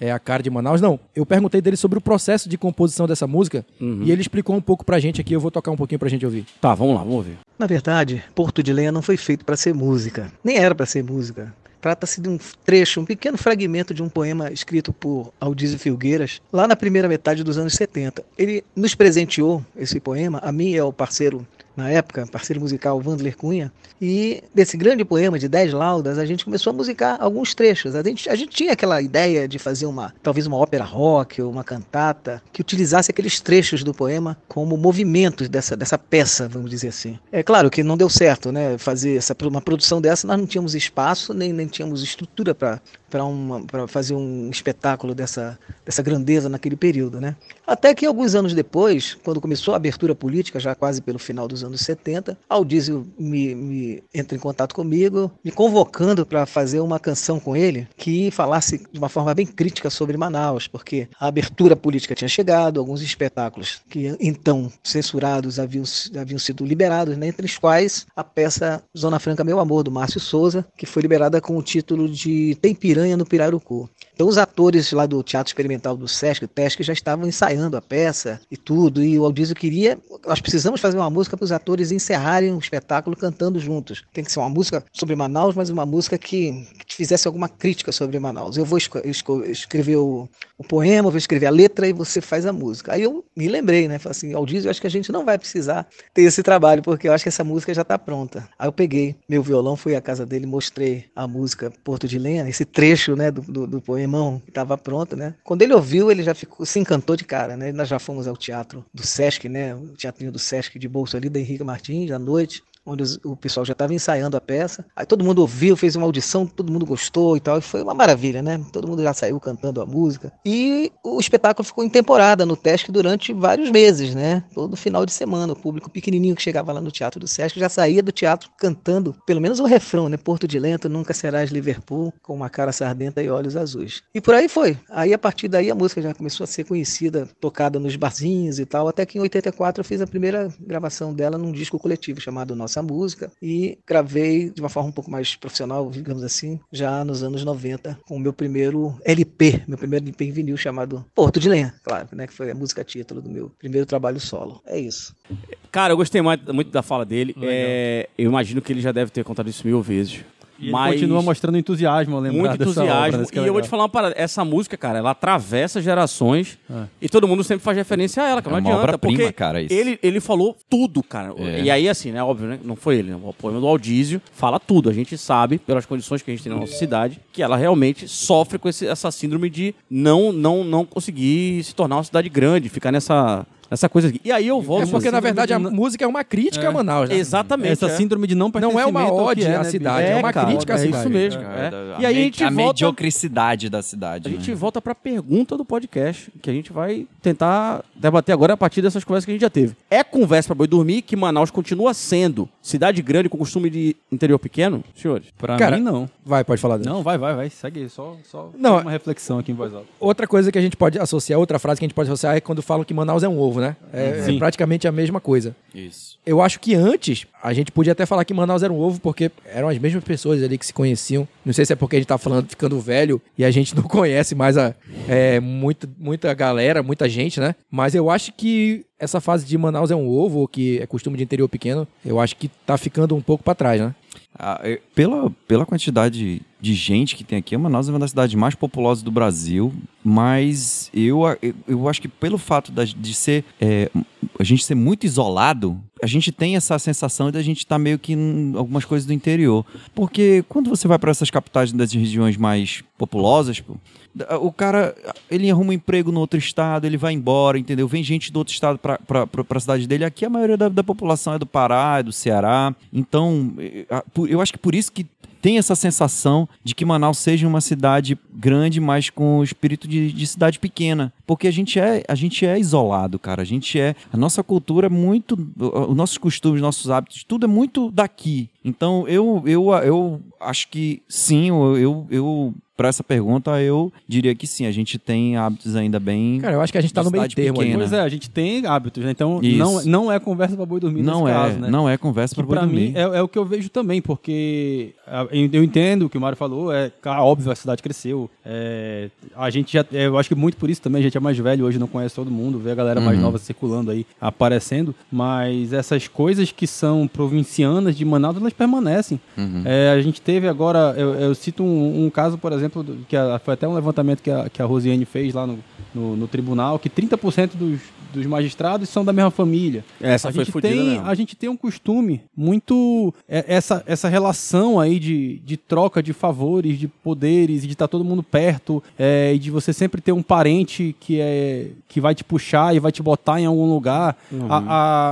Speaker 4: é, a cara de Manaus? Não, eu perguntei dele sobre o processo de composição dessa música
Speaker 5: Uhum.
Speaker 4: e ele explicou um pouco pra gente aqui, eu vou tocar um pouquinho pra gente ouvir.
Speaker 1: Tá, vamos lá, vamos ver.
Speaker 10: Na verdade, Porto de Lenha não foi feito para ser música, nem era para ser música. Trata-se de um trecho, um pequeno fragmento de um poema escrito por Aldizio Filgueiras, lá na primeira metade dos anos 70. Ele nos presenteou esse poema, a mim e ao parceiro, na época, parceiro musical Wandler Cunha, e desse grande poema de dez laudas, a gente começou a musicar alguns trechos. A gente, a gente tinha aquela ideia de fazer uma, talvez uma ópera rock ou uma cantata que utilizasse aqueles trechos do poema como movimentos dessa, dessa peça, vamos dizer assim. É claro que não deu certo, né? Fazer essa, uma produção dessa, nós não tínhamos espaço, nem, nem tínhamos estrutura para fazer um espetáculo dessa, dessa grandeza naquele período, né? Até que alguns anos depois, quando começou a abertura política, já quase pelo final dos anos 70, Aldizio me, me entra em contato comigo, me convocando para fazer uma canção com ele que falasse de uma forma bem crítica sobre Manaus, porque a abertura política tinha chegado, alguns espetáculos que então censurados haviam, haviam sido liberados, né, entre os quais a peça Zona Franca Meu Amor, do Márcio Souza, que foi liberada com o título de Tem Piranha no Pirarucu. Então os atores lá do Teatro Experimental do Sesc, o Tesc, já estavam ensaiando a peça e tudo, e o Aldizio queria, nós precisamos fazer uma música para os atores encerrarem o espetáculo cantando juntos. Tem que ser uma música sobre Manaus, mas uma música que, que te fizesse alguma crítica sobre Manaus. Eu vou esco- esco- escrever o, o poema, eu vou escrever a letra e você faz a música. Aí eu me lembrei, né? Falei assim, Aldizio, eu acho que a gente não vai precisar ter esse trabalho, porque eu acho que essa música já está pronta. Aí eu peguei meu violão, fui à casa dele, mostrei a música Porto de Lenha, esse trecho, né, do, do, do poemão que estava pronto, né? Quando ele ouviu, ele já ficou, se encantou de cara, né? Nós já fomos ao teatro do Sesc, né? O teatrinho do Sesc de bolso ali, da Henrique Martins, à noite onde os- o pessoal já estava ensaiando a peça. Aí todo mundo ouviu, fez uma audição, todo mundo gostou e tal. E foi uma maravilha, né? Todo mundo já saiu cantando a música. E o espetáculo ficou em temporada no Tesc durante vários meses, né? Todo final de semana. O público pequenininho que chegava lá no Teatro do Sesc já saía do teatro cantando, pelo menos o refrão, né? Porto de Lento, nunca serás Liverpool, com uma cara sardenta e olhos azuis. E por aí foi. Aí a partir daí a música já começou a ser conhecida, tocada nos barzinhos e tal. Até que em 84 eu fiz a primeira gravação dela num disco coletivo chamado Nossa Música e gravei de uma forma um pouco mais profissional, digamos assim, já nos anos 90 com o meu primeiro LP, meu primeiro LP em vinil chamado Porto de Lenha, claro, né, que foi a música título do meu primeiro trabalho solo. É isso.
Speaker 1: Cara, eu gostei mais- muito da fala dele. É, eu imagino que ele já deve ter contado isso mil vezes.
Speaker 5: E ele
Speaker 1: Mas-
Speaker 5: continua mostrando entusiasmo, ao lembrar
Speaker 1: Muito
Speaker 5: dessa obra,
Speaker 1: entusiasmo.
Speaker 5: isso que
Speaker 1: E
Speaker 5: é
Speaker 1: eu vou te
Speaker 5: legal.
Speaker 1: falar uma parada. Essa música, cara, ela atravessa gerações e todo mundo sempre faz referência a ela, cara.
Speaker 3: É
Speaker 1: não
Speaker 3: uma
Speaker 1: adianta.
Speaker 3: obra-prima,
Speaker 1: porque
Speaker 3: cara, isso.
Speaker 1: Ele, ele falou tudo, cara.
Speaker 3: É.
Speaker 1: E aí, assim, né? Óbvio, né? Não foi ele, né? O poema do Aldísio fala tudo. A gente sabe, pelas condições que a gente tem na nossa cidade, que ela realmente sofre com esse- essa síndrome de não, não, não conseguir se tornar uma cidade grande, ficar nessa, nessa coisa aqui. E aí eu volto.
Speaker 4: É porque, na
Speaker 5: síndrome
Speaker 4: verdade, a
Speaker 5: de-
Speaker 4: música é uma crítica a Manaus, né?
Speaker 1: Exatamente.
Speaker 5: Essa
Speaker 1: é.
Speaker 5: síndrome de não
Speaker 4: Não é
Speaker 5: pertencimento
Speaker 4: uma
Speaker 5: ao que
Speaker 4: ode à
Speaker 5: né,
Speaker 4: cidade,
Speaker 5: bicho?
Speaker 4: é uma crítica à
Speaker 5: é
Speaker 4: cidade.
Speaker 1: Isso mesmo.
Speaker 3: né?
Speaker 1: é. E aí a gente
Speaker 3: a
Speaker 1: volta
Speaker 3: mediocridade da cidade.
Speaker 1: A
Speaker 3: né?
Speaker 1: gente volta para a pergunta do podcast, que a gente vai tentar debater agora a partir dessas conversas que a gente já teve. É conversa para boi dormir que Manaus continua sendo cidade grande com costume de interior pequeno, senhores?
Speaker 5: Pra
Speaker 4: Cara,
Speaker 5: mim, não.
Speaker 4: Vai, pode falar. Dan.
Speaker 5: Não, vai, vai, vai. Segue aí. Só, só
Speaker 4: Não,
Speaker 5: uma reflexão aqui em voz alta.
Speaker 4: Outra coisa que a gente pode associar, outra frase que a gente pode associar é quando falam que Manaus é um ovo, né? É,
Speaker 5: Sim.
Speaker 4: é praticamente a mesma coisa.
Speaker 3: Isso.
Speaker 4: Eu acho que antes a gente podia até falar que Manaus era um ovo, porque eram as mesmas pessoas ali que se conheciam. Não sei se é porque a gente tá falando, ficando velho e a gente [laughs] não conhece mais a, é, muita, muita galera, muita gente, né? Mas eu acho que essa fase de Manaus é um ovo, ou que é costume de interior pequeno, eu acho que tá ficando um pouco pra trás, né?
Speaker 3: Ah, eu- pela, pela quantidade de gente que tem aqui, Manaus é uma das cidades mais populosas do Brasil, mas eu, a- eu, eu acho que pelo fato da- de ser é, a gente ser muito isolado, a gente tem essa sensação de a gente estar meio que em algumas coisas do interior. Porque quando você vai para essas capitais das regiões mais populosas, pô, da- o cara ele arruma um emprego no outro estado, ele vai embora, entendeu? Vem gente do outro estado para a cidade dele. Aqui a maioria da, da população é do Pará, é do Ceará. Então, eh, a- por- eu acho que por isso que tem essa sensação de que Manaus seja uma cidade grande, mas com o espírito de, de cidade pequena. Porque a gente, é, a gente é isolado, cara. A gente é. A nossa cultura é muito. o- Os nossos costumes, nossos hábitos, tudo é muito daqui. Então, eu, eu, eu acho que sim, eu. eu, eu para essa pergunta, eu diria que sim. A gente tem hábitos ainda bem.
Speaker 4: Cara, eu acho que a gente tá
Speaker 3: De
Speaker 4: no meio
Speaker 3: cidade
Speaker 4: termo
Speaker 3: pequena.
Speaker 4: aí.
Speaker 5: Pois é, a gente tem hábitos, né? Então
Speaker 3: Isso.
Speaker 5: não, não é conversa pra boi dormir
Speaker 3: não
Speaker 5: nesse
Speaker 3: é,
Speaker 5: caso, né?
Speaker 3: não é conversa
Speaker 5: Que
Speaker 3: para
Speaker 5: pra mim
Speaker 3: dormir.
Speaker 5: é, é o que eu vejo também, porque ah, eu eu entendo o que o Mário falou, é claro, óbvio, a cidade cresceu. é, a gente já, é, eu acho que muito por isso também a gente é mais velho, hoje não conhece todo mundo, vê a galera mais nova circulando aí, aparecendo, mas essas coisas que são provincianas de Manaus, elas permanecem. É, a gente teve agora, eu, eu cito um, um caso, por exemplo, do- que a- foi até um levantamento que a, que a Rosiane fez lá no, no, no tribunal, que 30% dos, dos magistrados são da mesma família
Speaker 1: Essa né,
Speaker 5: a gente tem, A gente tem um costume muito. é- Essa, essa relação aí de, de troca de favores, de poderes, e de estar todo mundo perto, é, e de você sempre ter um parente que, é, que vai te puxar e vai te botar em algum lugar.
Speaker 1: Uhum.
Speaker 5: A,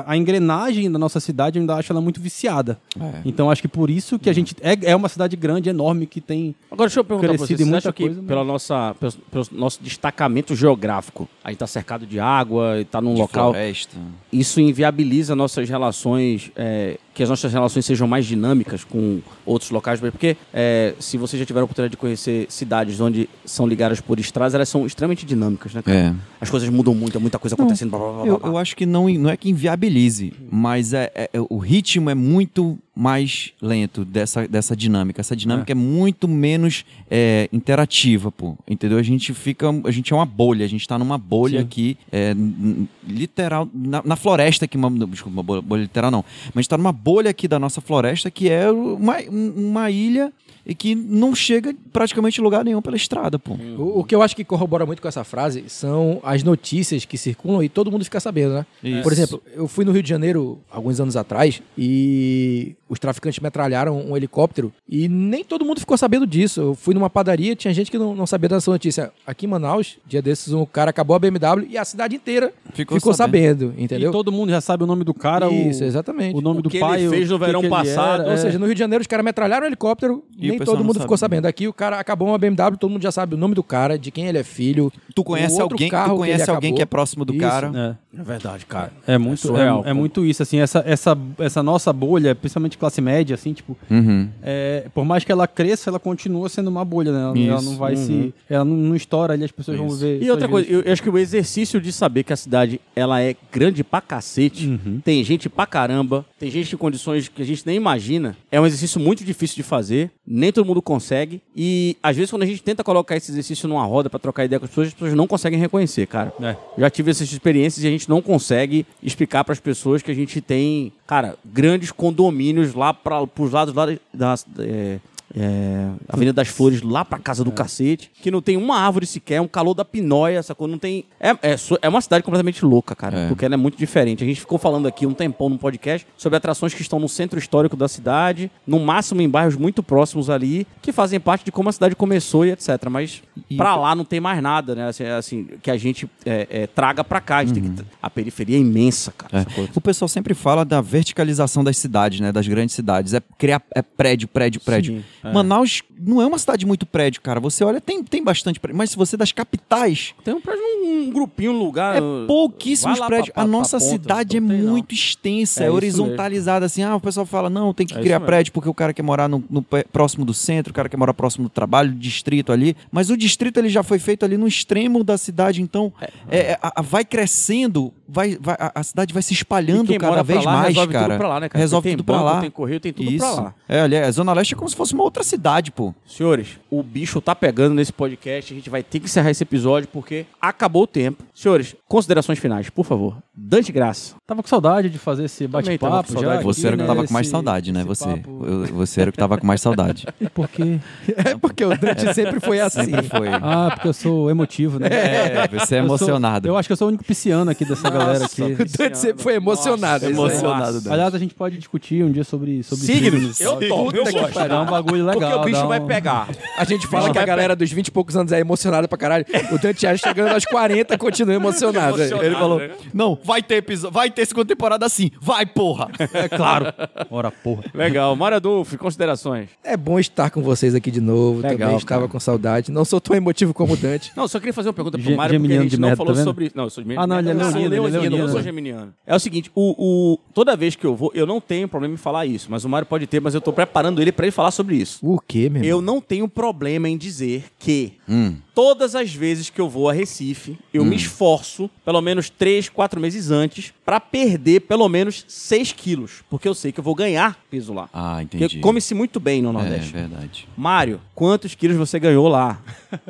Speaker 5: a, a engrenagem da nossa cidade, eu ainda acho ela muito viciada.
Speaker 1: É.
Speaker 5: Então acho que por isso
Speaker 1: Uhum.
Speaker 5: que a gente. É, é uma cidade grande, enorme, que tem.
Speaker 1: Agora deixa eu perguntar pra
Speaker 5: Crescido
Speaker 1: você,
Speaker 5: em
Speaker 1: vocês
Speaker 5: muita
Speaker 1: acham que
Speaker 5: coisa, né? mas-
Speaker 1: pela nossa, pelo, pelo nosso destacamento geográfico, a gente tá cercado de água, e tá num
Speaker 3: De
Speaker 1: local...
Speaker 3: floresta.
Speaker 1: isso inviabiliza nossas relações, é, que as nossas relações sejam mais dinâmicas com outros locais, porque é, se vocês já tiveram a oportunidade de conhecer cidades onde são ligadas por estradas, elas são extremamente dinâmicas, né? cara?
Speaker 3: É.
Speaker 1: As coisas mudam muito, é muita coisa acontecendo, blá, blá, blá,
Speaker 3: Eu,
Speaker 1: blá,
Speaker 3: eu
Speaker 1: blá.
Speaker 3: acho que não, não é que inviabilize, mas é, é- é- o ritmo é muito mais lento dessa, dessa dinâmica. Essa dinâmica é, muito menos é, interativa, pô. Entendeu? A gente fica. A gente é uma bolha, a gente tá numa bolha aqui, é, n- n- literal, na, na floresta aqui, uma, desculpa, uma bolha, bolha literal não. Mas a gente tá numa bolha aqui da nossa floresta que é uma, uma ilha e que não chega praticamente em lugar nenhum pela estrada, pô.
Speaker 4: O, o que eu acho que corrobora muito com essa frase são as notícias que circulam e todo mundo fica sabendo, né?
Speaker 3: Isso.
Speaker 4: Por exemplo, eu fui no Rio de Janeiro alguns anos atrás e os traficantes metralharam um helicóptero e nem todo mundo ficou sabendo disso. Eu fui numa padaria, tinha gente que não, não sabia dessa notícia. Aqui em Manaus, dia desses, um cara acabou a BMW e a cidade inteira
Speaker 3: Ficou
Speaker 4: ficou, sabendo, entendeu?
Speaker 5: E todo mundo já sabe o nome do cara,
Speaker 4: Isso,
Speaker 5: o,
Speaker 4: exatamente.
Speaker 5: o nome
Speaker 1: O
Speaker 5: do
Speaker 1: que
Speaker 5: pai.
Speaker 1: ele fez
Speaker 5: o
Speaker 1: no
Speaker 5: que
Speaker 1: verão
Speaker 5: que ele era,
Speaker 1: passado,
Speaker 5: é.
Speaker 4: Ou seja, no Rio de Janeiro os caras metralharam o helicóptero,
Speaker 3: E o
Speaker 4: nem
Speaker 3: pessoal
Speaker 4: todo
Speaker 3: não
Speaker 4: mundo ficou
Speaker 3: sabia.
Speaker 4: sabendo. Aqui o cara acabou uma BMW, todo mundo já sabe o nome do cara, de quem ele é filho.
Speaker 3: Tu
Speaker 4: o
Speaker 3: conhece
Speaker 4: outro
Speaker 3: alguém, tu
Speaker 4: carro
Speaker 3: conhece
Speaker 4: ele
Speaker 3: alguém que é
Speaker 4: acabou.
Speaker 3: próximo do
Speaker 4: Isso.
Speaker 3: cara.
Speaker 5: É.
Speaker 1: É verdade, cara.
Speaker 5: É muito, é,
Speaker 1: surreal,
Speaker 5: é
Speaker 1: pô.
Speaker 5: muito isso, assim, essa, essa, essa nossa bolha, principalmente classe média, assim, tipo,
Speaker 3: Uhum.
Speaker 5: é, por mais que ela cresça, ela continua sendo uma bolha, né? Ela, ela
Speaker 3: Isso.
Speaker 5: não vai se. Ela não, não estoura ali, as pessoas vão
Speaker 3: Isso.
Speaker 5: ver.
Speaker 1: Uhum. E
Speaker 5: suas
Speaker 1: outra coisa,
Speaker 5: vidas.
Speaker 1: eu, eu acho que o exercício de saber que a cidade ela é grande pra cacete, tem gente pra caramba, tem gente em condições que a gente nem imagina, é um exercício muito difícil de fazer, nem todo mundo consegue. E às vezes quando a gente tenta colocar esse exercício numa roda pra trocar ideia com as pessoas, as pessoas não conseguem reconhecer, cara.
Speaker 5: É.
Speaker 1: Já tive essas experiências e a gente não consegue explicar pras pessoas que a gente tem, cara, grandes condomínios lá para pros lados lá da, da- é, é, Avenida das Flores, lá pra casa
Speaker 3: É.
Speaker 1: do cacete, que não tem uma árvore sequer, um calor da pinóia, sacou? Não tem. É, é, su- é uma cidade completamente louca, cara,
Speaker 3: É.
Speaker 1: porque ela é muito diferente. A gente ficou falando aqui um tempão no podcast sobre atrações que estão no centro histórico da cidade, no máximo em bairros muito próximos ali, que fazem parte de como a cidade começou e etc. Mas
Speaker 3: E-
Speaker 1: pra lá não tem mais nada, né? Assim, assim, que a gente é, é, traga pra cá. A, gente tem que... tra- a periferia é imensa, cara.
Speaker 3: Uhum. É.
Speaker 1: sacou?
Speaker 3: O pessoal sempre fala da verticalização das cidades, né? Das grandes cidades. É criar é prédio, prédio, prédio. Manaus não é uma cidade muito prédio, cara. Você olha, tem, tem bastante prédio. Mas se você é das capitais,
Speaker 1: Tem um, prédio, um, um grupinho, um lugar.
Speaker 3: é
Speaker 1: uh,
Speaker 3: pouquíssimos
Speaker 1: vai lá
Speaker 3: prédios.
Speaker 1: pra-
Speaker 3: a
Speaker 1: pra-
Speaker 3: nossa
Speaker 1: pra ponta, então
Speaker 3: cidade é
Speaker 1: não tem, não.
Speaker 3: muito extensa,
Speaker 1: É
Speaker 3: é,
Speaker 1: isso
Speaker 3: horizontalizada. Assim, ah, o pessoal fala, não, tem que
Speaker 1: É isso
Speaker 3: criar
Speaker 1: mesmo.
Speaker 3: prédio porque o cara quer morar no, no pé- próximo do centro, o cara quer morar próximo do trabalho, do distrito ali. Mas o distrito ele já foi feito ali no extremo da cidade, então é, é, a- a- vai crescendo, vai, vai- a, a cidade vai se
Speaker 1: E
Speaker 3: espalhando
Speaker 1: quem
Speaker 3: cada
Speaker 1: mora pra
Speaker 3: vez
Speaker 1: lá
Speaker 3: mais,
Speaker 1: resolve
Speaker 3: cara.
Speaker 1: Tudo pra lá, né, cara?
Speaker 3: Resolve
Speaker 1: Porque tem
Speaker 3: tudo pra
Speaker 1: banco,
Speaker 3: lá.
Speaker 1: Tem correio, tem tudo
Speaker 3: Isso.
Speaker 1: pra lá.
Speaker 3: É, ali, a Zona Leste é como se fosse uma outra cidade, pô.
Speaker 1: Senhores, o bicho tá pegando nesse podcast. A gente vai ter que encerrar esse episódio porque acabou o tempo. Senhores, considerações finais, por favor. Dante Graça.
Speaker 5: Tava com saudade de fazer esse
Speaker 1: Também tava com
Speaker 5: bate-papo.
Speaker 1: saudade.
Speaker 5: já
Speaker 3: Você
Speaker 5: aqui,
Speaker 3: era o que
Speaker 5: né?
Speaker 3: tava com mais
Speaker 5: Esse-
Speaker 3: saudade, né?
Speaker 5: esse
Speaker 3: Você.
Speaker 5: papo.
Speaker 3: Eu- Você era o que tava com mais saudade.
Speaker 5: [laughs] Por quê?
Speaker 4: [laughs] É porque o Dante sempre foi assim.
Speaker 3: Sempre foi.
Speaker 5: Ah, porque eu sou emotivo, né?
Speaker 3: [laughs] É, você é
Speaker 5: [laughs] Eu sou-
Speaker 3: emocionado.
Speaker 5: Eu, acho que eu sou o único pisciano aqui dessa galera aqui.
Speaker 4: O Dante sempre foi emocionado.
Speaker 1: Nossa,
Speaker 4: Isso aí.
Speaker 1: emocionado.
Speaker 3: Dante.
Speaker 5: Aliás, a gente pode discutir um dia sobre, sobre signos.
Speaker 1: Eu topo, eu gosto.
Speaker 5: Vai dar um bagulho legal.
Speaker 1: Porque o bicho
Speaker 5: dá um-
Speaker 1: vai pegar.
Speaker 4: A gente fala que a galera dos 20 e poucos anos é emocionada pra caralho. O Dante já chegando aos 40 continua emocionado.
Speaker 3: Ele falou: Não, vai ter episódio, vai ter segunda temporada assim. Vai, porra! É claro.
Speaker 5: Ora, porra.
Speaker 1: Legal. Mário Adolfo, considerações.
Speaker 4: É bom estar com vocês aqui de novo.
Speaker 1: Legal,
Speaker 4: Também estava com saudade. Não sou tão emotivo como o Dante.
Speaker 1: Não, eu só queria fazer uma pergunta pro
Speaker 5: Ge-
Speaker 1: Mário, porque a
Speaker 5: geminiano
Speaker 1: gente
Speaker 5: de
Speaker 1: não
Speaker 5: merda,
Speaker 1: falou
Speaker 5: tá vendo?
Speaker 1: sobre. Não, eu sou de
Speaker 5: Ah, não, ele é
Speaker 1: Eu sou
Speaker 5: leonino, ele é
Speaker 1: leonino, eu
Speaker 5: leonino.
Speaker 1: sou geminiano. É o seguinte: o, o- toda vez que eu vou, eu não tenho problema em falar isso, mas o Mário pode ter, mas eu tô preparando ele pra ele falar sobre isso.
Speaker 4: O quê, meu
Speaker 1: Eu não tenho problema em dizer que
Speaker 3: Hum.
Speaker 1: todas as vezes que eu vou a Recife, eu me esforço, pelo menos 3, 4 meses antes, pra perder pelo menos 6 quilos. Porque eu sei que eu vou ganhar peso lá.
Speaker 3: Ah, entendi.
Speaker 1: Porque come-se muito bem no
Speaker 3: É
Speaker 1: Nordeste.
Speaker 3: verdade.
Speaker 1: Mário, quantos quilos você ganhou lá?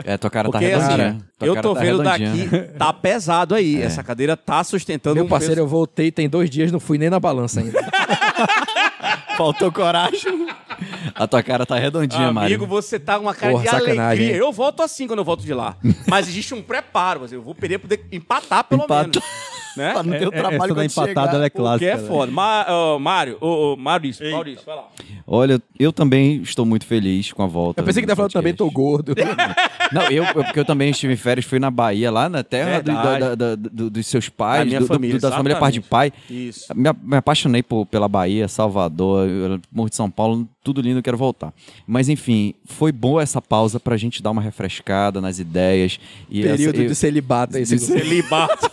Speaker 3: É, tua cara
Speaker 1: Porque,
Speaker 3: tá redondinha.
Speaker 1: assim,
Speaker 3: Tua
Speaker 1: eu
Speaker 3: cara
Speaker 1: tô
Speaker 3: tá
Speaker 1: vendo
Speaker 3: redondinha, [laughs]
Speaker 1: daqui,
Speaker 3: né? É.
Speaker 1: tá pesado aí. Essa cadeira tá sustentando
Speaker 4: Meu
Speaker 1: um
Speaker 4: parceiro,
Speaker 1: peso.
Speaker 4: eu voltei tem dois dias, não fui nem na balança ainda.
Speaker 3: Faltou coragem. A tua cara tá redondinha,
Speaker 1: Amigo,
Speaker 3: Mário.
Speaker 1: você tá com uma cara
Speaker 4: Porra,
Speaker 1: de
Speaker 4: sacanagem,
Speaker 1: alegria.
Speaker 4: hein?
Speaker 1: Eu volto assim quando eu volto de lá. Mas existe um preparo. assim, Eu vou perder poder empatar pelo
Speaker 3: Empata.
Speaker 1: menos. Né?
Speaker 3: Pra não ter o trabalho
Speaker 5: É, Essa da
Speaker 3: quando
Speaker 5: empatada
Speaker 3: chegar.
Speaker 5: ela é
Speaker 1: O que
Speaker 5: clássica.
Speaker 1: é
Speaker 5: né?
Speaker 1: foda. Ma- ô, Mário, ô, ô, Maurício, Maurício, vai lá.
Speaker 3: Olha, eu também estou muito feliz com a volta.
Speaker 4: [laughs] Eu pensei que
Speaker 3: do
Speaker 4: tá falando também, tô
Speaker 3: podcast.
Speaker 4: gordo.
Speaker 3: Não, eu, eu- porque eu também estive em férias, fui na Bahia, lá na terra do-
Speaker 1: Verdade.
Speaker 3: da- da- do- dos seus pais,
Speaker 1: Da minha
Speaker 3: do- do-
Speaker 1: família,
Speaker 3: da família parte de pai.
Speaker 1: Isso.
Speaker 3: Me, a- me apaixonei por- pela Bahia, Salvador, eu morro de São Paulo, tudo lindo, eu quero voltar. Mas enfim, foi boa essa pausa pra gente dar uma refrescada nas ideias. E essa-
Speaker 4: [laughs] Período
Speaker 3: eu,
Speaker 4: de celibato. Esse
Speaker 3: de ce-
Speaker 1: Celibato.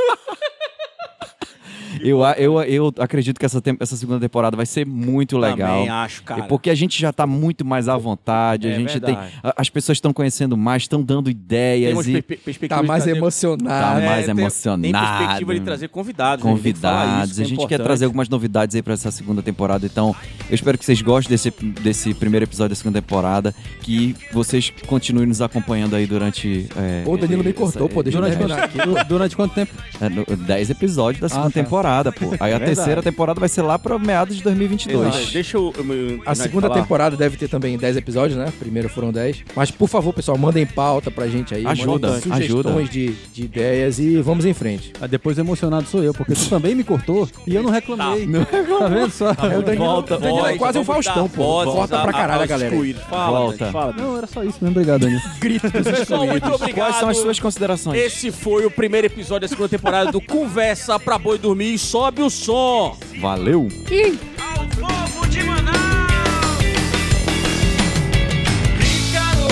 Speaker 3: eu, a- eu, eu acredito que essa, tem- essa segunda temporada vai ser muito legal.
Speaker 1: Também acho, cara.
Speaker 3: É porque a gente já tá muito mais à vontade,
Speaker 1: É
Speaker 3: a gente
Speaker 1: verdade.
Speaker 3: tem. a- As pessoas estão conhecendo mais, estão dando ideias.
Speaker 1: Tem umas
Speaker 3: e...
Speaker 1: perspe- perspectivas
Speaker 4: [laughs] tá
Speaker 1: de
Speaker 4: mais
Speaker 1: trazer-
Speaker 3: Tá
Speaker 4: emocionado.
Speaker 1: É,
Speaker 3: mais
Speaker 1: tem- Tem
Speaker 3: emocionado.
Speaker 1: perspectiva de trazer convidados. né? Tem que falar
Speaker 3: convidados.
Speaker 1: isso, que
Speaker 3: a
Speaker 1: é
Speaker 3: gente quer
Speaker 1: importante.
Speaker 3: trazer algumas novidades aí pra essa segunda temporada. Então, eu espero que vocês gostem desse, desse primeiro episódio da segunda temporada. Que vocês continuem nos acompanhando aí durante. É,
Speaker 4: Pô, o Danilo me
Speaker 3: essa-
Speaker 4: cortou, pô, deixa eu
Speaker 3: durante-
Speaker 5: Durante
Speaker 4: terminar.
Speaker 1: né?
Speaker 5: quanto, du- durante quanto tempo?
Speaker 3: é, no- Dez episódios da
Speaker 1: Ah,
Speaker 3: segunda
Speaker 5: tá.
Speaker 3: temporada, pô.
Speaker 1: [laughs]
Speaker 3: Aí a terceira temporada vai ser lá pra meados de 2022.
Speaker 1: É Exato. Deixa eu. eu- eu-
Speaker 4: A
Speaker 1: nós
Speaker 4: segunda
Speaker 1: falar.
Speaker 4: temporada deve ter também 10 episódios, né? Primeiro foram 10. Mas, por favor, pessoal, mandem pauta pra gente aí.
Speaker 3: Ajuda,
Speaker 4: mandem sugestões
Speaker 3: ajuda.
Speaker 4: De, de ideias e vamos em frente.
Speaker 5: Ah, depois emocionado sou eu, porque tu também me cortou e eu não reclamei.
Speaker 3: Não
Speaker 5: Tá vendo só?
Speaker 4: É, o Danilo,
Speaker 3: Volta,
Speaker 4: o Danilo é
Speaker 1: Voz,
Speaker 4: quase um
Speaker 1: vamos dar
Speaker 4: Faustão, pô.
Speaker 1: vozes
Speaker 4: Volta
Speaker 1: a-
Speaker 4: pra
Speaker 1: a-
Speaker 4: caralho a
Speaker 1: aos
Speaker 4: galera. aí.
Speaker 1: excluídos. Fala,
Speaker 3: Volta.
Speaker 1: Dani, fala.
Speaker 5: Não, era só isso mesmo. Obrigado, Danilo.
Speaker 1: Pessoal, muito obrigado.
Speaker 3: Quais são as suas considerações?
Speaker 1: Esse foi o primeiro episódio da segunda temporada do Conversa Pra Boi Dormir e Sobe o Som.
Speaker 3: Valeu!
Speaker 2: Ao povo de Manaus Tricolor,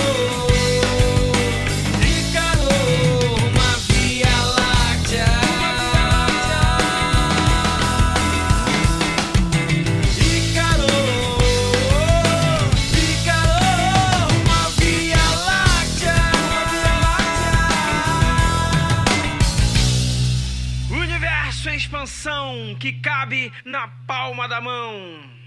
Speaker 2: tricolor, uma via láctea Tricolor, tricolor, uma via láctea Universo em expansão que cabe na palma da mão